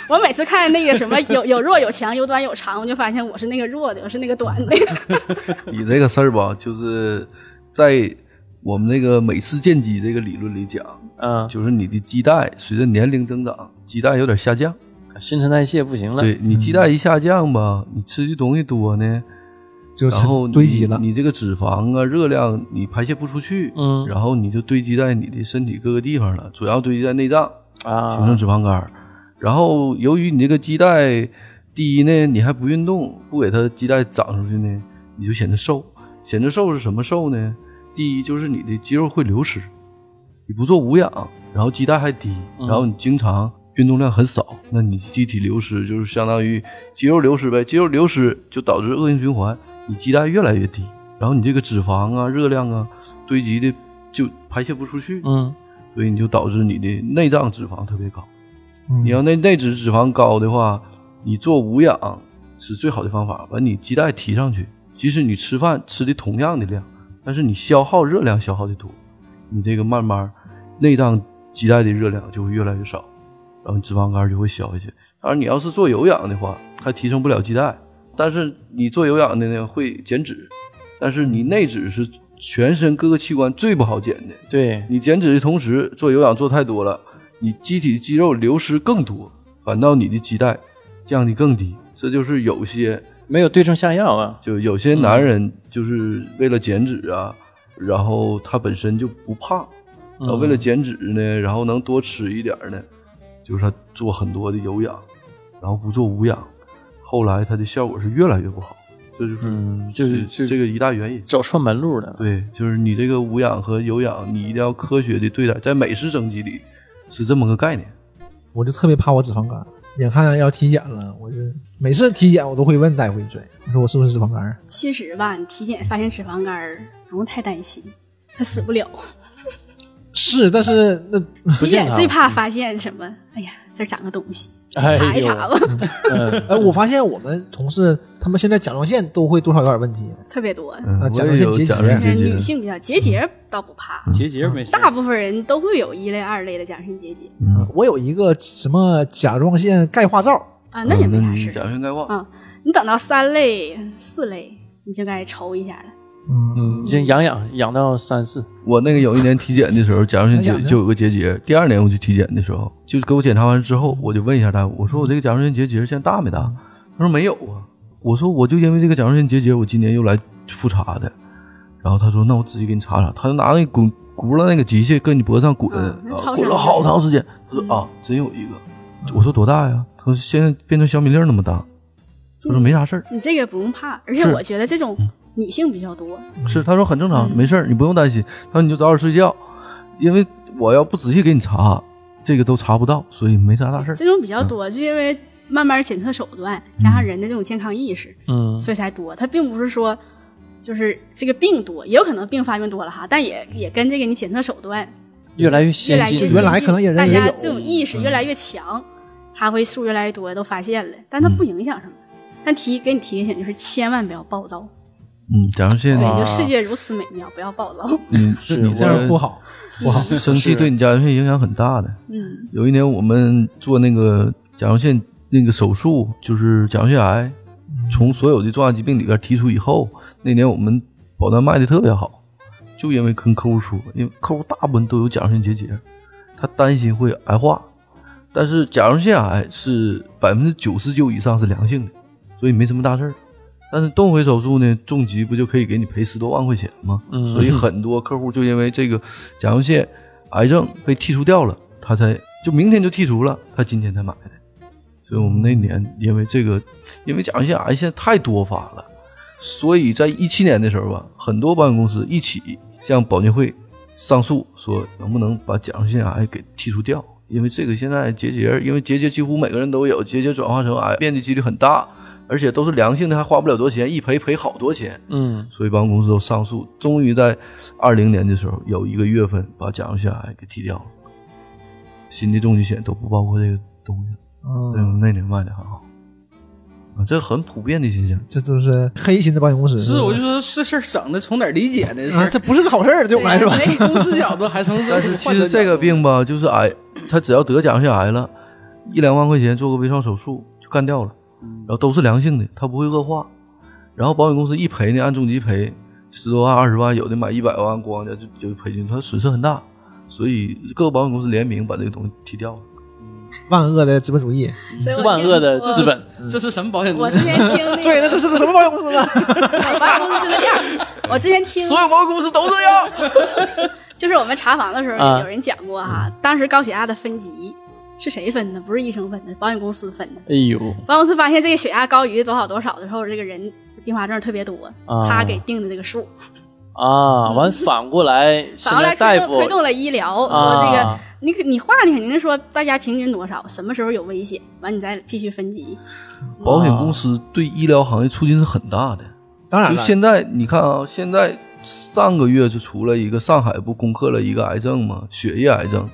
Speaker 5: 我每次看那个什么有有弱有强，有短有长，我就发现我是那个弱的，我是那个短的。
Speaker 4: 你这个事儿吧，就是在我们这个美式健肌这个理论里讲，
Speaker 1: 啊，
Speaker 4: 就是你的基带随着年龄增长，基带有点下降。
Speaker 1: 新陈代谢不行了。
Speaker 4: 对你基带一下降吧，你吃的东西多呢，
Speaker 2: 就
Speaker 4: 然后
Speaker 2: 嗯
Speaker 4: 你
Speaker 2: 堆积了。
Speaker 4: 你这个脂肪啊、热量你排泄不出去，
Speaker 1: 嗯
Speaker 4: 然后你就堆积在你的身体各个地方了，主要堆积在内脏，
Speaker 1: 啊，
Speaker 4: 形成脂肪肝儿。然后由于你这个基带，第一呢，你还不运动，不给它基带长出去呢，你就显得瘦。显得瘦是什么瘦呢？第一就是你的肌肉会流失，你不做无氧，然后基带还低，
Speaker 1: 嗯
Speaker 4: 然后你经常运动量很少，那你机体流失就是相当于肌肉流失呗，肌肉流失就导致恶性循环，你基带越来越低，然后你这个脂肪啊、热量啊堆积的就排泄不出去，
Speaker 1: 嗯
Speaker 4: 所以你就导致你的内脏脂肪特别高。
Speaker 2: 嗯
Speaker 4: 你要内内脂脂肪高的话，你做无氧是最好的方法，把你基带提上去。即使你吃饭吃的同样的量，但是你消耗热量消耗的多，你这个慢慢内脏基带的热量就会越来越少，然后脂肪肝就会消下去。当然，你要是做有氧的话，还提升不了基带，但是你做有氧的呢会减脂，但是你内脂是全身各个器官最不好减的。
Speaker 1: 对，
Speaker 4: 你减脂的同时做有氧做太多了，你机体肌肉流失更多，反倒你的基带降低更低。这就是有些
Speaker 1: 没有对症下药啊。
Speaker 4: 就有些男人就是为了减脂啊，
Speaker 1: 嗯
Speaker 4: 然后他本身就不胖，然后为了减脂呢，然后能多吃一点儿呢，就是他做很多的有氧，然后不做无氧，后来他的效果是越来越不好。这就是、
Speaker 1: 嗯就是
Speaker 4: 这
Speaker 1: 就
Speaker 4: 这个一大原因。
Speaker 1: 走错门路了。
Speaker 4: 对，就是你这个无氧和有氧，你一定要科学的对待，在美式增肌里是这么个概念。
Speaker 2: 我就特别怕我脂肪肝。眼看要体检了，我就每次体检我都会问大夫一嘴，我说我是不是脂肪肝儿？
Speaker 5: 其实吧，你体检发现脂肪肝儿，不用太担心，他死不 了。
Speaker 2: 是，但 是那
Speaker 1: 健
Speaker 5: 体检
Speaker 1: 康
Speaker 5: 最怕发现什么？哎呀，这儿长个东西，
Speaker 1: 哎
Speaker 5: 查一
Speaker 1: 呦
Speaker 5: 查吧，
Speaker 1: 嗯，
Speaker 2: 哎，我发现我们同事他们现在甲状腺都会多少有点问题，
Speaker 5: 特别多。
Speaker 4: 嗯，
Speaker 2: 啊
Speaker 4: 我
Speaker 2: 讲
Speaker 4: 也
Speaker 2: 究
Speaker 4: 有
Speaker 2: 结
Speaker 4: 甲
Speaker 2: 节
Speaker 4: 状
Speaker 5: 但
Speaker 4: 腺
Speaker 5: 是
Speaker 4: 结
Speaker 5: 女
Speaker 4: 节，嗯
Speaker 5: 性比较结节倒不怕，
Speaker 3: 结节没事。
Speaker 5: 大部分人都会有一类、二类的甲状腺结节
Speaker 4: 嗯，
Speaker 2: 我有一个什么甲状腺钙化灶，
Speaker 5: 啊，那也没啥
Speaker 4: 嗯
Speaker 5: 事
Speaker 4: 甲
Speaker 5: 儿。
Speaker 4: 状腺钙化，
Speaker 5: 嗯，你等到三类、四类，你就该愁一下了。
Speaker 2: 嗯，
Speaker 1: 你先养养养到三四，
Speaker 4: 我那个有一年体检的时候，甲状腺
Speaker 2: 哎呀
Speaker 4: 结就有个结节。第二年我去体检的时候，就是给我检查完之后，我就问一下大夫，我说我这个甲状腺结节现在大没大？他说没有啊。我说我就因为这个甲状腺结节，我今年又来复查的。然后他说那我仔细给你查查，他就拿那滚轱辘那个机器跟你脖子上滚，
Speaker 5: 嗯那
Speaker 4: 啊
Speaker 5: 超
Speaker 4: 滚了
Speaker 5: 长
Speaker 4: 好长时间。他说啊，真有一个。我说多大呀？他说现在变成小米粒儿那么大。他说没啥事儿，
Speaker 5: 你这个不用怕，而且
Speaker 4: 是
Speaker 5: 我觉得这种
Speaker 2: 嗯
Speaker 5: 女性比较多。
Speaker 4: 是，他说很正常，
Speaker 5: 嗯
Speaker 4: 没事儿，你不用担心。他说你就早点睡觉，因为我要不仔细给你查，这个都查不到，所以没啥大事儿。
Speaker 5: 这种比较
Speaker 2: 嗯
Speaker 5: 多，就因为慢慢检测手段加上人的这种健康意识，
Speaker 1: 嗯，
Speaker 5: 所以才多。它并不是说就是这个病多，也有可能病发病多了哈，但也也跟这个你检测手段
Speaker 1: 越来越
Speaker 5: 越
Speaker 1: 先
Speaker 5: 来越
Speaker 1: 进，
Speaker 5: 先进，
Speaker 2: 原来嗯可能也人
Speaker 5: 大
Speaker 2: 也
Speaker 5: 家
Speaker 2: 有
Speaker 5: 这种意识越来越强，它会数越来越多都发现了，但它
Speaker 2: 嗯
Speaker 5: 不影响什么。但提给你提个醒就是千万不要暴躁，
Speaker 4: 嗯，甲状腺，
Speaker 5: 对，就世界如此美妙，不要暴躁。
Speaker 4: 嗯，
Speaker 1: 是
Speaker 4: 你
Speaker 2: 这
Speaker 4: 这
Speaker 2: 样
Speaker 4: 样
Speaker 2: 不，好，不好。
Speaker 4: 生气
Speaker 1: 是
Speaker 4: 对你甲状腺影响很大的。
Speaker 5: 嗯，
Speaker 4: 有一年我们做那个甲状腺那个手术，就是甲状腺癌，
Speaker 2: 嗯
Speaker 4: 从所有的重大疾病里边提出以后，那年我们保单卖的特别好，就因为跟客户说，因为客户大部分都有甲状腺结节，他担心会癌化，但是甲状腺癌是百分之九十九以上是良性的，所以没什么大事儿。但是动回手术呢，重疾不就可以给你赔十多万块钱吗？
Speaker 1: 嗯
Speaker 4: 所以很多客户就因为这个甲状腺癌症被剔除掉了，他才就明天就剔除了，他今天才买的。所以我们那年因为这个，因为甲状腺癌现在太多发了，所以在一七年的时候吧，很多保险公司一起向保监会上诉，说能不能把甲状腺癌啊给剔除掉。因为这个现在结节，因为结节几乎每个人都有，结节转化成癌变的几率很大，而且都是良性的，还花不了多钱，一赔赔好多钱。
Speaker 1: 嗯，
Speaker 4: 所以保险公司都上诉，终于在二零年的时候有一个月份把甲状腺癌啊给剔掉了，新的重疾险都不包括这个东西了。
Speaker 2: 嗯，
Speaker 4: 嗯，那年卖的很好，啊，这很普遍的现象。
Speaker 2: 这都是黑心的保险公司。
Speaker 3: 是，我就说这事儿整的从哪儿理解呢？
Speaker 2: 啊，这不是个好事儿，对我 啊来说。
Speaker 5: 对所以
Speaker 3: 公司角度还 从
Speaker 4: 但是其实这个病吧，就是癌，他只要得甲状腺癌了，一两万块钱做个微创手术就干掉了，然后都是良性的，它不会恶化。然后保险公司一赔呢，按重疾赔十多万、二十万，有的买一百万光家就就赔进去，它损失很大。所以各个保险公司联名把这个东西踢掉了。
Speaker 2: 万恶的资本主义，
Speaker 5: 所以我
Speaker 1: 嗯万
Speaker 5: 听
Speaker 1: 恶的
Speaker 5: 我
Speaker 1: 资本，
Speaker 3: 嗯这是什么保险
Speaker 5: 我
Speaker 3: 公
Speaker 5: 之
Speaker 3: 司？
Speaker 5: 前听那 个，
Speaker 2: 对，那啊这是个什么保险公司呢？
Speaker 5: 办公司就这样。我之前听
Speaker 4: 所有保险公司都这样。
Speaker 5: 就是我们查房的时候
Speaker 1: 啊
Speaker 5: 有人讲过哈，当时高血压的分级是谁分的？不是医生分的，是保险公司分的。
Speaker 1: 哎呦，
Speaker 5: 保险公司发现这个血压高于多少多少的时候，这个人并发症特别多，
Speaker 1: 啊
Speaker 5: 他给定的这个数，
Speaker 1: 啊，完反过 来，
Speaker 5: 反
Speaker 1: 现
Speaker 5: 过来
Speaker 1: 在
Speaker 5: 推
Speaker 1: 大夫
Speaker 5: 动推动了医疗，说这个
Speaker 1: 啊，
Speaker 5: 你可你画的肯定是说大家平均多少，什么时候有危险，完你再继续分级。
Speaker 4: 保险公司对医疗行业促进是很大的。
Speaker 2: 当然
Speaker 4: 就
Speaker 2: 了，
Speaker 4: 现在你看啊，现在上个月就出了一个上海不攻克了一个癌症吗？血液癌症，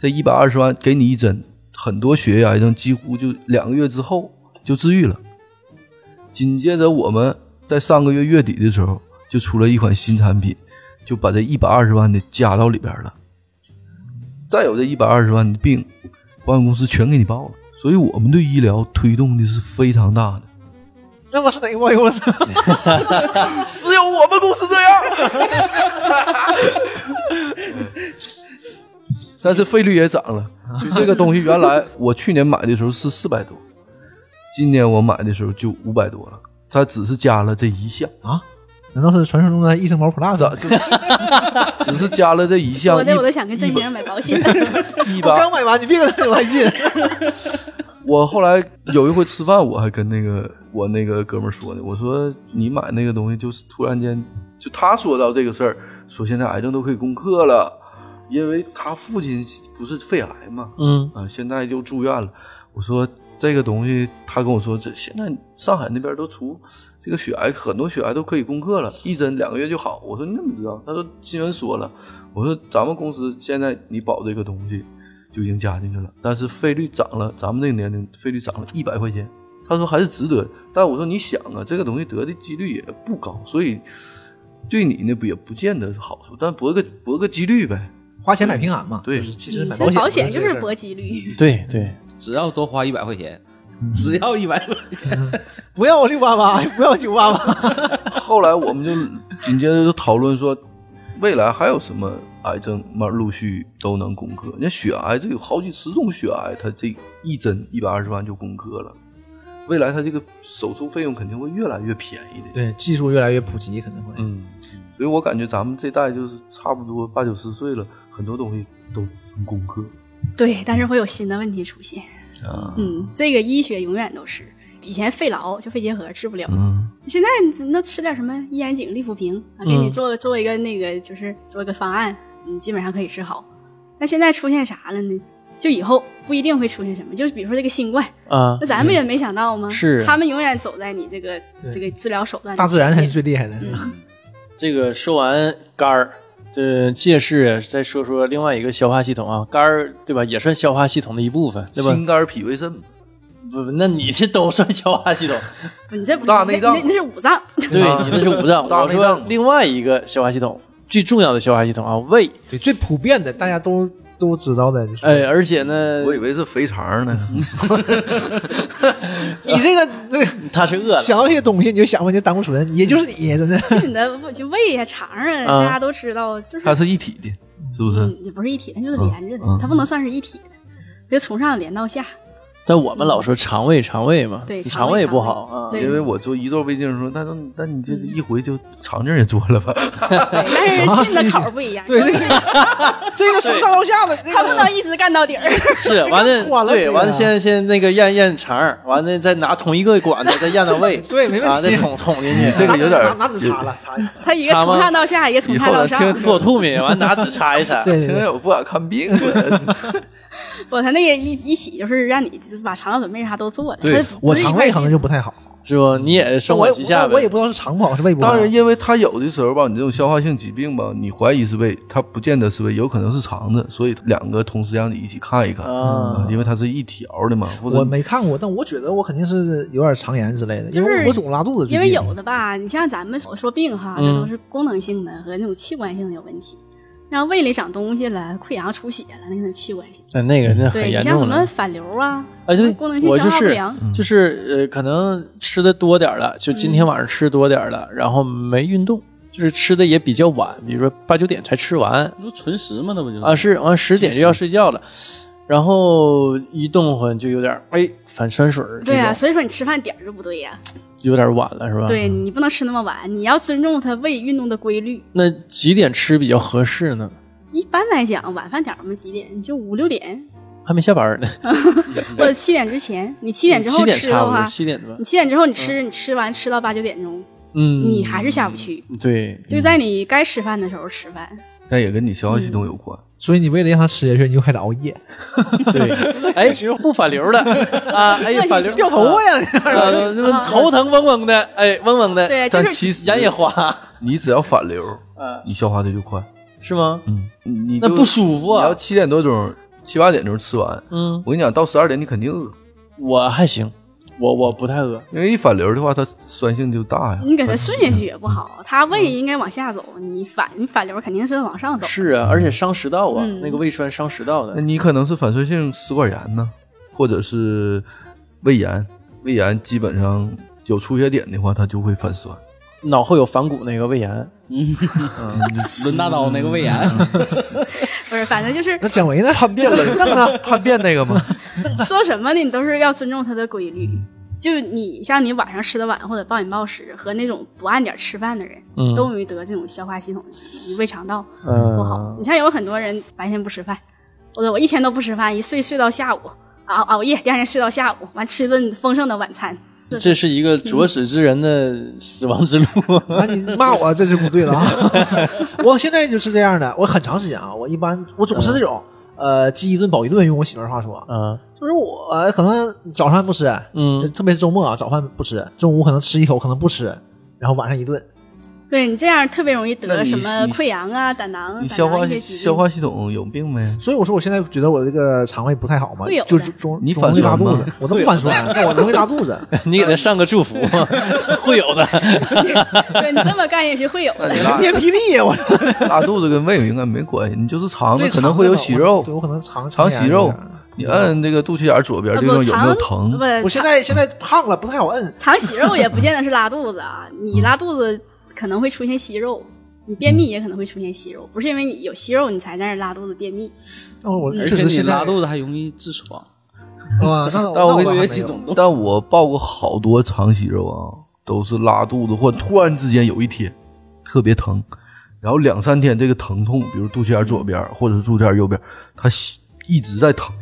Speaker 4: 这一百二十万给你一针，很多血液癌症几乎就两个月之后就治愈了。紧接着我们在上个月月底的时候就出了一款新产品，就把这一百二十万的加到里边了。再有这一百二十万的病，保险公司全给你报了。所以我们对医疗推动的是非常大的。
Speaker 2: 那么是哪个保险公司？
Speaker 4: 只有我们公司这样。 但是费率也涨 了，就这个东西，原来我去年买的时候是四百多，今年我买的时候就五百多了。它只是加了这一项，
Speaker 2: 啊？ 难道是传说中的益生毛 Plus？
Speaker 4: 咋就只是加了这一项
Speaker 5: 啊说？的我都想跟真名买保险。
Speaker 4: 一一
Speaker 2: 我
Speaker 4: 八
Speaker 2: 刚买完，你别跟他扯太近。
Speaker 4: 我后来有一回吃饭，我还跟那个我那个哥们儿说呢，我说你买那个东西，就是突然间就他说到这个事儿，说现在癌症都可以攻克了，因为他父亲不是肺癌嘛，
Speaker 1: 嗯，
Speaker 4: 啊，现在又住院了。我说这个东西，他跟我说这现在上海那边都出这个血癌，很多血癌都可以攻克了，一针两个月就好。我说你怎么知道？他说新闻说了。我说咱们公司现在你保这个东西就已经加进去了，但是费率涨了，咱们这个年龄费率涨了一百块钱。他说还是值得，但我说你想啊，这个东西得的几率也不高，所以对你呢也不见得是好处，但博个博个几率呗。
Speaker 2: 花钱买平安嘛，
Speaker 4: 对
Speaker 2: 就是其实
Speaker 5: 其
Speaker 2: 买
Speaker 5: 实 保
Speaker 2: 保
Speaker 5: 险就是是
Speaker 2: 这事儿
Speaker 5: 搏几率，
Speaker 1: 对对，
Speaker 3: 只要多花一百块钱，只要一百块钱，
Speaker 2: 不要六八八，不要九八八，
Speaker 4: 后来我们就紧接着就讨论说，未来还有什么癌症慢慢陆续都能攻克？那血癌这有好几十种血癌，它这一针一百二十万就攻克了。未来它这个手术费用肯定会越来越便宜的。，
Speaker 2: 对，技术越来越普及，可能会。
Speaker 4: 嗯，所以我感觉咱们这代就是差不多八九十岁了，很多东西都能攻克。
Speaker 5: 对，但是会有新的问题出现。
Speaker 4: 啊，
Speaker 5: 嗯，这个医学永远都是，以前肺痨就肺结核治不了，
Speaker 4: 嗯，
Speaker 5: 现在你只能吃点什么益氨颈、利福平啊，给你做做一个那个，就是做一个方案，你基本上可以治好。那现在出现啥了呢？就以后不一定会出现什么，就是比如说这个新冠，
Speaker 1: 啊
Speaker 5: 那，咱们也没想到吗？
Speaker 1: 是
Speaker 5: 他们永远走在你这个
Speaker 2: 对
Speaker 5: 这个治疗手段的
Speaker 2: 大自然才
Speaker 5: 前
Speaker 2: 是
Speaker 5: 面
Speaker 2: 最厉害的。
Speaker 5: 嗯
Speaker 1: 这个说完肝儿，这介氏再说说另外一个消化系统啊，肝儿对吧，也算消化系统的一部分，对吧？
Speaker 4: 心肝脾胃肾嘛，
Speaker 1: 不，不那你这都算消化系统，
Speaker 5: 不，你这不是
Speaker 4: 大内脏
Speaker 5: 那那那是五脏，
Speaker 1: 对你那是五脏。
Speaker 4: 大
Speaker 1: 我
Speaker 4: 内脏
Speaker 1: 说另外一个消化系统，最重要的消化系统啊，胃。
Speaker 2: 对，最普遍的，大家都都知道的，就是
Speaker 1: 哎，而且呢
Speaker 4: 我，以为是肥肠呢。
Speaker 2: 你这个这个
Speaker 1: 它是饿了。
Speaker 2: 想到这些东西，你就想吧，你就胆固醇，也就是你真的。
Speaker 5: 就是你的就胃呀、肠啊，
Speaker 1: 啊
Speaker 5: 大家都知道，就是
Speaker 4: 它是一体的，是不是？
Speaker 5: 嗯也不是一体，它就是连着的，
Speaker 4: 嗯嗯
Speaker 5: 它不能算是一体的，就从上连到下。
Speaker 1: 但我们老说肠胃，肠胃嘛，
Speaker 5: 对
Speaker 1: 你
Speaker 5: 肠
Speaker 1: 肠
Speaker 5: 胃
Speaker 1: 不
Speaker 5: 肠胃嗯
Speaker 1: 好啊。
Speaker 5: 对
Speaker 4: 因为我做一做胃镜的时候，他说：“那你这是
Speaker 1: 嗯
Speaker 4: 一回就肠镜也做了吧
Speaker 5: 对，但是进的口儿不一样，
Speaker 2: 对，这个这个从上到下的，这
Speaker 5: 他不
Speaker 2: 个
Speaker 5: 能一直干到底儿。
Speaker 1: 是完了，
Speaker 2: 穿了
Speaker 1: 对，
Speaker 2: 这个
Speaker 1: 完了
Speaker 5: 啊
Speaker 1: 先先那个验验肠儿，完了再拿同一个管子再验到 胃，
Speaker 2: 对没问题
Speaker 1: 啊，再捅捅进去。
Speaker 4: 这个有点
Speaker 2: 拿拿拿纸擦了，擦一下。
Speaker 5: 他一个从上到下，一 个？”从
Speaker 4: 以
Speaker 5: 下
Speaker 4: 后
Speaker 5: 到
Speaker 4: 咱
Speaker 5: 上。
Speaker 4: 听
Speaker 1: 唾吐沫，完了拿纸擦一擦。
Speaker 2: 对
Speaker 4: 听
Speaker 2: 对对，
Speaker 4: 我不敢看病了。
Speaker 5: 不，他那个一一起就是让你就是把肠道准备啥都做了。
Speaker 4: 对
Speaker 5: 它不是
Speaker 2: 我
Speaker 5: 一
Speaker 2: 肠
Speaker 5: 块
Speaker 2: 胃
Speaker 5: 儿
Speaker 2: 可能
Speaker 5: 进
Speaker 2: 就不太好，
Speaker 1: 是不？你也生
Speaker 2: 我
Speaker 1: 我
Speaker 2: 也
Speaker 1: 其下
Speaker 2: 我也
Speaker 1: 呗。
Speaker 2: 不知道是肠不好是胃不好。
Speaker 4: 当然，因为他有的时候吧，你这种消化性疾病吧，你怀疑是胃，它不见得是胃，有可能是肠子，所以两个同时让你一起看一看，
Speaker 1: 啊
Speaker 4: 嗯因为它是一条的嘛。或
Speaker 2: 我
Speaker 4: 者
Speaker 2: 没看过，但我觉得我肯定是有点肠炎之类的，
Speaker 5: 就
Speaker 2: 因
Speaker 5: 是
Speaker 2: 为我总拉肚子。
Speaker 5: 因为
Speaker 2: 最近
Speaker 5: 有的吧，你像咱们所说病哈，这都是功能性的和那种器官性的有问题。然后胃里长东西了，溃疡出血了，那种器官性。
Speaker 4: 哎
Speaker 1: 那那个那很
Speaker 5: 对你
Speaker 1: 严
Speaker 5: 像什
Speaker 1: 重
Speaker 5: 么
Speaker 1: 了。
Speaker 5: 反流啊，
Speaker 1: 哎，对，
Speaker 5: 功能性
Speaker 1: 我
Speaker 5: 消
Speaker 1: 就
Speaker 5: 化不
Speaker 1: 是
Speaker 5: 良
Speaker 4: 嗯
Speaker 1: 就是呃，可能吃的多点儿了，就今天
Speaker 5: 嗯
Speaker 1: 晚上吃多点儿了，然后没运动，就是吃的也比较晚，比如说八九点才吃完
Speaker 3: 那不纯食吗？那不就是
Speaker 1: 啊，是完十点就要睡觉了，然后一动换就有点儿哎反酸水儿这
Speaker 5: 对啊，
Speaker 1: 种，
Speaker 5: 所以说你吃饭点儿就不对呀、
Speaker 1: 有点晚了是吧？。
Speaker 5: 对你不能吃那么晚，你要尊重它胃运动的规律。
Speaker 1: 那几点吃比较合适呢？
Speaker 5: 一般来讲，晚饭点儿嘛几点？就五六点
Speaker 1: 还没下班呢，
Speaker 5: 或者七点之前。你七点之后
Speaker 1: 七点
Speaker 5: 吃
Speaker 1: 差
Speaker 5: 的
Speaker 1: 不多，
Speaker 5: 话，
Speaker 1: 七点吧
Speaker 5: 你。七点之后你吃，你吃完吃到八九点钟，
Speaker 1: 嗯，
Speaker 5: 你还是下不去，
Speaker 1: 对，
Speaker 5: 就在你该吃饭的时候吃饭。
Speaker 4: 但也跟你消化系统有关。
Speaker 1: 嗯
Speaker 2: 所以你为了让它吃下去，你就开始熬夜，
Speaker 1: 对， 哎，只要不反流了啊，哎呀，反流
Speaker 2: 掉头发呀！
Speaker 1: 啊，这不头疼嗡嗡的，哎，嗡嗡的，
Speaker 5: 对，就
Speaker 4: 但
Speaker 5: 是
Speaker 4: 其实
Speaker 1: 眼也花，
Speaker 4: 你只要反流，
Speaker 1: 嗯，
Speaker 4: 你消化的就快。
Speaker 1: 是吗？
Speaker 4: 嗯，你你
Speaker 1: 那
Speaker 4: 就
Speaker 1: 不舒服
Speaker 4: 你要
Speaker 1: 啊。
Speaker 4: 七点多钟、七八点钟吃完，
Speaker 1: 嗯，
Speaker 4: 我跟你讲，到十二点你肯定饿，
Speaker 1: 我还行，我我不太饿。
Speaker 4: 因为一反流的话，它酸性就大呀。
Speaker 5: 你
Speaker 1: 呃
Speaker 5: 给它顺下去也不
Speaker 1: 嗯
Speaker 5: 好，它胃应该往下走，你反你反流肯定是 往上走。
Speaker 1: 是啊，而且伤食道啊，
Speaker 5: 嗯
Speaker 1: 那个胃酸伤食道
Speaker 4: 那
Speaker 1: 的。
Speaker 4: 你可能是反酸性食管炎呢，或者是胃炎。胃炎基本上有出血点的话，它就会反酸。
Speaker 1: 脑后有反骨那个胃炎，
Speaker 3: 抡大刀那个胃炎，
Speaker 5: 不是，反正就是
Speaker 2: 那姜维呢？
Speaker 4: 叛变了，叛变那个吗？
Speaker 5: 说什么呢，你都是要尊重它的规律。就你像你晚上吃的晚或者暴饮暴食，和那种不按点吃饭的人，
Speaker 1: 嗯
Speaker 5: 都容易得这种消化系统的疾病，你胃肠道不好。
Speaker 1: 嗯，
Speaker 5: 你像有很多人白天不吃饭，或者我一天都不吃饭，一睡睡到下午，熬熬夜，第二天睡到下午，完吃顿丰盛的晚餐。
Speaker 1: 这是一个着实之人的死亡之路。
Speaker 2: 啊，你骂我这就不对了啊！我现在就是这样的，我很长时间啊，我一般我总是这种，呃，饥一顿饱一顿，用我媳妇儿话说，
Speaker 1: 嗯
Speaker 2: 就是我呃可能早饭不吃，
Speaker 1: 嗯，
Speaker 2: 特别是周末啊，早饭不吃，中午可能吃一口，可能不吃，然后晚上一顿，
Speaker 5: 对你这样特别容易
Speaker 4: 那
Speaker 5: 得
Speaker 4: 你
Speaker 5: 什么
Speaker 4: 你
Speaker 5: 溃疡啊、胆囊、
Speaker 4: 你
Speaker 5: 胆
Speaker 4: 消
Speaker 5: 囊
Speaker 4: 化
Speaker 5: 一些疾病。
Speaker 4: 消化系统有病没？
Speaker 2: 所以我说我现在觉得我这个肠胃不太好嘛
Speaker 5: 会有，
Speaker 2: 就
Speaker 5: 的
Speaker 2: 是总
Speaker 4: 你
Speaker 2: 总
Speaker 4: 反
Speaker 2: 容易拉
Speaker 4: 酸
Speaker 2: 肚
Speaker 4: 吗
Speaker 2: 子，我都不反酸，但我容易拉肚子。
Speaker 1: 你给他上个祝福， 会有的。
Speaker 5: 对你这么干也是会有 的。
Speaker 2: 晴天霹雳呀！我
Speaker 4: 拉肚子跟胃应该没关系，你就是肠子
Speaker 2: 对
Speaker 4: 可能会有息
Speaker 2: 我
Speaker 4: 肉
Speaker 2: 对，我可能肠
Speaker 4: 肠息肉
Speaker 2: 炎有点儿。
Speaker 4: 你按这个肚脐眼左边
Speaker 5: 呃
Speaker 4: 这
Speaker 5: 不
Speaker 4: 地方有
Speaker 5: 肠
Speaker 4: 没有疼？
Speaker 2: 我
Speaker 5: 不，
Speaker 2: 现
Speaker 5: 肠
Speaker 2: 在现在胖了，不太好 摁。
Speaker 5: 肠息肉也不见得是拉肚子 啊，你拉肚子可能会出现息肉。你便
Speaker 4: 嗯
Speaker 5: 秘也可能会出现息肉，不是因为你有息肉你才在那儿拉肚子便秘，
Speaker 2: 但我
Speaker 3: 而
Speaker 2: 确
Speaker 3: 且
Speaker 2: 实
Speaker 3: 你
Speaker 2: 现在
Speaker 3: 拉肚子还容易痔疮。
Speaker 2: 啊，那
Speaker 4: 但
Speaker 2: 那
Speaker 4: 我
Speaker 2: 倒
Speaker 4: 跟
Speaker 2: 还
Speaker 4: 你
Speaker 2: 没
Speaker 4: 说
Speaker 2: 有
Speaker 4: 但我爆过好多肠息肉啊，都是拉肚子或突然之间有一天特别疼，然后两三天这个疼痛，比如肚脐眼左边或者是肚脐眼右边，它息一直在疼，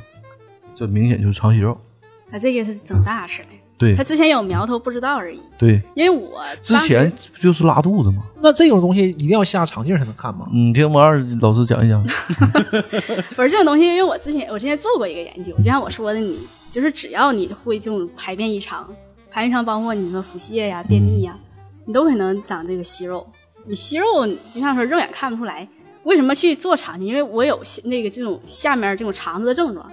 Speaker 4: 这明显就是肠息肉。
Speaker 5: 他这个是整大事了。
Speaker 4: 对
Speaker 5: 他之前有苗头不知道而已，
Speaker 4: 对，
Speaker 5: 因为我
Speaker 4: 之
Speaker 5: 当时
Speaker 4: 前不就是拉肚子吗？
Speaker 2: 那这种东西一定要下肠镜才能看吗？
Speaker 4: 你听王二老师讲一讲，
Speaker 5: 不是这种东西，因为我之前我之前做过一个研究，就像我说的你，就是只要你会这种排便异常，排便异常包括你什么腹泻呀、便秘呀，你都可能长这个息肉。你息肉就像说肉眼看不出来，为什么去做肠镜？因为我有息那个这种下面这种肠子的症状。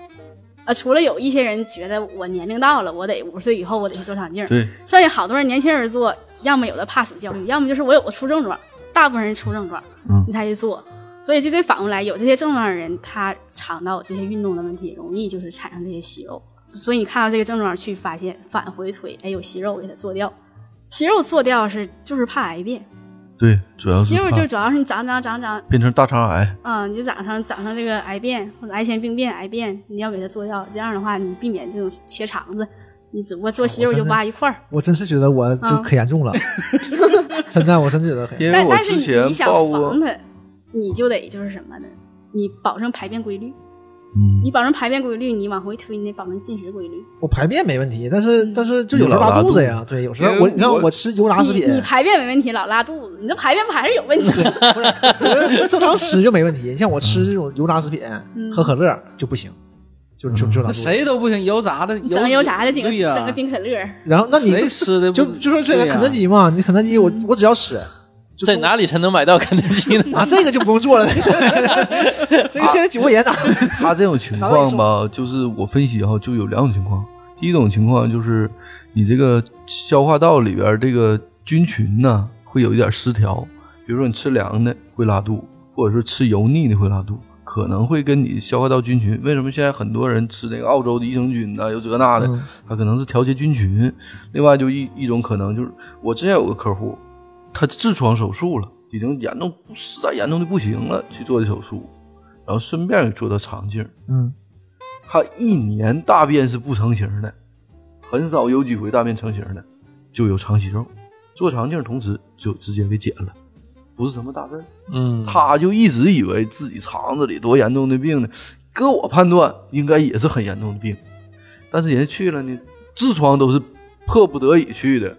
Speaker 5: 啊，除了有一些人觉得我年龄到了，我得五十岁以后我得去做肠镜，
Speaker 4: 对，
Speaker 5: 剩下好多人年轻人做，要么有的怕死焦虑，要么就是我有个出症状，大部分人出症状，
Speaker 4: 嗯
Speaker 5: 你才去做。所以就得反过来，有这些症状的人，他肠道这些运动的问题，容易就是产生这些息肉。所以你看到这个症状去发现，返回推，哎，有息肉，给它做掉。息肉做掉是就是怕癌变，
Speaker 4: 对，主要是
Speaker 5: 息肉
Speaker 4: 怕
Speaker 5: 就主要是你长长长长，
Speaker 4: 变成大肠癌。
Speaker 5: 嗯，你就长上长上这个癌变或者癌前病变、癌变，你要给它做掉。这样的话，你避免这种切肠子，你只不过
Speaker 4: 啊
Speaker 5: 做息肉
Speaker 2: 我
Speaker 5: 就
Speaker 2: 真的
Speaker 5: 挖一块儿。
Speaker 2: 我真是觉得
Speaker 5: 嗯
Speaker 2: 我就可严 重了，真的，我真觉得很严
Speaker 4: 因为
Speaker 5: 但
Speaker 4: 我
Speaker 5: 但是
Speaker 4: 之
Speaker 5: 你
Speaker 4: 前
Speaker 5: 你想
Speaker 4: 爆过
Speaker 5: 防，嗯它，你就得就是什么呢？你保证排便规律，
Speaker 4: 嗯
Speaker 5: 你，保证排便规律，你往回推，你得保证进食规律。
Speaker 2: 重。我排便没问题，但是
Speaker 5: 嗯
Speaker 2: 但是就
Speaker 4: 你
Speaker 2: 有时候
Speaker 4: 老拉
Speaker 2: 拉肚
Speaker 4: 肚
Speaker 2: 子
Speaker 4: 子
Speaker 2: 呀，对，有时候
Speaker 4: 因为
Speaker 2: 我你看
Speaker 4: 我
Speaker 2: 我吃油炸食
Speaker 5: 你
Speaker 2: 品，
Speaker 5: 你排便没问题，老拉肚子，你这排便不还是有问题？
Speaker 2: 正常吃就没问题。你像我吃这种油炸食品，
Speaker 5: 嗯
Speaker 2: 喝可乐就不行，就
Speaker 4: 嗯
Speaker 2: 就就拉肚
Speaker 3: 那
Speaker 2: 子。
Speaker 3: 谁都不行，油炸的，
Speaker 5: 整个油炸的，整个
Speaker 3: 对呀，
Speaker 5: 整个冰可乐，
Speaker 2: 然后那你
Speaker 3: 谁吃的不
Speaker 2: 就就说
Speaker 3: 对
Speaker 2: 这
Speaker 3: 呀
Speaker 2: 肯德基嘛，你肯德基我
Speaker 5: 嗯
Speaker 2: 我只要 吃，就
Speaker 1: 在
Speaker 2: 中
Speaker 1: 哪里才能买到肯德基呢？
Speaker 2: 啊？这个就不用做 了，这个现在九块钱打。
Speaker 4: 他这种情况吧，就是我分析哈，就有两种情况。第一种情况就是你这个消化道里边这个菌群呢会有一点失调，比如说你吃凉的会拉肚，或者说吃油腻的会拉肚，可能会跟你消化道菌群。为什么现在很多人吃那个澳洲的益生菌呐，有这那的，它可能是调节菌群。另外就一一种可能就是，我之前有个客户，他痔疮手术了，已经严重实在严重的不行了，去做的手术，然后顺便给做的肠镜。
Speaker 2: 嗯，
Speaker 4: 他一年大便是不成形的，很少有几回大便成型的，就有肠息肉。做肠镜同时就直接给剪了，不是什么大事儿。
Speaker 1: 嗯，
Speaker 4: 他就一直以为自己肠子里多严重的病呢，搁我判断应该也是很严重的病，但是人家去了呢，痔疮都是迫不得已去的，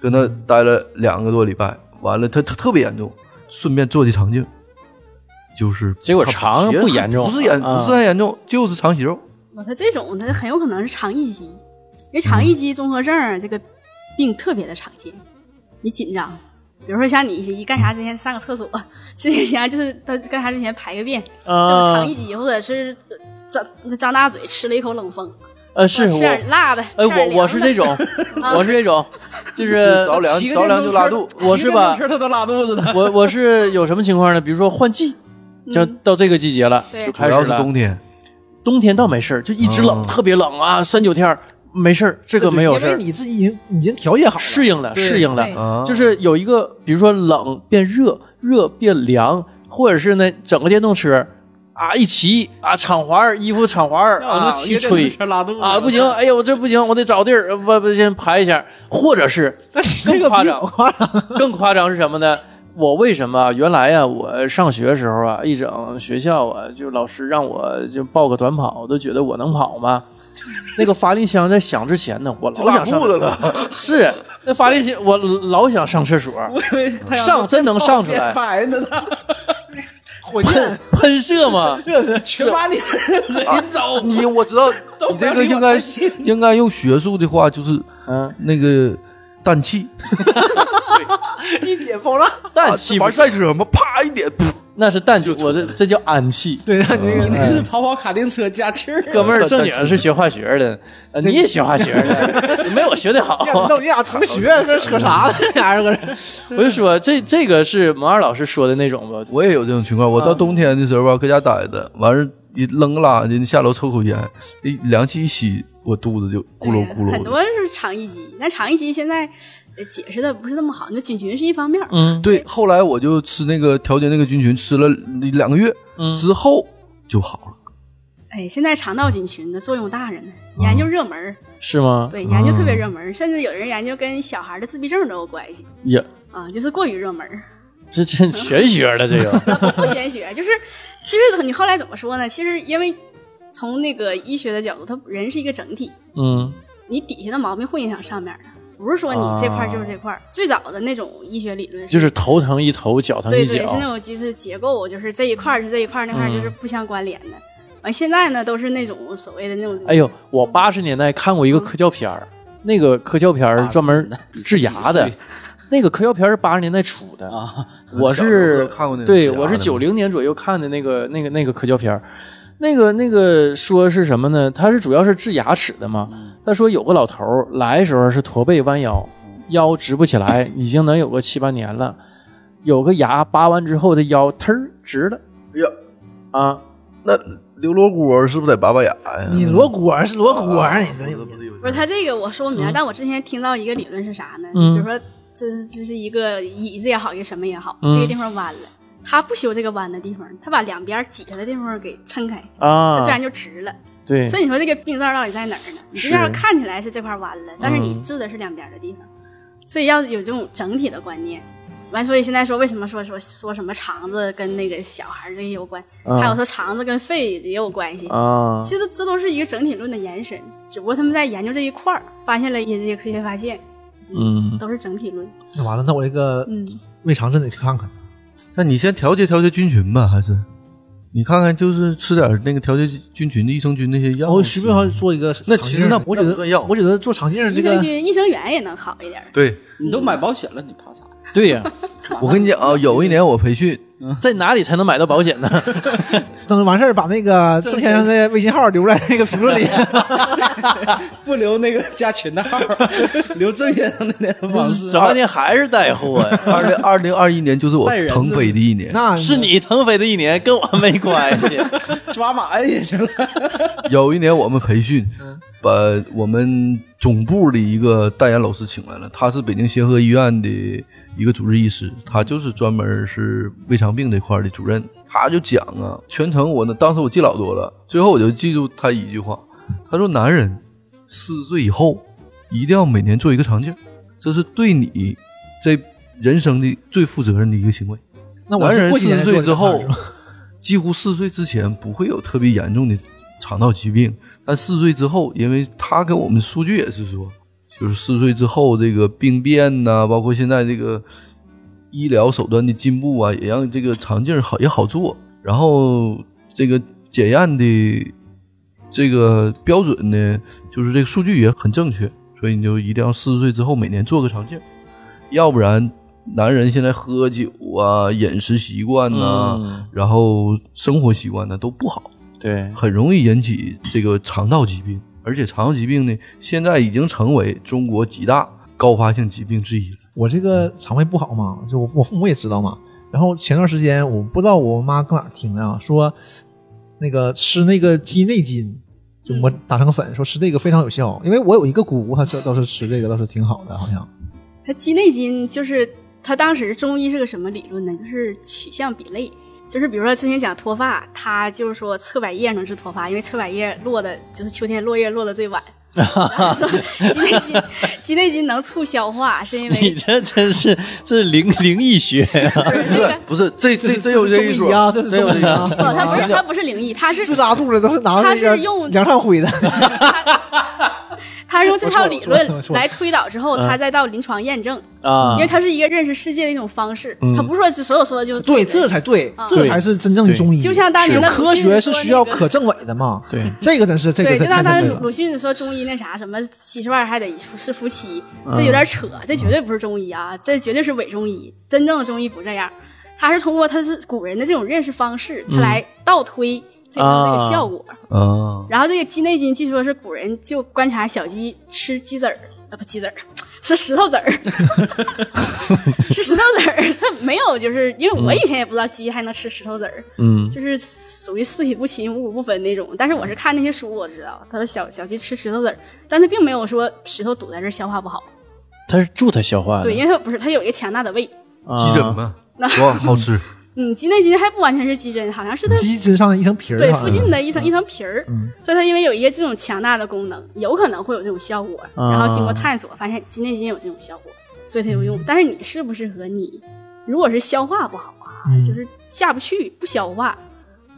Speaker 4: 跟他待了两个多礼拜，完了他他特别严重，顺便做的肠镜，就是
Speaker 1: 结果
Speaker 4: 他
Speaker 1: 肠
Speaker 4: 其实
Speaker 1: 不严重
Speaker 4: 不是严
Speaker 1: 啊
Speaker 4: 不是太严重，就是肠息肉，
Speaker 5: 我它这种它很有可能是肠易激，因为肠
Speaker 4: 嗯
Speaker 5: 易激综合症儿这个病特别的常见。你紧张，比如说像你一干啥之前上个厕所，实际上就是他干啥之前排个便，就是
Speaker 1: 啊
Speaker 5: 肠易激，或者是呃张张大嘴吃了一口冷风，
Speaker 1: 呃，是
Speaker 5: 吃
Speaker 1: 我，
Speaker 5: 点辣的，
Speaker 1: 哎，
Speaker 5: 吃点
Speaker 1: 我我
Speaker 5: 凉
Speaker 1: 是
Speaker 5: 的
Speaker 1: 这种，
Speaker 5: 啊
Speaker 1: 我是这种，就是
Speaker 4: 着凉
Speaker 3: 骑个电
Speaker 4: 着凉
Speaker 3: 动
Speaker 4: 就
Speaker 3: 车
Speaker 4: 拉肚，
Speaker 1: 我是吧
Speaker 3: 骑个电动车他都拉肚子的。
Speaker 1: 我我是有什么情况呢？比如说换季，就
Speaker 5: 嗯
Speaker 1: 到这个季节了，就
Speaker 5: 对
Speaker 4: 主
Speaker 1: 开始
Speaker 4: 要是
Speaker 1: 了。
Speaker 4: 冬天，
Speaker 1: 冬天倒没事儿，就一直冷，
Speaker 4: 嗯
Speaker 1: 特别冷啊，三九天儿没事儿，这个没有事
Speaker 2: 因
Speaker 1: 儿
Speaker 2: 为，你自己已经已经调节好了，
Speaker 1: 适应了，
Speaker 2: 对
Speaker 1: 适应了
Speaker 5: 对。
Speaker 4: 啊，
Speaker 1: 就是有一个，比如说冷变热，热变凉，或者是呢，整个电动车啊一骑啊敞环儿，衣服敞环儿啊一吹
Speaker 3: 拉肚
Speaker 1: 啊不行，哎呀我这不行，我得找地儿，呃不不先排一下，或者是
Speaker 2: 这
Speaker 1: 更
Speaker 2: 个
Speaker 1: 夸
Speaker 2: 比
Speaker 1: 张
Speaker 2: 我， 夸张，
Speaker 1: 更夸张是什么呢？ 我为什么啊原来呀、我上学的时候啊，一整学校啊，就老师让我就报个短跑，我都觉得我能跑 吗？那个发力箱在响之前呢，我老想上
Speaker 4: 裤子了，
Speaker 1: 是那发力箱，我老想上厕所， 上真能上出来，
Speaker 3: 白的呢，
Speaker 2: 火
Speaker 1: 喷
Speaker 2: 箭
Speaker 1: 喷射 吗？
Speaker 3: 全把你
Speaker 2: 啊
Speaker 3: 淋走。
Speaker 4: 你我知道， 你这个应该应该用学术的话就是
Speaker 1: 嗯，
Speaker 4: 那个氮 气，
Speaker 2: 一点爆炸，
Speaker 1: 氮气不
Speaker 4: 啊玩赛车嘛，啪一点，噗
Speaker 1: 那是氮气，我这这叫氨气。
Speaker 2: 对，让你那个
Speaker 3: 那是跑跑卡丁车加气儿，
Speaker 1: 哥们儿
Speaker 4: 氮
Speaker 1: 正
Speaker 4: 氮
Speaker 1: 经
Speaker 4: 气
Speaker 1: 是学化学 的，呃你也学化学的， 没我学的好。
Speaker 2: 让你闹你俩同学这扯啥呢？这俩人搁这
Speaker 1: 我就说这这个是蒙二老师说的那种吧，
Speaker 4: 我也有这种情况，我
Speaker 2: 嗯
Speaker 4: 到冬天的时候吧，搁家待着，完事儿一扔个垃圾，下楼抽口烟，一凉气一吸，我肚子就咕噜咕噜
Speaker 5: 很
Speaker 4: 的。
Speaker 5: 多是肠易激，但肠易激现在呃解释的不是那么好，那菌群是一方面儿，
Speaker 1: 嗯
Speaker 4: 对，后来我就吃那个调节那个菌群，吃了两个月
Speaker 1: 嗯
Speaker 4: 之后就好了。
Speaker 5: 哎，现在肠道菌群的作用大着呢，
Speaker 1: 嗯
Speaker 5: 研究热门儿，
Speaker 1: 是吗？
Speaker 5: 对，研究特别热门儿，甚至有人研究跟小孩的自闭症都有关系
Speaker 1: 也
Speaker 5: 啊，就是过于热门儿。
Speaker 1: 这这玄学了，这 个
Speaker 5: 不玄学，就是其实你后来怎么说呢？其实因为从那个医学的角度，它人是一个整体，
Speaker 1: 嗯
Speaker 5: 你底下的毛病会影响上面的，不是说你这块儿就是
Speaker 1: 啊
Speaker 5: 这块儿。最早的那种医学理论
Speaker 1: 就是头疼一头，脚疼
Speaker 5: 对
Speaker 1: 一
Speaker 5: 对，
Speaker 1: 脚
Speaker 5: 是，那种就是结构，就是这一块儿是这一块儿，那块儿
Speaker 1: 嗯
Speaker 5: 就是不相关联的。完、现在呢，都是那种所谓的那种，
Speaker 1: 哎呦，我八十年代看过一个科教片儿，那个科教片儿专门治牙的，那个科教片儿是八十年代初的。
Speaker 3: 啊，
Speaker 1: 我是
Speaker 4: 小时候看过那种
Speaker 1: 对，
Speaker 4: 治牙的
Speaker 1: 我是九零年左右看的那个那个那个科教片儿，那个那个说是什么呢？他是主要是治牙齿的嘛。
Speaker 4: 嗯
Speaker 1: 他说有个老头儿来的时候是驼背弯腰，
Speaker 4: 嗯
Speaker 1: 腰直不起来，已经能有个七八年了。有个牙拔完之后，这腰腾儿直了
Speaker 4: 哎呀，
Speaker 1: 啊！
Speaker 4: 那刘罗锅是不是得拔拔牙呀？
Speaker 2: 你罗锅是罗锅，
Speaker 4: 哦
Speaker 2: 你这
Speaker 5: 不是他这个我说不明白。但我之前听到一个理论是啥呢？
Speaker 1: 嗯
Speaker 5: 比如说这是这是一个椅子也好，一个什么也好，
Speaker 1: 嗯
Speaker 5: 这个地方弯了，他不修这个弯的地方，他把两边挤下的地方给撑开，它自
Speaker 1: 啊
Speaker 5: 然，就直了。
Speaker 1: 对，
Speaker 5: 所以你说这个病灶到底在哪儿呢？你这样
Speaker 1: 嗯是
Speaker 5: 看起来是这块弯了，但是你
Speaker 1: 嗯
Speaker 5: 治的是两边的地方，所以要有这种整体的观念。完，所以现在说为什么说说说什么肠子跟那个小孩儿这些有关，还有
Speaker 1: 啊
Speaker 5: 说肠子跟肺也有关系。
Speaker 1: 啊，
Speaker 5: 其实这都是一个整体论的延伸，只不过他们在研究这一块儿，发现了一些这些科学发现，
Speaker 1: 嗯，
Speaker 5: 都是整体论。
Speaker 2: 那完了，那我这个
Speaker 5: 嗯，
Speaker 2: 胃肠真得去看看。
Speaker 4: 那你先调节调节菌群吧，还是你看看，就是吃点那个调节菌群的益生菌那些药。
Speaker 2: 我徐斌好像做一个肠镜儿，
Speaker 4: 那其实那不
Speaker 2: 我觉
Speaker 4: 那不算
Speaker 2: 得
Speaker 4: 药
Speaker 2: 我觉得做肠镜儿
Speaker 5: 益
Speaker 2: 这
Speaker 5: 生
Speaker 2: 个
Speaker 5: 菌、益生元也能好一点儿。
Speaker 4: 对，
Speaker 3: 你都买保险了，你怕啥？
Speaker 1: 对呀、
Speaker 4: 我跟你 讲
Speaker 3: 哦
Speaker 4: 啊，有一年我培训，
Speaker 1: 在哪里才能买到保险 呢？
Speaker 2: 等完事儿把那个郑先生的微信号留在那个评论里，
Speaker 3: 不留那个加群的号， 留郑先生的联系方式。
Speaker 1: 这半天还是带货 呀、
Speaker 2: 啊
Speaker 4: 二零二零二一年就是我
Speaker 3: 带人的
Speaker 4: 腾飞的一年，
Speaker 2: 那
Speaker 1: 是你腾飞的一年，跟我没关 系。
Speaker 3: 抓马也行了。
Speaker 4: 有一年我们培训，把我们总部的一个代言老师请来了，他是北京协和医院的一个主治医师，他就是专门是胃肠病这块儿的主任。他就讲啊，全程我呢，当时我记老多了，最后我就记住他一句话，他说：“男人四十岁以后一定要每年做一个肠镜，这是对你这人生的最负责任的一个行为。”
Speaker 2: 那我
Speaker 4: 男
Speaker 2: 是
Speaker 4: 人
Speaker 2: 过
Speaker 4: 四
Speaker 2: 几年
Speaker 4: 十
Speaker 2: 做
Speaker 4: 岁
Speaker 2: 的
Speaker 4: 之
Speaker 2: 肠
Speaker 4: 后
Speaker 2: 镜儿是吧，
Speaker 4: 几乎四十岁之前不会有特别严重的肠道疾病，但四十岁之后，因为他给我们数据也是说，就是四十岁之后这个病变呐、包括现在这个医疗手段的进步啊，也让这个肠镜儿好也好做，然后这个检验的这个标准呢，就是这个数据也很正确，所以你就一定要四十岁之后每年做个肠镜儿，要不然男人现在喝酒啊、饮食习惯呐、
Speaker 1: 嗯
Speaker 4: 然后生活习惯呢都不好，
Speaker 1: 对，
Speaker 4: 很容易引起这个肠道疾病，而且肠道疾病呢现在已经成为中国几大高发性疾病之一了。
Speaker 2: 我这个肠胃不好嘛，就我我父母也知道嘛。然后前段时间我不知道我妈搁哪儿听的啊，说那个吃那个鸡内金，就磨打成粉，说吃这个非常有效。因为我有一个姑姑，她是倒是吃这个倒是挺好的，好像
Speaker 5: 它鸡内金就是它当时中医是个什么理论呢？就是取向比类，就是比如说之前讲脱发，它就是说侧柏叶能治脱发，因为侧柏叶落的就是秋天落叶落的 最晚。然后说鸡内金，鸡内金能促消化，是因为
Speaker 1: 你这真是这是灵灵异学啊！
Speaker 5: 不是这个
Speaker 4: 不是这这
Speaker 2: 这
Speaker 4: 这有这
Speaker 2: 中
Speaker 4: 一说
Speaker 2: 医啊，这是中医啊，
Speaker 5: 不，它不 是它不是灵异，它是
Speaker 2: 吃拉肚子都是拿
Speaker 5: 它
Speaker 2: 那
Speaker 5: 是
Speaker 2: 个
Speaker 5: 用
Speaker 2: 梁上辉的，
Speaker 5: 它是用这套理
Speaker 2: 我错了我
Speaker 5: 论
Speaker 2: 错了嗯
Speaker 5: 来推导之后，它再到临床验证，
Speaker 2: 啊
Speaker 5: 因为它是一个认识世界的一种方式，它不是说所有说的就
Speaker 2: 嗯对，这才对，这
Speaker 1: 对
Speaker 2: 才是真正的中医。
Speaker 5: 嗯就像当年
Speaker 2: 就
Speaker 5: 的鲁
Speaker 2: 科
Speaker 5: 迅
Speaker 2: 学是
Speaker 5: 说
Speaker 2: 需
Speaker 5: 那
Speaker 2: 要
Speaker 5: 个
Speaker 2: 可证伪的嘛？
Speaker 1: 对，
Speaker 2: 这个真是这个
Speaker 5: 对，就
Speaker 2: 真
Speaker 5: 像
Speaker 2: 太
Speaker 5: 当
Speaker 2: 对
Speaker 5: 时鲁
Speaker 2: 了。
Speaker 5: 迅说中医那啥什么七十万还得是夫妻，
Speaker 2: 嗯
Speaker 5: 这有点扯，这绝对不是中医啊，这绝对是伪中医。真正的中医不这样，他是通过他是古人的这种认识方式，
Speaker 2: 嗯
Speaker 5: 他来倒推这个这个
Speaker 1: 啊
Speaker 5: 效果。
Speaker 4: 啊，
Speaker 5: 然后这个鸡内金据说是古人就观察小鸡吃鸡子儿，啊不鸡子儿，吃石头 子儿，吃石头子儿，它没有就是因为我以前也不知道鸡还能吃石头子儿，
Speaker 1: 嗯，
Speaker 5: 就是属于四体不勤五谷不分那种。但是
Speaker 2: 嗯
Speaker 5: 我是看那些书我知道，他说小小鸡吃石头子儿，但它并没有说石头堵在这儿消化不好，
Speaker 1: 它是助它消化
Speaker 2: 啊
Speaker 1: 的，
Speaker 5: 对，因为它不是它有一个强大的胃。
Speaker 1: 啊
Speaker 4: 鸡胗嘛，哇，好吃，
Speaker 5: 嗯，鸡内金还不完全是鸡胗，好像是它
Speaker 2: 鸡胗上的一层皮儿，啊
Speaker 5: 对
Speaker 2: 好像
Speaker 5: 附近的一层一层皮儿，
Speaker 2: 嗯
Speaker 5: 所以它因为有一个这种强大的功能，有可能会有这种效果。
Speaker 1: 啊
Speaker 5: 然后经过探索发现鸡内金有这种效果，所以它有用。
Speaker 2: 嗯
Speaker 5: 但是你适不适合你，如果是消化不好啊，
Speaker 2: 嗯
Speaker 5: 就是下不去不消化，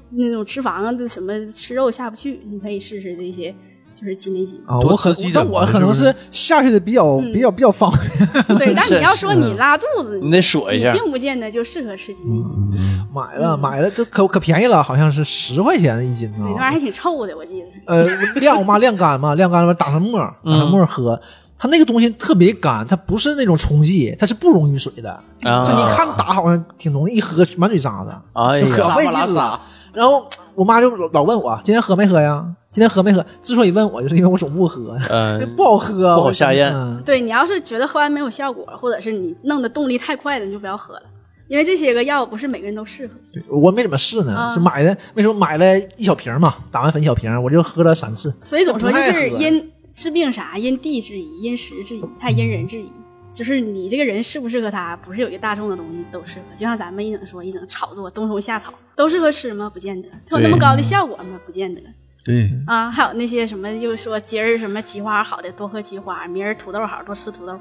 Speaker 5: 那种脂肪啊的什么吃肉下不去，你可以试试这些就是鸡 内金。
Speaker 2: 啊，
Speaker 4: 多
Speaker 2: 我可
Speaker 4: 吃鸡
Speaker 2: 但
Speaker 4: 胗
Speaker 2: 我
Speaker 4: 嘛
Speaker 2: 可能
Speaker 4: 是不
Speaker 2: 是下去的比较
Speaker 5: 嗯
Speaker 2: 比较比较方便。
Speaker 5: 对，但
Speaker 1: 是
Speaker 5: 你要说
Speaker 1: 是
Speaker 5: 你拉肚子，
Speaker 1: 你得说一下
Speaker 5: 你并不见得就适合吃鸡内金。
Speaker 2: 买了买了，这可可便宜了，好像是十块钱一斤
Speaker 1: 嗯
Speaker 5: 嗯对，
Speaker 1: 哦
Speaker 5: 那玩意儿
Speaker 2: 啊。
Speaker 5: 还挺臭的，我记得。
Speaker 2: 呃，晾我妈晾干嘛， 晾干了打成沫儿，打成沫儿喝。它那个东西特别干，它不是那种冲剂，它是不溶于水的。
Speaker 1: 啊
Speaker 2: 就你看打好像挺浓，一喝满嘴渣子。
Speaker 1: 哎
Speaker 2: 就可
Speaker 1: 呀，
Speaker 2: 费劲了。然后我妈就老老问我今天喝没喝呀？今天喝没喝？之所以问我，就是因为我总不喝，
Speaker 1: 嗯，
Speaker 2: 不好喝，
Speaker 1: 不好下咽
Speaker 2: 嗯
Speaker 5: 对你要是觉得喝完没有效果，或者是你弄的动力太快了，你就不要喝了，因为这些个药不是每个人都适合。
Speaker 2: 对我没怎么试呢，
Speaker 1: 嗯
Speaker 5: 啊
Speaker 2: 是买的，那时候买了一小瓶嘛，打完粉一小瓶，我就喝了三次。
Speaker 5: 所以总说就
Speaker 2: 不太
Speaker 5: 是
Speaker 2: 合
Speaker 5: 因治病啥，因地制宜，因时制宜，还因人制宜。就是你这个人适不适合它，不是有一个大众的东西都适合。就像咱们一整说一整炒作，冬虫夏草都适合吃吗？不见得。它有那么
Speaker 1: 对
Speaker 5: 高的效果吗？不见得。
Speaker 2: 嗯
Speaker 4: 对，
Speaker 5: 啊，还有那些什么又说今儿什么菊花好的多喝菊花，明儿土豆好多吃土豆，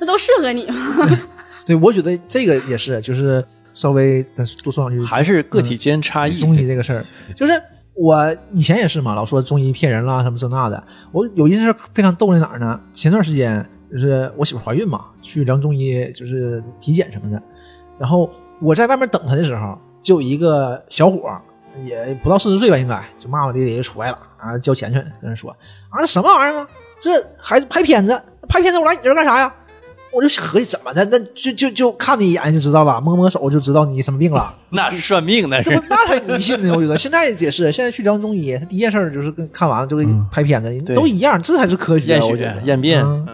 Speaker 5: 这都适合你吗？
Speaker 2: 对，我觉得这个也是，就是稍微再多说两句，
Speaker 1: 还是个体间差异。
Speaker 2: 中医这个事儿，就是我以前也是嘛，老说中医骗人啦，什么这那的。我有一件事非常逗在哪儿呢？前段时间就是我媳妇怀孕嘛，去量中医就是体检什么的，然后我在外面等她的时候，就有一个小伙儿也不到四十岁吧，应该就骂骂咧咧就出来了啊，交钱去跟人说啊，什么玩意儿啊，这还拍片子，拍片子我来你这儿干啥呀？我就合计怎么的，那就就就看你一眼就知道了，摸摸手就知道你什么病了。
Speaker 1: 那是算命，那
Speaker 2: 这不那才迷信呢！我觉得现在也是，现在去量中医，他第一件事儿就是跟看完了就给你拍片子，
Speaker 1: 对
Speaker 2: 都一样，这才是科学。啊
Speaker 1: 验
Speaker 2: 我觉
Speaker 1: 血
Speaker 2: 得、
Speaker 1: 验便，
Speaker 2: 嗯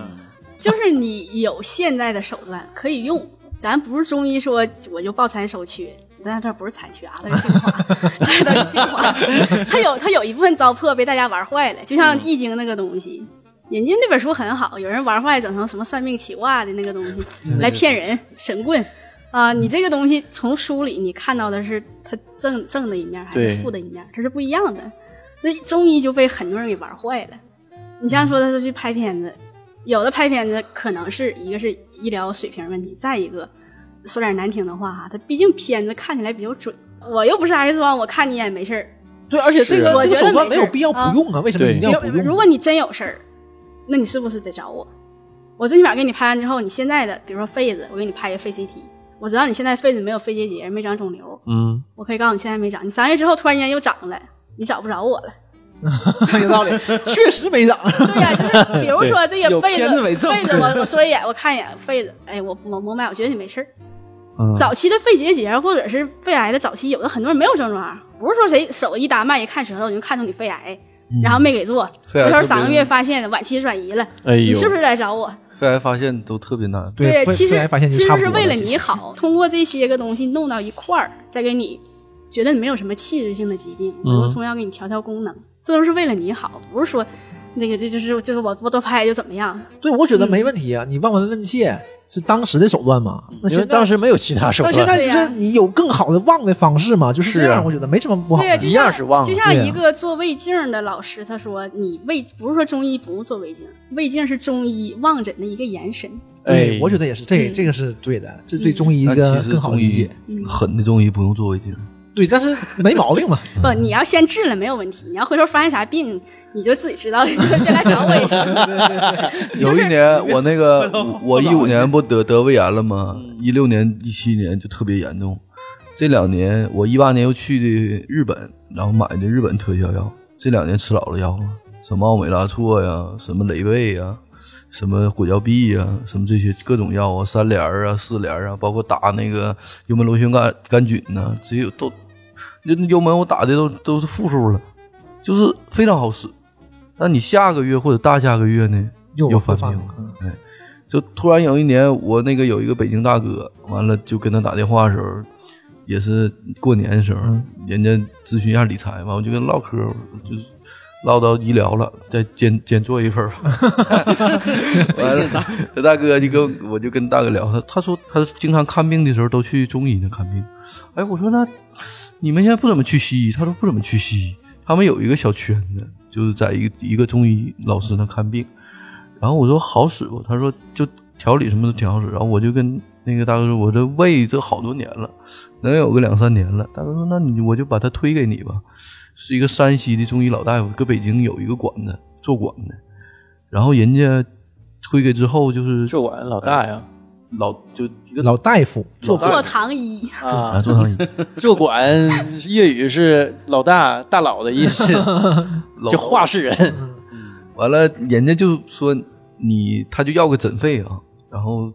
Speaker 5: 就是你有现在的手段可以用，咱不是中医说我就抱残守缺，但它不是残缺啊，它是进 化，它是进 化，它有它有一部分糟粕被大家玩坏了，就像《易经》那个东西。人家那本书很好，有人玩坏整成什么算命起卦的那个东西来骗人，神棍啊、你这个东西从书里你看到的是它正正的一面还
Speaker 1: 对
Speaker 5: 是负的一面，它是不一样的。那中医就被很多人给玩坏了。你像说他都去拍片子，有的拍片子可能是一个是医疗水平问题，再一个说点难听的话哈，他毕竟片子看起来比较准。我又不是 S 1我看你一眼没事儿。
Speaker 2: 对，而且这
Speaker 5: 是
Speaker 2: 个
Speaker 5: 啊
Speaker 2: 这个手段没有必要
Speaker 5: 我觉得没事
Speaker 2: 不用啊，为什么
Speaker 1: 对
Speaker 2: 一定要不
Speaker 5: 比如
Speaker 2: 用？
Speaker 5: 如果你 真有事儿，那你是不是得找我？我最起码给你拍完之后，你现在的比如说痱子，我给你拍一个肺 CT，我知道你现在痱子没有肺结节，没长肿瘤，
Speaker 1: 嗯，
Speaker 5: 我可以告诉你现在没长，你三个月之后突然间又长了，你找不着我了。
Speaker 2: 有道理，确实没长。
Speaker 5: 对呀、就是比如说这
Speaker 3: 有
Speaker 5: 个痱
Speaker 3: 片子
Speaker 5: 子，
Speaker 3: 为证
Speaker 5: 痱子我我说一眼，我看一眼痱子，哎，我我膜拜，我觉得你没事儿。
Speaker 2: 嗯
Speaker 5: 早期的肺结节或者是肺癌的早期，有的很多人没有症状，啊不是说谁手一搭脉一看舌头你就看出你肺癌，
Speaker 2: 嗯
Speaker 5: 然后没给做，
Speaker 4: 肺癌
Speaker 5: 回头
Speaker 4: 特别
Speaker 5: 三个月发现晚期转移了，
Speaker 1: 哎
Speaker 5: 你
Speaker 1: 呦，
Speaker 5: 是不是来找我？
Speaker 4: 肺癌发现都特别难，
Speaker 5: 对，
Speaker 2: 非
Speaker 5: 其
Speaker 2: 非来
Speaker 5: 实
Speaker 2: 发现就
Speaker 5: 其
Speaker 2: 差
Speaker 5: 实
Speaker 2: 不
Speaker 5: 是
Speaker 2: 多
Speaker 5: 为了
Speaker 2: 其实
Speaker 5: 你好，通过这些个东西
Speaker 2: 嗯
Speaker 5: 弄到一块儿，再给你觉得你没有什么器质性的疾病，我用中药给你调调功能，这都是为了你好，不是说那个这就是就是我我多拍就怎么样，
Speaker 2: 对，我觉得
Speaker 5: 嗯
Speaker 2: 没问题啊。你望闻问切是当时的手段嘛？那
Speaker 1: 嗯因
Speaker 2: 现
Speaker 1: 为
Speaker 2: 在
Speaker 1: 当时没有其他手
Speaker 2: 那
Speaker 1: 段。
Speaker 2: 现在
Speaker 5: 对啊
Speaker 2: 就
Speaker 5: 呀
Speaker 2: 是你有更好的望的方式嘛？就是这
Speaker 1: 是啊
Speaker 2: 样，我觉得没什么不好
Speaker 5: 对呀、啊
Speaker 2: 的。
Speaker 5: 就
Speaker 1: 一样
Speaker 5: 像
Speaker 1: 是忘了
Speaker 5: 就像
Speaker 2: 对
Speaker 5: 一
Speaker 2: 呀
Speaker 5: 个做胃镜的老师，他说你胃不是说中医不做胃镜，胃镜是中医望诊的一个延伸。
Speaker 2: 对，我觉
Speaker 1: 得
Speaker 2: 得也是，这
Speaker 5: 嗯
Speaker 2: 这个是对的，这对中医一
Speaker 4: 但
Speaker 2: 个
Speaker 4: 其实
Speaker 2: 更好的
Speaker 4: 中
Speaker 2: 理
Speaker 4: 医
Speaker 2: 解。
Speaker 5: 嗯
Speaker 4: 狠的中医不用做胃镜，
Speaker 2: 对，但是没毛病嘛。
Speaker 5: 不，你要先治了没有问题，你要回头发现啥病，你就自己知道，你就 别来找我也行。
Speaker 4: 有一年 我那个我一五年不得得胃炎了嗯吗？一六年一七年就特别严重，这两年我一八年又去的日本，然后买的日本特效药，这两年吃老了药了，什么奥美拉唑呀，什么雷贝呀。什么果胶吡呀，啊什么这些各种药啊，三联儿啊、四联儿啊，包括打那个幽门螺旋杆杆菌呐、只有都那那幽门我打的都都是负数了，就是非常好使。那你下个月或者大下个月呢，
Speaker 2: 又
Speaker 4: 又犯
Speaker 2: 犯
Speaker 4: 病
Speaker 2: 了
Speaker 4: 了。
Speaker 2: 嗯
Speaker 4: 哎，就突然有一年，我那个有一个北京大哥，完了就跟他打电话的时候，也是过年的时候，人家咨询一下理财嘛，我就跟他唠嗑，我就是唠到医疗了，再兼兼做一 份儿。完了，这大哥就跟我就跟大哥聊，他他说他经常看病的时候都去中医那看病。哎，我说那你们现在不怎么去西医？他说不怎么去西医，他们有一个小圈子，就是在一个一个中医老师那看病。然后我说好使不？他说就调理什么都挺好使。然后我就跟那个大哥说，我这胃这好多年了，能有个两三年了。大哥说，那你我就把他推给你吧，是一个山西的中医老大夫，搁北京有一个馆子做馆子。然后人家推给之后就是
Speaker 1: 这管老大呀
Speaker 4: 老就一个
Speaker 2: 老大夫
Speaker 1: 做
Speaker 5: 做
Speaker 1: 管
Speaker 5: 糖衣，
Speaker 4: 啊
Speaker 1: 啊，
Speaker 4: 做上
Speaker 1: 这管粤语是老大大佬的意思，
Speaker 4: 老
Speaker 1: 就话事人。
Speaker 4: 完了，人家就说你，他就要个诊费啊，然后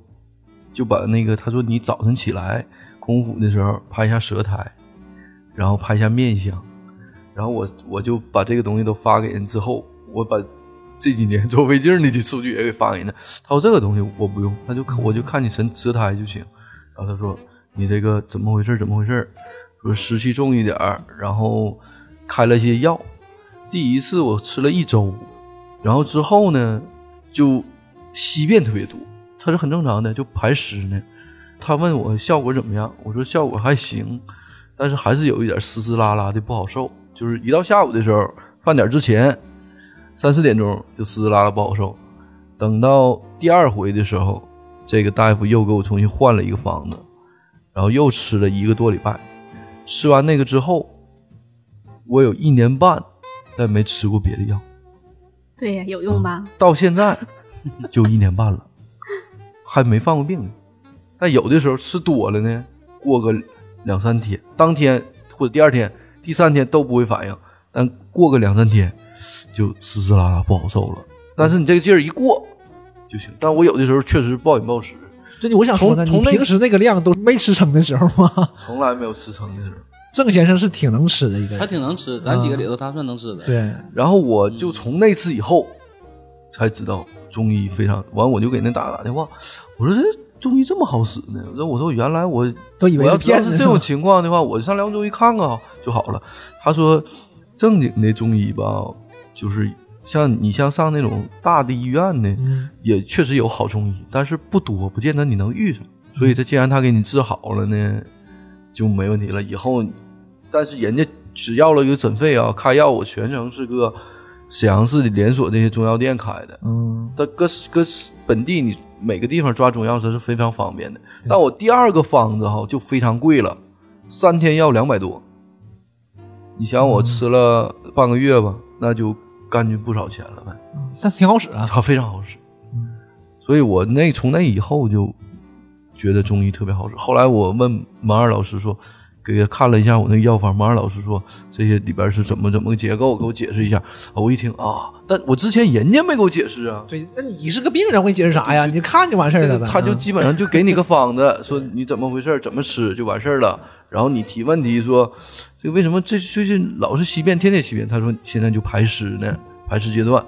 Speaker 4: 就把那个他说你早晨起来空腹的时候拍一下舌苔，然后拍一下面相，然后我我就把这个东西都发给人之后，我把这几年做胃镜的这数据也给发给人家，他说这个东西我不用，他就看我就看你舌舌苔就行，然后他说你这个怎么回事儿怎么回事儿，说湿气重一点儿，然后开了一些药，第一次我吃了一周。然后之后呢，就稀便特别多，它是很正常的，就排湿呢。他问我效果怎么样，我说效果还行，但是还是有一点丝丝拉拉的不好受，就是一到下午的时候，饭点之前，三四点钟就丝丝拉拉不好受。等到第二回的时候，这个大夫又给我重新换了一个方子，然后又吃了一个多礼拜。吃完那个之后，我有一年半再没吃过别的药。
Speaker 5: 对呀，有用吧？
Speaker 4: 到现在 就一年半了，还没犯过病呢。但有的时候吃多了呢，过个两三天，当天或者第二天、第三天都不会反应，但过个两三天就丝丝拉拉不好受了。但是你这个劲儿一过就行。但我有的时候确实暴饮暴食，
Speaker 2: 就我想说呢，
Speaker 4: 从
Speaker 2: 你
Speaker 4: 从那
Speaker 2: 平时那个量都没吃撑的时候吗？
Speaker 4: 从来没有吃撑的时候。
Speaker 2: 郑先生是挺能吃的一个
Speaker 3: 他
Speaker 2: 人，
Speaker 3: 挺能吃，咱几个里头他算能吃的。，
Speaker 2: 对，
Speaker 4: 然后我
Speaker 2: 嗯
Speaker 4: 就从那次以后才知道中医非常。完，我就给那大哥打电话，我说这中医这么好使呢？我说我说原来我
Speaker 2: 都以
Speaker 4: 我
Speaker 2: 为
Speaker 4: 要
Speaker 2: 是
Speaker 4: 知道
Speaker 2: 骗子
Speaker 4: 是这种情况的话，我上梁中医看看就好了。他说，正经的中医吧，就是像你像上那种大的医院呢，
Speaker 2: 嗯
Speaker 4: 也确实有好中医，但是不多，不见得你能遇上。所以他既然他给你治好了呢，就没问题了。以后，但是人家只要了一个诊费啊，开药我全程是搁沈阳市的连锁这些中药店开的，
Speaker 2: 嗯，
Speaker 4: 在搁搁本地你每个地方抓中药它是非常方便的。但我第二个方子哈就非常贵了，三天药两百多。你想我吃了半个月吧，那就干进不少钱了呗。
Speaker 2: 但是挺好使啊。
Speaker 4: 它非常好使，所以我那从那以后就觉得中医特别好使。后来我问马二老师说，给他看了一下我那个药方，马二老师说这些里边是怎么怎么个结构，给我解释一下。我一听啊，但我之前人家没给我解释啊，
Speaker 2: 对，那你是个病人，我给你解释啥呀？你就看就完事儿
Speaker 4: 这
Speaker 2: 了
Speaker 4: 个
Speaker 2: 呗。
Speaker 4: 他就
Speaker 2: 嗯
Speaker 4: 基本上就给你个方子， 说你怎么回事儿，怎么吃就完事儿了。然后你提问题说，这个为什么这最近老是稀便，天天稀便？他说现在就排湿呢，排湿阶段。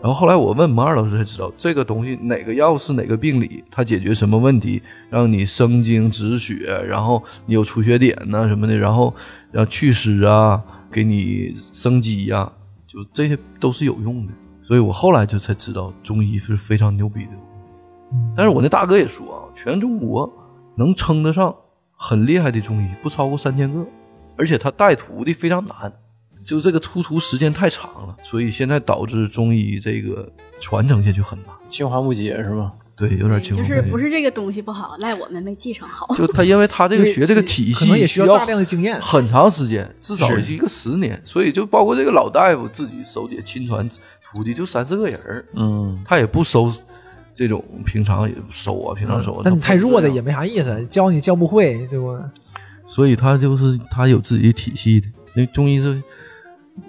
Speaker 4: 然后后来我问马二老师才知道，这个东西哪个药是哪个病理，它解决什么问题，让你生津止血，然后你有出血点呐、什么的，然后然后祛湿啊，给你生肌呀、就这些都是有用的。所以我后来就才知道中医是非常牛逼的。但是我那大哥也说啊，全中国能称得上很厉害的中医不超过三千个，而且他带徒弟非常难，就这个突突时间太长了，所以现在导致中医这个传承下去很难。
Speaker 1: 清华木姐是吗？
Speaker 4: 对，嗯有点
Speaker 5: 对
Speaker 4: 情
Speaker 5: 就
Speaker 4: 况
Speaker 5: 是
Speaker 4: 下
Speaker 5: 不是这个东西不好，赖我们没继承好。
Speaker 4: 就他，因为他这个学这个体
Speaker 2: 可能
Speaker 4: 系
Speaker 2: 也需要大量的经验
Speaker 4: 很长时间，至少
Speaker 1: 是
Speaker 4: 一个十年，所以就包括这个老大夫自己手底下亲传徒弟就三四个人儿
Speaker 1: 嗯，
Speaker 4: 他也不收这种平常也不收啊，平常收啊。
Speaker 2: 但你
Speaker 4: 他
Speaker 2: 太
Speaker 4: 不
Speaker 2: 弱的
Speaker 4: 这
Speaker 2: 也
Speaker 4: 样，
Speaker 2: 没啥意思，教你教不会，对不？
Speaker 4: 所以他就是他有自己的体系的。那中医是，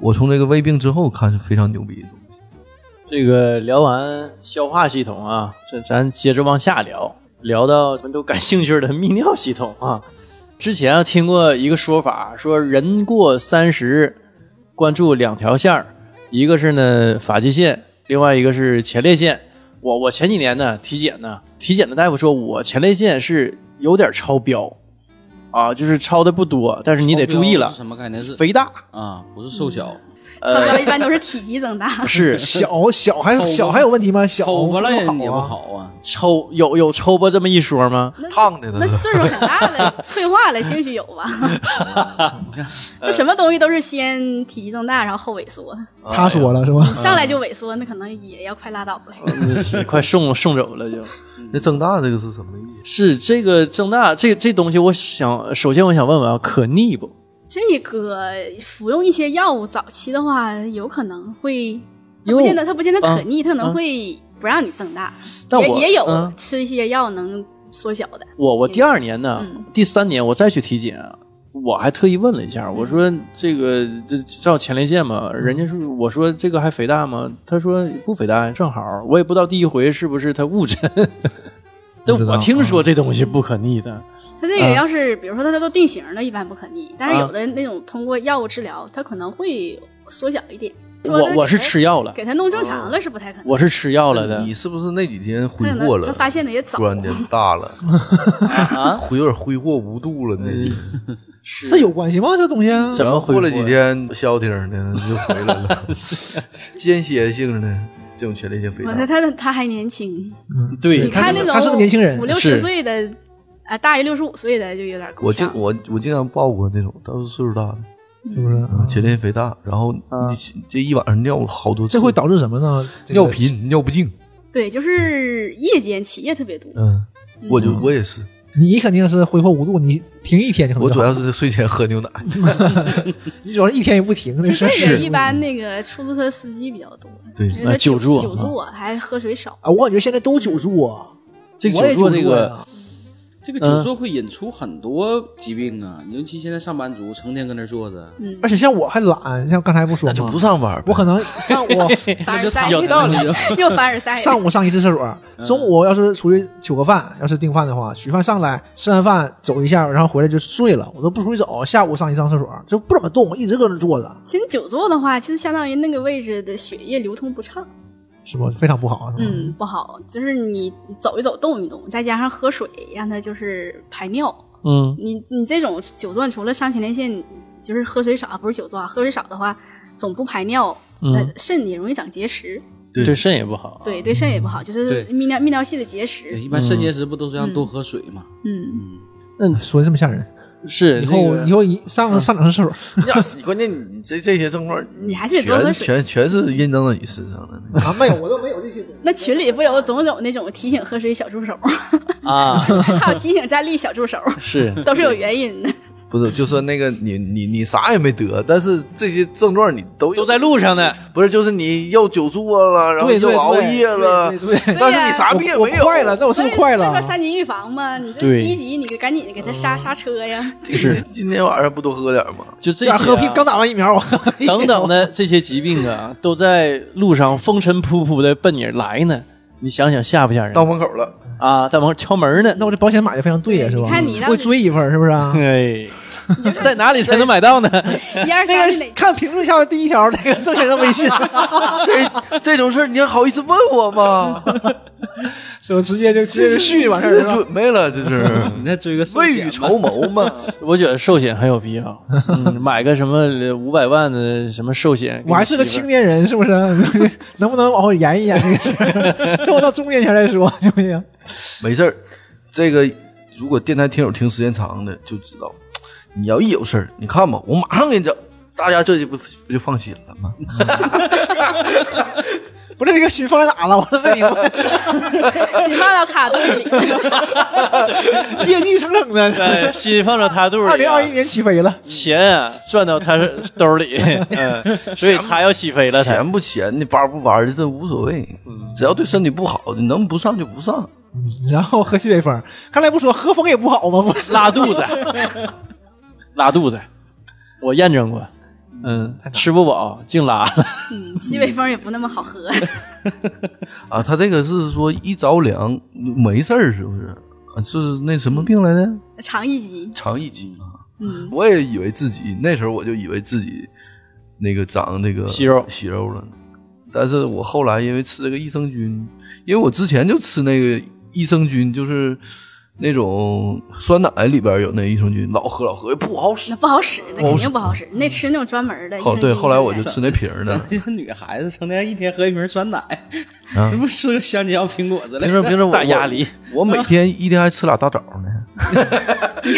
Speaker 4: 我从这个胃病之后看是非常牛逼的东西。
Speaker 1: 这个聊完消化系统啊，这咱接着往下聊，聊到咱们都感兴趣的泌尿系统啊。之前啊听过一个说法，说人过三十，关注两条线儿，一个是呢发际线，另外一个是前列腺。我我前几年呢体检呢，体检的大夫说我前列腺是有点超标，啊，就是超的不多，但是你得注意了
Speaker 3: 是，什么概念是
Speaker 1: 肥大，
Speaker 3: 啊，不是瘦小，
Speaker 5: 超标一般都是体积增 大
Speaker 1: 是
Speaker 2: 小小还
Speaker 3: 吧
Speaker 2: 小还有问题吗？小
Speaker 3: 丑巴了也
Speaker 2: 不好
Speaker 3: 不
Speaker 2: 啊，
Speaker 3: 好啊。
Speaker 1: 抽有有抽吧这么一说吗？
Speaker 4: 烫的
Speaker 5: 那
Speaker 4: 他
Speaker 5: 岁数很大了，退化了，兴许有吧。 那什么东西都是先体积增大，然后后萎缩，
Speaker 2: 啊他说了是吧？
Speaker 5: 上来就萎缩，那可能也要快拉倒了。
Speaker 1: 是快送送走了就。
Speaker 4: 那增大这个是什么意思？
Speaker 1: 是这个正大这这东西，我想首先我想问问啊，可逆不？
Speaker 5: 这个服用一些药物，早期的话有可能会，它
Speaker 1: 因
Speaker 5: 不
Speaker 1: 为
Speaker 5: 见得它不见得可逆，它可
Speaker 1: 啊
Speaker 5: 能会不让你增大，
Speaker 1: 但
Speaker 5: 也
Speaker 1: 我
Speaker 5: 也有
Speaker 1: 嗯
Speaker 5: 吃一些药能缩小的。
Speaker 1: 我我第二年呢，
Speaker 5: 嗯
Speaker 1: 第三年我再去体检，我还特意问了一下，我说
Speaker 5: 嗯
Speaker 1: 这个这照前列腺嘛，人家说我说这个还肥大吗？他说不肥大，正好。我也不知道第一回是不是他误诊， 但我听
Speaker 2: 嗯
Speaker 1: 说这东西不可逆的，
Speaker 5: 它这
Speaker 1: 啊
Speaker 5: 个要是比如说它它都定型了，一般不可逆，但是
Speaker 1: 啊
Speaker 5: 有的那种通过药物治疗，它可能会缩小一点。说它
Speaker 1: 我我是
Speaker 5: 给它
Speaker 1: 吃药嗯了，
Speaker 5: 给它弄正常了是不太可能。
Speaker 1: 我是吃药了的
Speaker 2: 嗯
Speaker 4: 你。是不是那几天挥
Speaker 5: 他可
Speaker 4: 霍
Speaker 5: 能
Speaker 4: 了？
Speaker 5: 他发现的也早
Speaker 4: 突，然间 大了，
Speaker 1: 啊
Speaker 4: 有点挥霍无度了那。
Speaker 2: 这有关系吗？这东西
Speaker 1: 哎
Speaker 2: 啊
Speaker 1: 怎么挥霍
Speaker 4: 过了几天消停的就回来了， 间歇性的这种前列腺肥
Speaker 1: 啊
Speaker 5: 我他
Speaker 4: 大，
Speaker 5: 他他还年轻，
Speaker 1: 对
Speaker 2: 你
Speaker 5: 你看那种
Speaker 2: 他是个年轻人
Speaker 5: 五六
Speaker 1: 是
Speaker 5: 十岁的，啊，大于六十五岁的就有点够
Speaker 4: 我经
Speaker 5: 呛。
Speaker 4: 我我经常抱过那种，都是岁数大的，
Speaker 2: 是不是？
Speaker 4: 啊前列腺肥大，然后
Speaker 1: 啊
Speaker 4: 你这一晚上尿了好多次，
Speaker 2: 这会导致什么呢？这个
Speaker 4: 尿频、尿不尽。
Speaker 5: 对，就是夜间起夜特别多，
Speaker 4: 嗯，我就我也是，
Speaker 2: 你肯定是挥霍无度，你停一天就可能
Speaker 4: 我
Speaker 2: 就
Speaker 4: 主
Speaker 2: 好
Speaker 4: 要是睡前喝牛 奶，
Speaker 2: 你主要是一天也不停，
Speaker 5: 其
Speaker 2: 这
Speaker 5: 实
Speaker 2: 事
Speaker 5: 这
Speaker 2: 是
Speaker 5: 个一般那个出租车司机比较多，
Speaker 4: 对，
Speaker 5: 因为他
Speaker 1: 久坐
Speaker 5: 久坐还喝水少。
Speaker 2: 啊，我感觉现在都久住啊，
Speaker 1: 这个
Speaker 2: 我也
Speaker 1: 久坐这
Speaker 2: 久
Speaker 1: 个
Speaker 2: 呀
Speaker 3: 这个久坐会引出很多疾病啊，尤其现在上班族成天跟那坐着，
Speaker 5: 嗯
Speaker 2: 而，且像我还懒，像刚才不说
Speaker 4: 那就
Speaker 2: 吗
Speaker 4: 不？上班呗，
Speaker 2: 我可能上午
Speaker 5: 凡尔赛
Speaker 1: 有道理
Speaker 5: 又凡尔赛。
Speaker 2: 上午上一次厕所，中午要是出去取个饭，要是订饭的话，取饭上来吃完饭走一下，然后回来就睡了，我都不出去走。下午上一趟厕所，就不怎么动，我一直搁那坐着，
Speaker 5: 其实久坐的话，其实相当于那个位置的血液流通不畅，
Speaker 2: 是不非常不好？啊是吧？
Speaker 5: 嗯，不好。就是你走一走，动一动，再加上喝水，让它就是排尿。
Speaker 1: 嗯，
Speaker 5: 你你这种久坐，除了上前列腺，就是喝水少，不是久坐啊，喝水少的话，总不排尿，
Speaker 2: 嗯
Speaker 5: 呃，肾也容易长结石，
Speaker 4: 对
Speaker 1: 对肾也不好。啊
Speaker 2: 哦
Speaker 5: 对对肾也不好，就是
Speaker 3: 对
Speaker 5: 泌尿泌尿系的结石
Speaker 3: 对，一般肾结石不都是让多喝水嘛？
Speaker 5: 嗯，
Speaker 2: 哎说的这么吓人，
Speaker 1: 是
Speaker 2: 以
Speaker 1: 这
Speaker 2: 后
Speaker 1: 个
Speaker 2: 以后一上上两次厕所
Speaker 4: 呀，你关键你这这些症状，
Speaker 5: 你还是得多喝
Speaker 4: 全
Speaker 5: 水
Speaker 4: 全全是印证到你身上的。
Speaker 2: 啊，没有，我都没有这些东西。
Speaker 5: 那群里不有总有那种提醒喝水小助 手，
Speaker 1: 啊，
Speaker 5: 还有提醒站立小助手，
Speaker 1: 是
Speaker 5: 都是有原因的。
Speaker 4: 不是，就说那个你你你啥也没得，但是这些症状你都有
Speaker 1: 都在路上呢。
Speaker 4: 不是，就是你又久坐了，然后
Speaker 2: 对
Speaker 4: 又
Speaker 2: 对
Speaker 4: 熬
Speaker 2: 对
Speaker 4: 夜了，
Speaker 2: 对对对
Speaker 4: 但是你啥病 也
Speaker 2: 我
Speaker 4: 没有。
Speaker 2: 快了，那我是不
Speaker 5: 所以
Speaker 2: 是快
Speaker 5: 所以
Speaker 2: 了啊哦
Speaker 5: 说？三级预防嘛，你这
Speaker 1: 对
Speaker 5: 第一级你赶紧给他刹刹车 呀。
Speaker 1: 是
Speaker 4: 今天晚上不多喝点吗？
Speaker 1: 就这
Speaker 2: 这
Speaker 1: 些啊
Speaker 2: 样喝屁，刚打完疫苗， 我
Speaker 1: 等等的这些疾病啊，都在路上风尘仆仆的奔你来呢。你想想吓不吓人
Speaker 4: 到门口了，
Speaker 1: 啊？大门口敲门呢，
Speaker 2: 那 我这保险买的非常对呀，是吧？
Speaker 5: 你看你那
Speaker 2: 会追一份儿是不是啊？
Speaker 1: 哎，在哪里才能买到 呢？
Speaker 5: 一二
Speaker 2: 那
Speaker 5: 三是哪
Speaker 2: 个？看评论下面第一 条那个郑先生微信，
Speaker 4: 这这种事儿你还好意思问我吗？
Speaker 2: 是我直接就直接就 续就完事儿了是吧。
Speaker 4: 准备了，这
Speaker 3: 你
Speaker 4: 是
Speaker 3: 再追个寿
Speaker 4: 未
Speaker 3: 险吧
Speaker 4: 雨绸缪嘛。
Speaker 1: 我觉得寿险很有必 要，嗯、买个什么五百万的什么寿险，
Speaker 2: 我还是个青年人，是不是？ 能不能往后延一延这个事儿？ 等我到中年前再说，行不行？
Speaker 4: 没事儿，这个如果电台听友听时间长的就知道，你要一有事儿，你看吧，我马上给你整，大家这就不不就放心了吗？
Speaker 2: 不是这个心放在哪了？我的问你，
Speaker 5: 心放到卡肚子里。
Speaker 2: 我业绩蹭蹭的，
Speaker 1: 哎，心放到他肚里、
Speaker 2: 二零二一年起飞了，
Speaker 1: 钱啊赚到他兜 里，嗯，所以他要起飞了，他
Speaker 4: 钱不钱的，班不班的，这无所谓，只要对身体不好的，能不上就不上。
Speaker 2: 然后喝西北风。刚才不说喝风也不好吗？不是，
Speaker 1: 拉肚子，拉肚子，我验证过，嗯，吃不饱净拉了，
Speaker 5: 嗯，西北风也不那么好喝。
Speaker 4: 啊，他这个是说一着凉没事儿，是不是？啊，是那什么病来着？
Speaker 5: 肠易激，
Speaker 4: 肠易激啊。
Speaker 5: 嗯，
Speaker 4: 我也以为自己那时候我就以为自己那个长那个
Speaker 1: 息肉
Speaker 4: 息肉了，但是我后来因为吃这个益生菌，因为我之前就吃那个益生菌，就是那种酸奶里边有那益生菌，老喝老喝不好使
Speaker 5: 那。不好使，那肯定不好使。你得吃那种专门的。
Speaker 4: 哦，对，后来我就 吃
Speaker 5: 那。
Speaker 4: 那瓶儿的。
Speaker 3: 像女孩子成天一天喝一瓶酸奶，
Speaker 4: 啊
Speaker 3: 这不吃个香蕉、苹果之类
Speaker 4: 平时
Speaker 3: 的。
Speaker 4: 平时我
Speaker 1: 大压力，
Speaker 4: 我每天一天还吃俩大枣呢。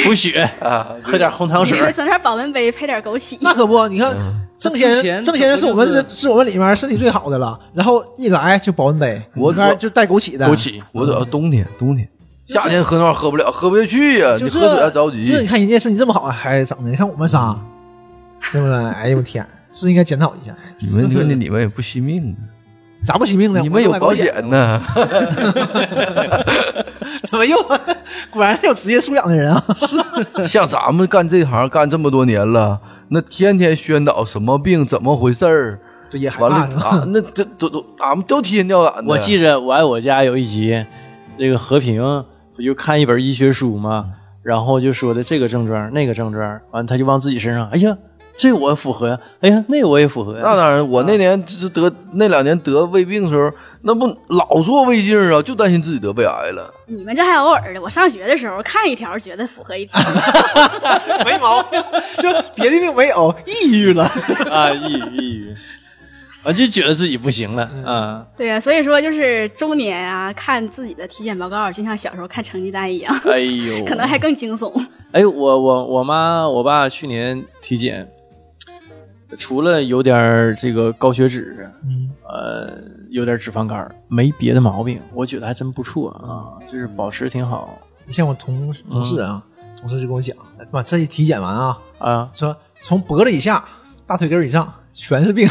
Speaker 1: 补血，
Speaker 4: 啊，
Speaker 1: 喝点红糖
Speaker 5: 你
Speaker 1: 水，
Speaker 5: 是整点保温杯，配点枸杞。
Speaker 2: 那可不，你看郑先
Speaker 3: 之
Speaker 2: 生，
Speaker 3: 前
Speaker 2: 郑先生是我们
Speaker 3: 不
Speaker 2: 是
Speaker 3: 就是
Speaker 2: 我们里面身体最好的了。然后一来就保温杯，
Speaker 4: 我
Speaker 2: 里面就带枸杞的，
Speaker 1: 枸杞，
Speaker 4: 我主要冬天冬天，夏天喝那玩意儿喝不了，喝不下去呀、
Speaker 2: 就
Speaker 4: 呃你
Speaker 2: 这
Speaker 4: 喝水还着急。嗯
Speaker 2: 这你看人家身体这么好还整的，你看我们仨，对不对？哎呦我天，是应该检讨一下，
Speaker 4: 你们你们你们也不惜命
Speaker 2: 咋不惜命
Speaker 4: 啊，
Speaker 2: 呢？
Speaker 4: 你们有
Speaker 2: 我
Speaker 4: 保
Speaker 2: 保
Speaker 4: 险呢。
Speaker 2: 怎么又？果然是有职业素养的人啊！
Speaker 4: 像咱们干这行干这么多年了，那天天宣导什么病怎么回事儿，
Speaker 2: 对，也害
Speaker 4: 完了
Speaker 2: 怕是吧？
Speaker 4: 啊，那这都都俺们都提心吊胆的。
Speaker 1: 我记着《我爱我家》有一集，这个和平不就看一本医学书嘛，然后就说的这个症状那个症状，完他就往自己身上，哎呀，这我符合呀，哎呀，那我也符合呀，
Speaker 4: 那当然，我
Speaker 2: 嗯
Speaker 4: 那年就是得那两年得胃病的时候，那不老做胃镜啊，就担心自己得胃癌了。
Speaker 5: 你们这还偶尔的。我上学的时候看一条，觉得符合一条。
Speaker 2: 没毛病，就别的病没有，抑郁了。
Speaker 1: 啊，抑郁抑郁，啊，就觉得自己不行了啊。
Speaker 5: 对呀、所以说就是周年啊，看自己的体检报告，就像小时候看成绩单一样，
Speaker 1: 哎呦，
Speaker 5: 可能还更惊悚。
Speaker 1: 哎，我我我妈我爸去年体检，除了有点儿这个高血脂，
Speaker 2: 嗯，
Speaker 1: 呃，有点脂肪肝儿，没别的毛病，我觉得还真不错啊，就是保持挺好
Speaker 2: 像我同
Speaker 4: 嗯
Speaker 2: 同事啊，同事就跟我讲，妈，这一体检完啊，
Speaker 1: 啊。
Speaker 2: 说从脖子以下、大腿根儿以上全是病，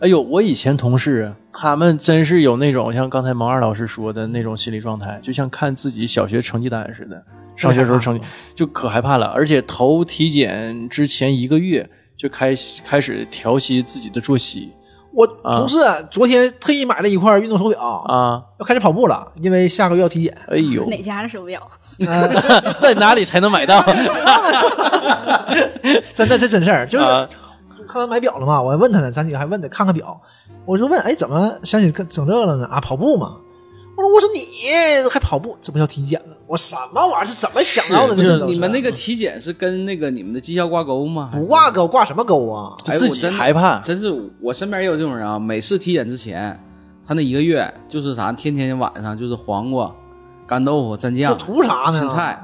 Speaker 1: 哎呦，我以前同事他们真是有那种像刚才毛二老师说的那种心理状态，就像看自己小学成绩单似的，上学时候成绩就可害怕了，而且头体检之前一个月就开始开始调息自己的作息
Speaker 2: 我
Speaker 4: 啊
Speaker 2: 同事啊昨天特意买了一块运动手表，
Speaker 1: 啊。
Speaker 2: 要开始跑步了，因为下个月要体检。
Speaker 1: 哎呦，
Speaker 5: 哪家的手表？
Speaker 1: 在哪里才能买到？
Speaker 2: 真的，这真事儿，就是
Speaker 1: 啊
Speaker 2: 看他买表了嘛，我还问他呢，咱几个还问他看看表，我说问，哎，怎么想起整这了呢？啊，跑步嘛。我说，我说你还跑步，这不叫体检了？我什么玩意儿？是怎么想到的？
Speaker 3: 不
Speaker 2: 这
Speaker 3: 是
Speaker 2: 都
Speaker 3: 你们那个体检是跟那个你们的绩效挂钩吗？
Speaker 2: 不挂钩，挂什么钩啊？
Speaker 3: 哎
Speaker 1: 自
Speaker 3: 我
Speaker 1: 己
Speaker 3: 真
Speaker 1: 害怕
Speaker 3: 真是我身边也有这种人啊。每次体检之前，他那一个月就是啥，天天晚上就是黄瓜、干豆腐、蘸
Speaker 2: 这
Speaker 3: 酱、
Speaker 2: 图啥呢？
Speaker 3: 吃菜，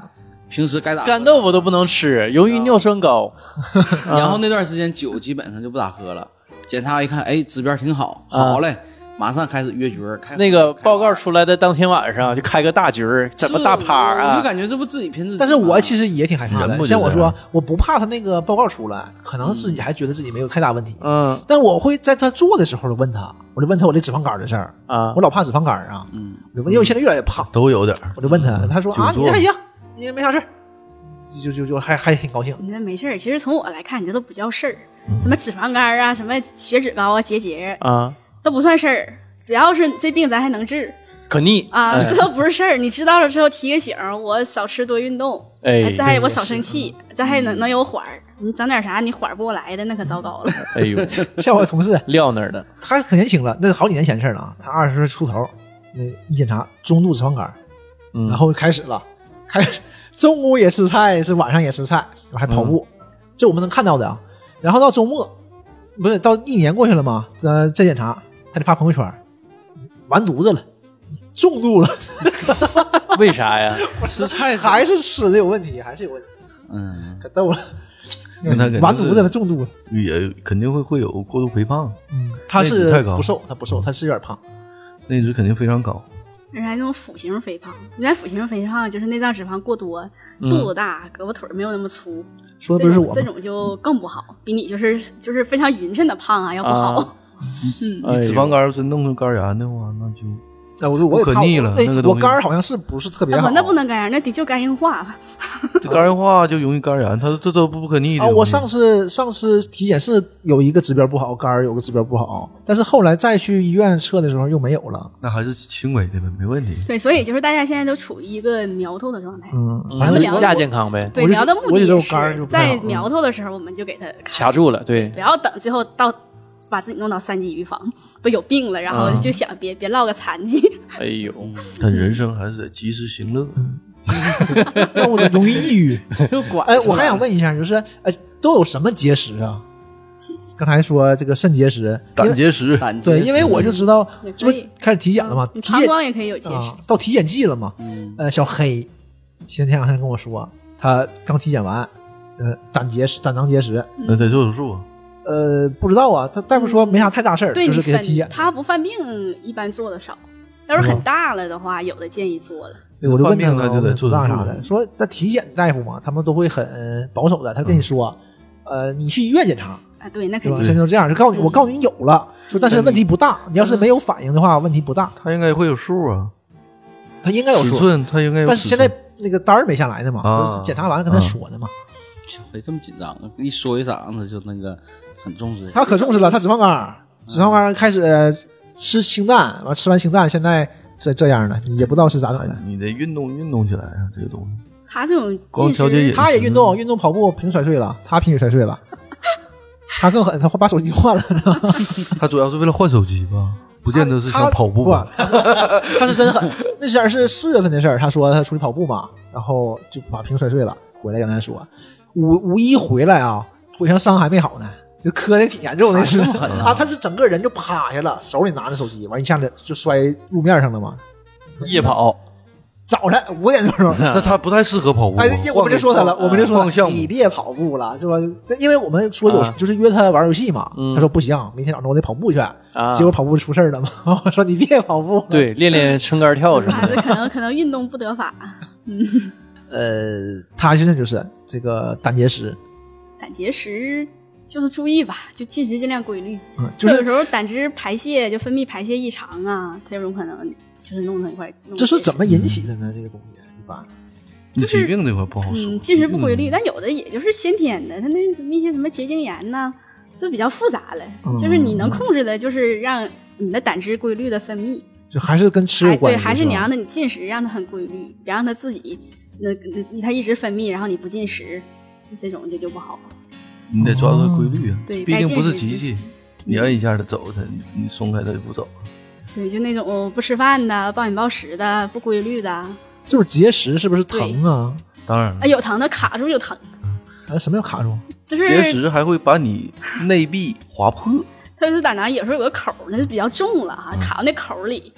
Speaker 3: 平时该咋
Speaker 1: 干豆腐都不能吃，由于尿酸高。
Speaker 3: 然后那段时间酒基本上就不咋喝了，检查一看，哎，指标挺好，好
Speaker 2: 啊
Speaker 3: 嘞，马上开始约局儿，开
Speaker 1: 那个报告
Speaker 3: 出
Speaker 1: 出来的当天晚上就开个大局儿，怎么大趴儿
Speaker 3: 我就
Speaker 1: 啊？
Speaker 3: 感觉这不自己拼自己吗。
Speaker 2: 但是我其实也挺害怕
Speaker 4: 人
Speaker 2: 的，
Speaker 4: 不就
Speaker 2: 像我
Speaker 4: 这样
Speaker 2: 说，我不怕他那个报告出来，可能自己还觉得自己没有太大问题，
Speaker 1: 嗯
Speaker 2: 但我会在他做的时候问他，我就问他我这脂肪肝的事儿，
Speaker 1: 啊
Speaker 2: 我，老怕脂肪肝儿啊，
Speaker 3: 嗯，
Speaker 2: 我就问因为我现在越来越胖，
Speaker 4: 都有点儿
Speaker 2: 我就问他，他说
Speaker 4: 嗯久
Speaker 2: 啊，你
Speaker 4: 坐
Speaker 2: 这还行，你也没啥事儿，就就就还还挺高兴。
Speaker 5: 你这没事儿。其实从我来看，你这都不叫事儿，什么脂肪肝啊，什么血脂高啊、结节
Speaker 1: 啊，
Speaker 5: 都不算事儿。只要是这病咱还能治
Speaker 1: 可逆
Speaker 5: 啊，
Speaker 1: 哎
Speaker 5: 这都不是事儿。你知道了之后提个醒儿，我少吃多运动，
Speaker 1: 哎
Speaker 5: 再还有我少生气，再还
Speaker 2: 嗯
Speaker 5: 能能有缓儿。你整点啥你缓儿不过来的，那可糟 糕了。
Speaker 1: 哎呦，
Speaker 2: 像我同事，
Speaker 1: 撂那儿了。
Speaker 2: 他很年轻了，那是好几年前事儿了啊，他二十出头，那一检查中度脂肪肝，
Speaker 4: 嗯
Speaker 2: 然后开始了，开始中午也吃菜，是晚上也吃菜，我还跑步，
Speaker 4: 嗯
Speaker 2: 这我们能看到的啊。然后到周末，不是到一年过去了吗？呃，再检查，他就发朋友圈，完犊子了，重度了，
Speaker 1: 为啥呀？
Speaker 3: 吃菜
Speaker 2: 还是吃的有问题，还是有问题，
Speaker 3: 嗯，
Speaker 2: 可逗了，
Speaker 4: 那他肯定是
Speaker 2: 完犊子了，重度了。
Speaker 4: 也肯定会会有过度肥胖，
Speaker 2: 嗯，他是
Speaker 4: 那太高了嗯
Speaker 2: 不瘦，他不瘦，他是有点胖。
Speaker 4: 那值肯定非常高。
Speaker 5: 而且还那种腹型肥胖，原来腹型肥胖就是内脏脂肪过多，肚子大，胳膊腿儿没有那么粗，
Speaker 2: 说的嗯
Speaker 5: 这
Speaker 2: 不是
Speaker 5: 种
Speaker 2: 我
Speaker 5: 这
Speaker 2: 吗？
Speaker 5: 种就更不好，比你就是就是非常匀称的胖啊要 不好。
Speaker 1: 啊
Speaker 5: 嗯，
Speaker 4: 你脂肪肝真弄出肝炎的话，那就
Speaker 2: 哎，我说我也
Speaker 4: 不可
Speaker 2: 胖
Speaker 4: 逆
Speaker 2: 我
Speaker 4: 了
Speaker 2: 哎
Speaker 4: 那个东
Speaker 2: 我
Speaker 4: 西
Speaker 2: 肝儿好像是不是特别
Speaker 5: 那
Speaker 2: 好？
Speaker 5: 不那不能肝炎，那得就肝硬化吧。
Speaker 4: 这肝硬化就容易肝炎，它这都不可逆的
Speaker 2: 啊，
Speaker 4: 东西。
Speaker 2: 我上次上次体检是有一个指标不好，肝儿有个指标不好，但是后来再去医院测的时候又没有了。
Speaker 4: 那还是轻微的呗，没问题。
Speaker 5: 对，所以就是大家现在都处于一个苗头的状态。
Speaker 2: 嗯，
Speaker 5: 咱
Speaker 2: 反正
Speaker 5: 们聊
Speaker 1: 亚健康呗，
Speaker 5: 对，
Speaker 2: 我就
Speaker 5: 聊的目
Speaker 2: 我
Speaker 5: 的
Speaker 2: 觉得
Speaker 5: 也
Speaker 2: 我
Speaker 5: 是
Speaker 2: 肝儿就不太
Speaker 5: 在
Speaker 2: 好嗯
Speaker 5: 苗头的时候，我们就给他
Speaker 1: 卡住了，对
Speaker 5: 不，要等最后到把自己弄到三级预防，都有病了，然后
Speaker 2: 啊
Speaker 5: 就想别、别落个残疾。
Speaker 1: 哎呦，
Speaker 4: 但人生还是得及时行乐。
Speaker 2: 嗯要 不容易抑郁。
Speaker 3: 就管
Speaker 2: 哎，我还想问一下，就是哎，都有什么结石啊？刚才说这个肾结石，因
Speaker 4: 胆
Speaker 2: 为
Speaker 4: 结石，
Speaker 3: 感觉
Speaker 2: 对，因为我就知道
Speaker 5: 也，
Speaker 2: 这
Speaker 5: 可
Speaker 2: 不
Speaker 5: 以嗯
Speaker 2: 开始体检了嘛，
Speaker 5: 你
Speaker 2: 体
Speaker 5: 膀
Speaker 2: 检
Speaker 5: 胱也可以有结石，
Speaker 2: 啊，到体检季了嘛。
Speaker 3: 嗯
Speaker 2: 呃，小黑前天两天跟我说，他刚体检完，呃，胆结石、胆囊结石，
Speaker 4: 那得做手术啊。
Speaker 2: 呃，不知道啊，他大夫说没啥太大事儿，
Speaker 5: 对
Speaker 2: 就
Speaker 5: 你
Speaker 2: 是给他体
Speaker 5: 分
Speaker 2: 检。
Speaker 5: 他不犯病，一般做的少。要是很大了的话，有的建议做了。
Speaker 2: 对，我就问他
Speaker 4: 犯病了就得做手术
Speaker 2: 干啥的，说那体检大夫嘛，他们都会很保守的，他
Speaker 4: 嗯
Speaker 2: 跟你说，呃，你去医院检查，
Speaker 5: 啊，对，那
Speaker 2: 对
Speaker 5: 肯
Speaker 2: 吧？
Speaker 5: 定。
Speaker 2: 现在就这样，就告诉你，
Speaker 5: 嗯
Speaker 2: 我告诉你有了，说但是问题不大，你要是没有反应的话，问题不大，
Speaker 4: 他应该会有数啊，
Speaker 2: 他应该有
Speaker 4: 尺
Speaker 2: 说，
Speaker 4: 寸他应该有尺寸。
Speaker 2: 但是现在那个单儿没下来呢嘛，
Speaker 4: 啊
Speaker 2: 就是检查完跟他说的嘛，
Speaker 3: 谁哎这么紧张呢？一说一嗓子就那个很重视。
Speaker 2: 他可重视了，他脂肪肝儿，脂肪肝儿开始呃吃清淡，完吃完清淡，现在这这样的，也不知道是咋整的。
Speaker 4: 你得运动运动起来啊，这个东西。
Speaker 5: 他这种
Speaker 4: 光
Speaker 5: 近
Speaker 4: 调节饮
Speaker 5: 视，
Speaker 4: 食
Speaker 2: 他也运动，运动跑步，平时摔碎了，他平时摔碎了，他更狠，他把手机换了。
Speaker 4: 他主要是为了换手机吧，不见得是想跑步吧？
Speaker 2: 他不啊他是真狠。 那前儿是四月份的事儿，他说他出去跑步嘛，然后就把屏摔碎了，回来跟他说，五五一回来啊，腿上伤还没好呢，就磕的挺严重的，是
Speaker 3: 这么狠啊
Speaker 2: 啊！他是整个人就趴下了，手里拿着手机，完一下子就摔路面上了嘛。
Speaker 1: 夜跑，
Speaker 2: 早晨五点多钟，
Speaker 4: 那他不太适合跑步吧。啊
Speaker 2: 哎，我们就说他了，我们就说
Speaker 4: 换个嗯项
Speaker 2: 他
Speaker 4: 目
Speaker 2: 你别跑步了，是吧？因为我们说有
Speaker 1: 啊
Speaker 2: 就是约他玩游戏嘛，
Speaker 1: 嗯
Speaker 2: 他说不行，明天早上我得跑步去，
Speaker 1: 啊
Speaker 2: 结果跑步出事儿了嘛。 我说你别跑步，，
Speaker 1: 对，练练撑杆 跳什么
Speaker 5: 孩
Speaker 1: 的
Speaker 5: 子可能可能运动不得法，
Speaker 2: 呃，他现在就是这个胆结石，
Speaker 5: 胆结石就是注意吧，就进食尽量规律。
Speaker 2: 嗯，就
Speaker 5: 有
Speaker 2: 是
Speaker 5: 时候胆汁排泄就分泌排泄异常啊，它有种可能就是弄成一块。弄成
Speaker 2: 这是
Speaker 5: 结石嗯
Speaker 2: 怎么引起的呢？这个东西一般
Speaker 4: 你
Speaker 5: 就是
Speaker 4: 疾病这块不好说。
Speaker 5: 嗯，进食不规律，但有的也就是先天的，它那什么一些什么结晶炎呐、这比较复杂了。
Speaker 2: 嗯
Speaker 5: 就是你能控制的，就是让你的胆汁规律的分泌，
Speaker 2: 就还是跟吃有
Speaker 5: 还
Speaker 2: 关
Speaker 5: 哎对，
Speaker 2: 系，
Speaker 5: 还是
Speaker 2: 吧
Speaker 5: 你啊让它你进食让它很规律，别让它自己那那它一直分泌，然后你不进食，这种就就不好。
Speaker 4: 你得抓住
Speaker 2: 哦
Speaker 4: 它规律啊。
Speaker 5: 对
Speaker 4: 毕竟不是机
Speaker 5: 该进
Speaker 4: 器，你摁一下它走，它你松开它就不走了。
Speaker 5: 对，就那种不吃饭的、暴饮暴食的、不规律的，啊，
Speaker 2: 就是结石是不是疼啊？
Speaker 4: 当然了，
Speaker 5: 有疼的卡住就疼，
Speaker 2: 啊，什么叫卡住？
Speaker 5: 就是
Speaker 4: 结石还会把你内壁划破。
Speaker 5: 特别是胆囊有时候有个口儿，那就比较重了哈、
Speaker 2: 嗯
Speaker 5: 卡到那口儿里，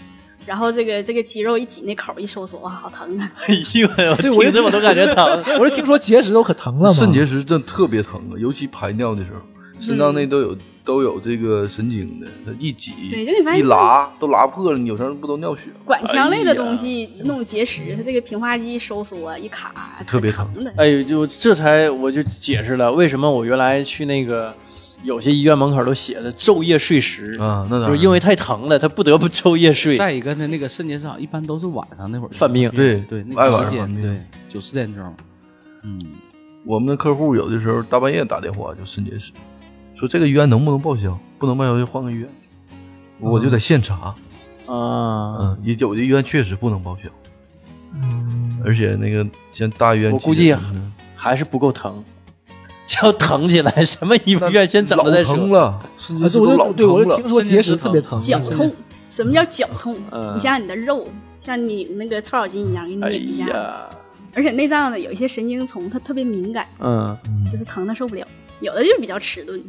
Speaker 5: 然后这个这个肌肉一挤那口儿一收缩，哇，好疼啊！
Speaker 1: 哎呦，我听着我都感觉疼。
Speaker 2: 我是听说结石都可疼了吗？
Speaker 4: 肾结石真的特别疼啊，尤其排尿的时候，肾
Speaker 5: 嗯
Speaker 4: 脏内都有、都有这个神经的，它一挤
Speaker 5: 对就你发现
Speaker 4: 一拉都拉破了，你有时候不都尿血吗？
Speaker 5: 管腔类的东
Speaker 4: 哎呀、
Speaker 5: 西弄结石，它这个平滑肌收缩一卡，
Speaker 4: 特别疼
Speaker 5: 疼的。
Speaker 1: 哎呦，就这才我就解释了为什么我原来去那个有些医院门口都写的昼夜睡时
Speaker 4: 啊那当然嗯
Speaker 1: 就是因为太疼了，他不得不昼夜睡。
Speaker 3: 再一个呢，那个肾结石好一般都是晚上那会儿
Speaker 1: 犯病
Speaker 4: 对
Speaker 3: 对，那
Speaker 4: 爱晚
Speaker 3: 个
Speaker 4: 上
Speaker 3: 时
Speaker 4: 犯
Speaker 3: 间
Speaker 4: 病
Speaker 3: 对九十点钟，嗯，
Speaker 4: 我们的客户有的时候大半夜打电话就肾结石，说这个医院能不能报销？不能报销就换个医院。我就得现查，
Speaker 1: 啊，
Speaker 4: 嗯，也有的医院确实不能报销，
Speaker 2: 嗯
Speaker 4: 而且那个像大医院，
Speaker 1: 我估计啊还是不够疼，要疼起来，什么医院先整
Speaker 4: 老
Speaker 1: 了再
Speaker 4: 疼
Speaker 1: 说。
Speaker 4: 了，肾结
Speaker 2: 啊，
Speaker 4: 石
Speaker 2: 对我
Speaker 4: 都
Speaker 2: 就对，我
Speaker 4: 老疼
Speaker 2: 就
Speaker 4: 了
Speaker 2: 听，说结石特别疼，
Speaker 5: 绞痛，什么叫绞痛？
Speaker 1: 嗯
Speaker 5: 你像你的肉，像你那个搓澡巾一样给你
Speaker 1: 哎
Speaker 5: 拧一下，
Speaker 1: 呀，
Speaker 5: 而且内脏呢有一些神经丛它特别敏感，
Speaker 1: 嗯，
Speaker 5: 就是疼的受不了，有的就是比较迟钝，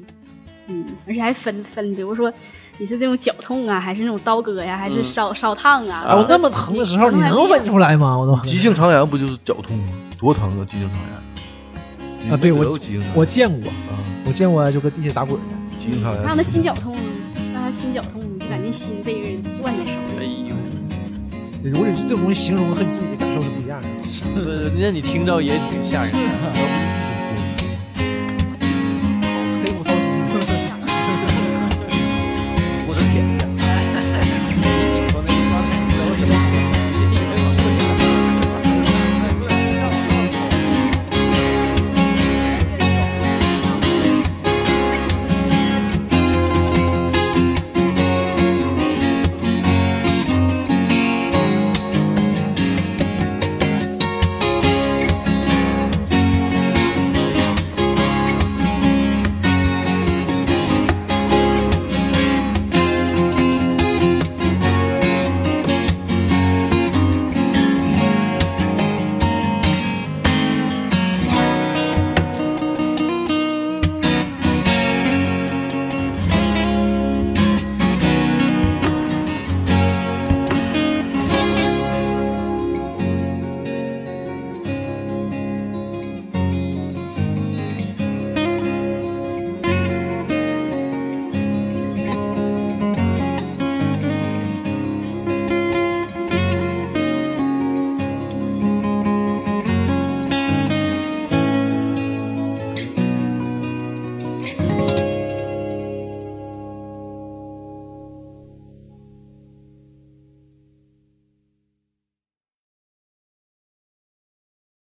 Speaker 5: 嗯，而且还分分，比如说你是这种绞痛啊，还是那种刀割呀、还是烧、烧烫啊，
Speaker 2: 啊，我那么疼的时
Speaker 5: 嗯
Speaker 2: 候，你能闻出来吗？我都
Speaker 4: 急性肠炎不就是绞痛吗？多疼啊！急性肠炎你
Speaker 2: 啊对我
Speaker 4: 得过急性肠炎
Speaker 2: 我见过，
Speaker 4: 啊，
Speaker 2: 我见过就搁地下打滚的，
Speaker 4: 急性肠炎
Speaker 5: 让他心绞痛，啊让他心绞痛，就感觉心被人攥在手
Speaker 1: 哎
Speaker 5: 里。
Speaker 1: 呦，
Speaker 2: 我
Speaker 1: 呃
Speaker 2: 觉得这种东西形容和你自己的感受是不一样的。
Speaker 1: 不是那你听着也挺吓人的。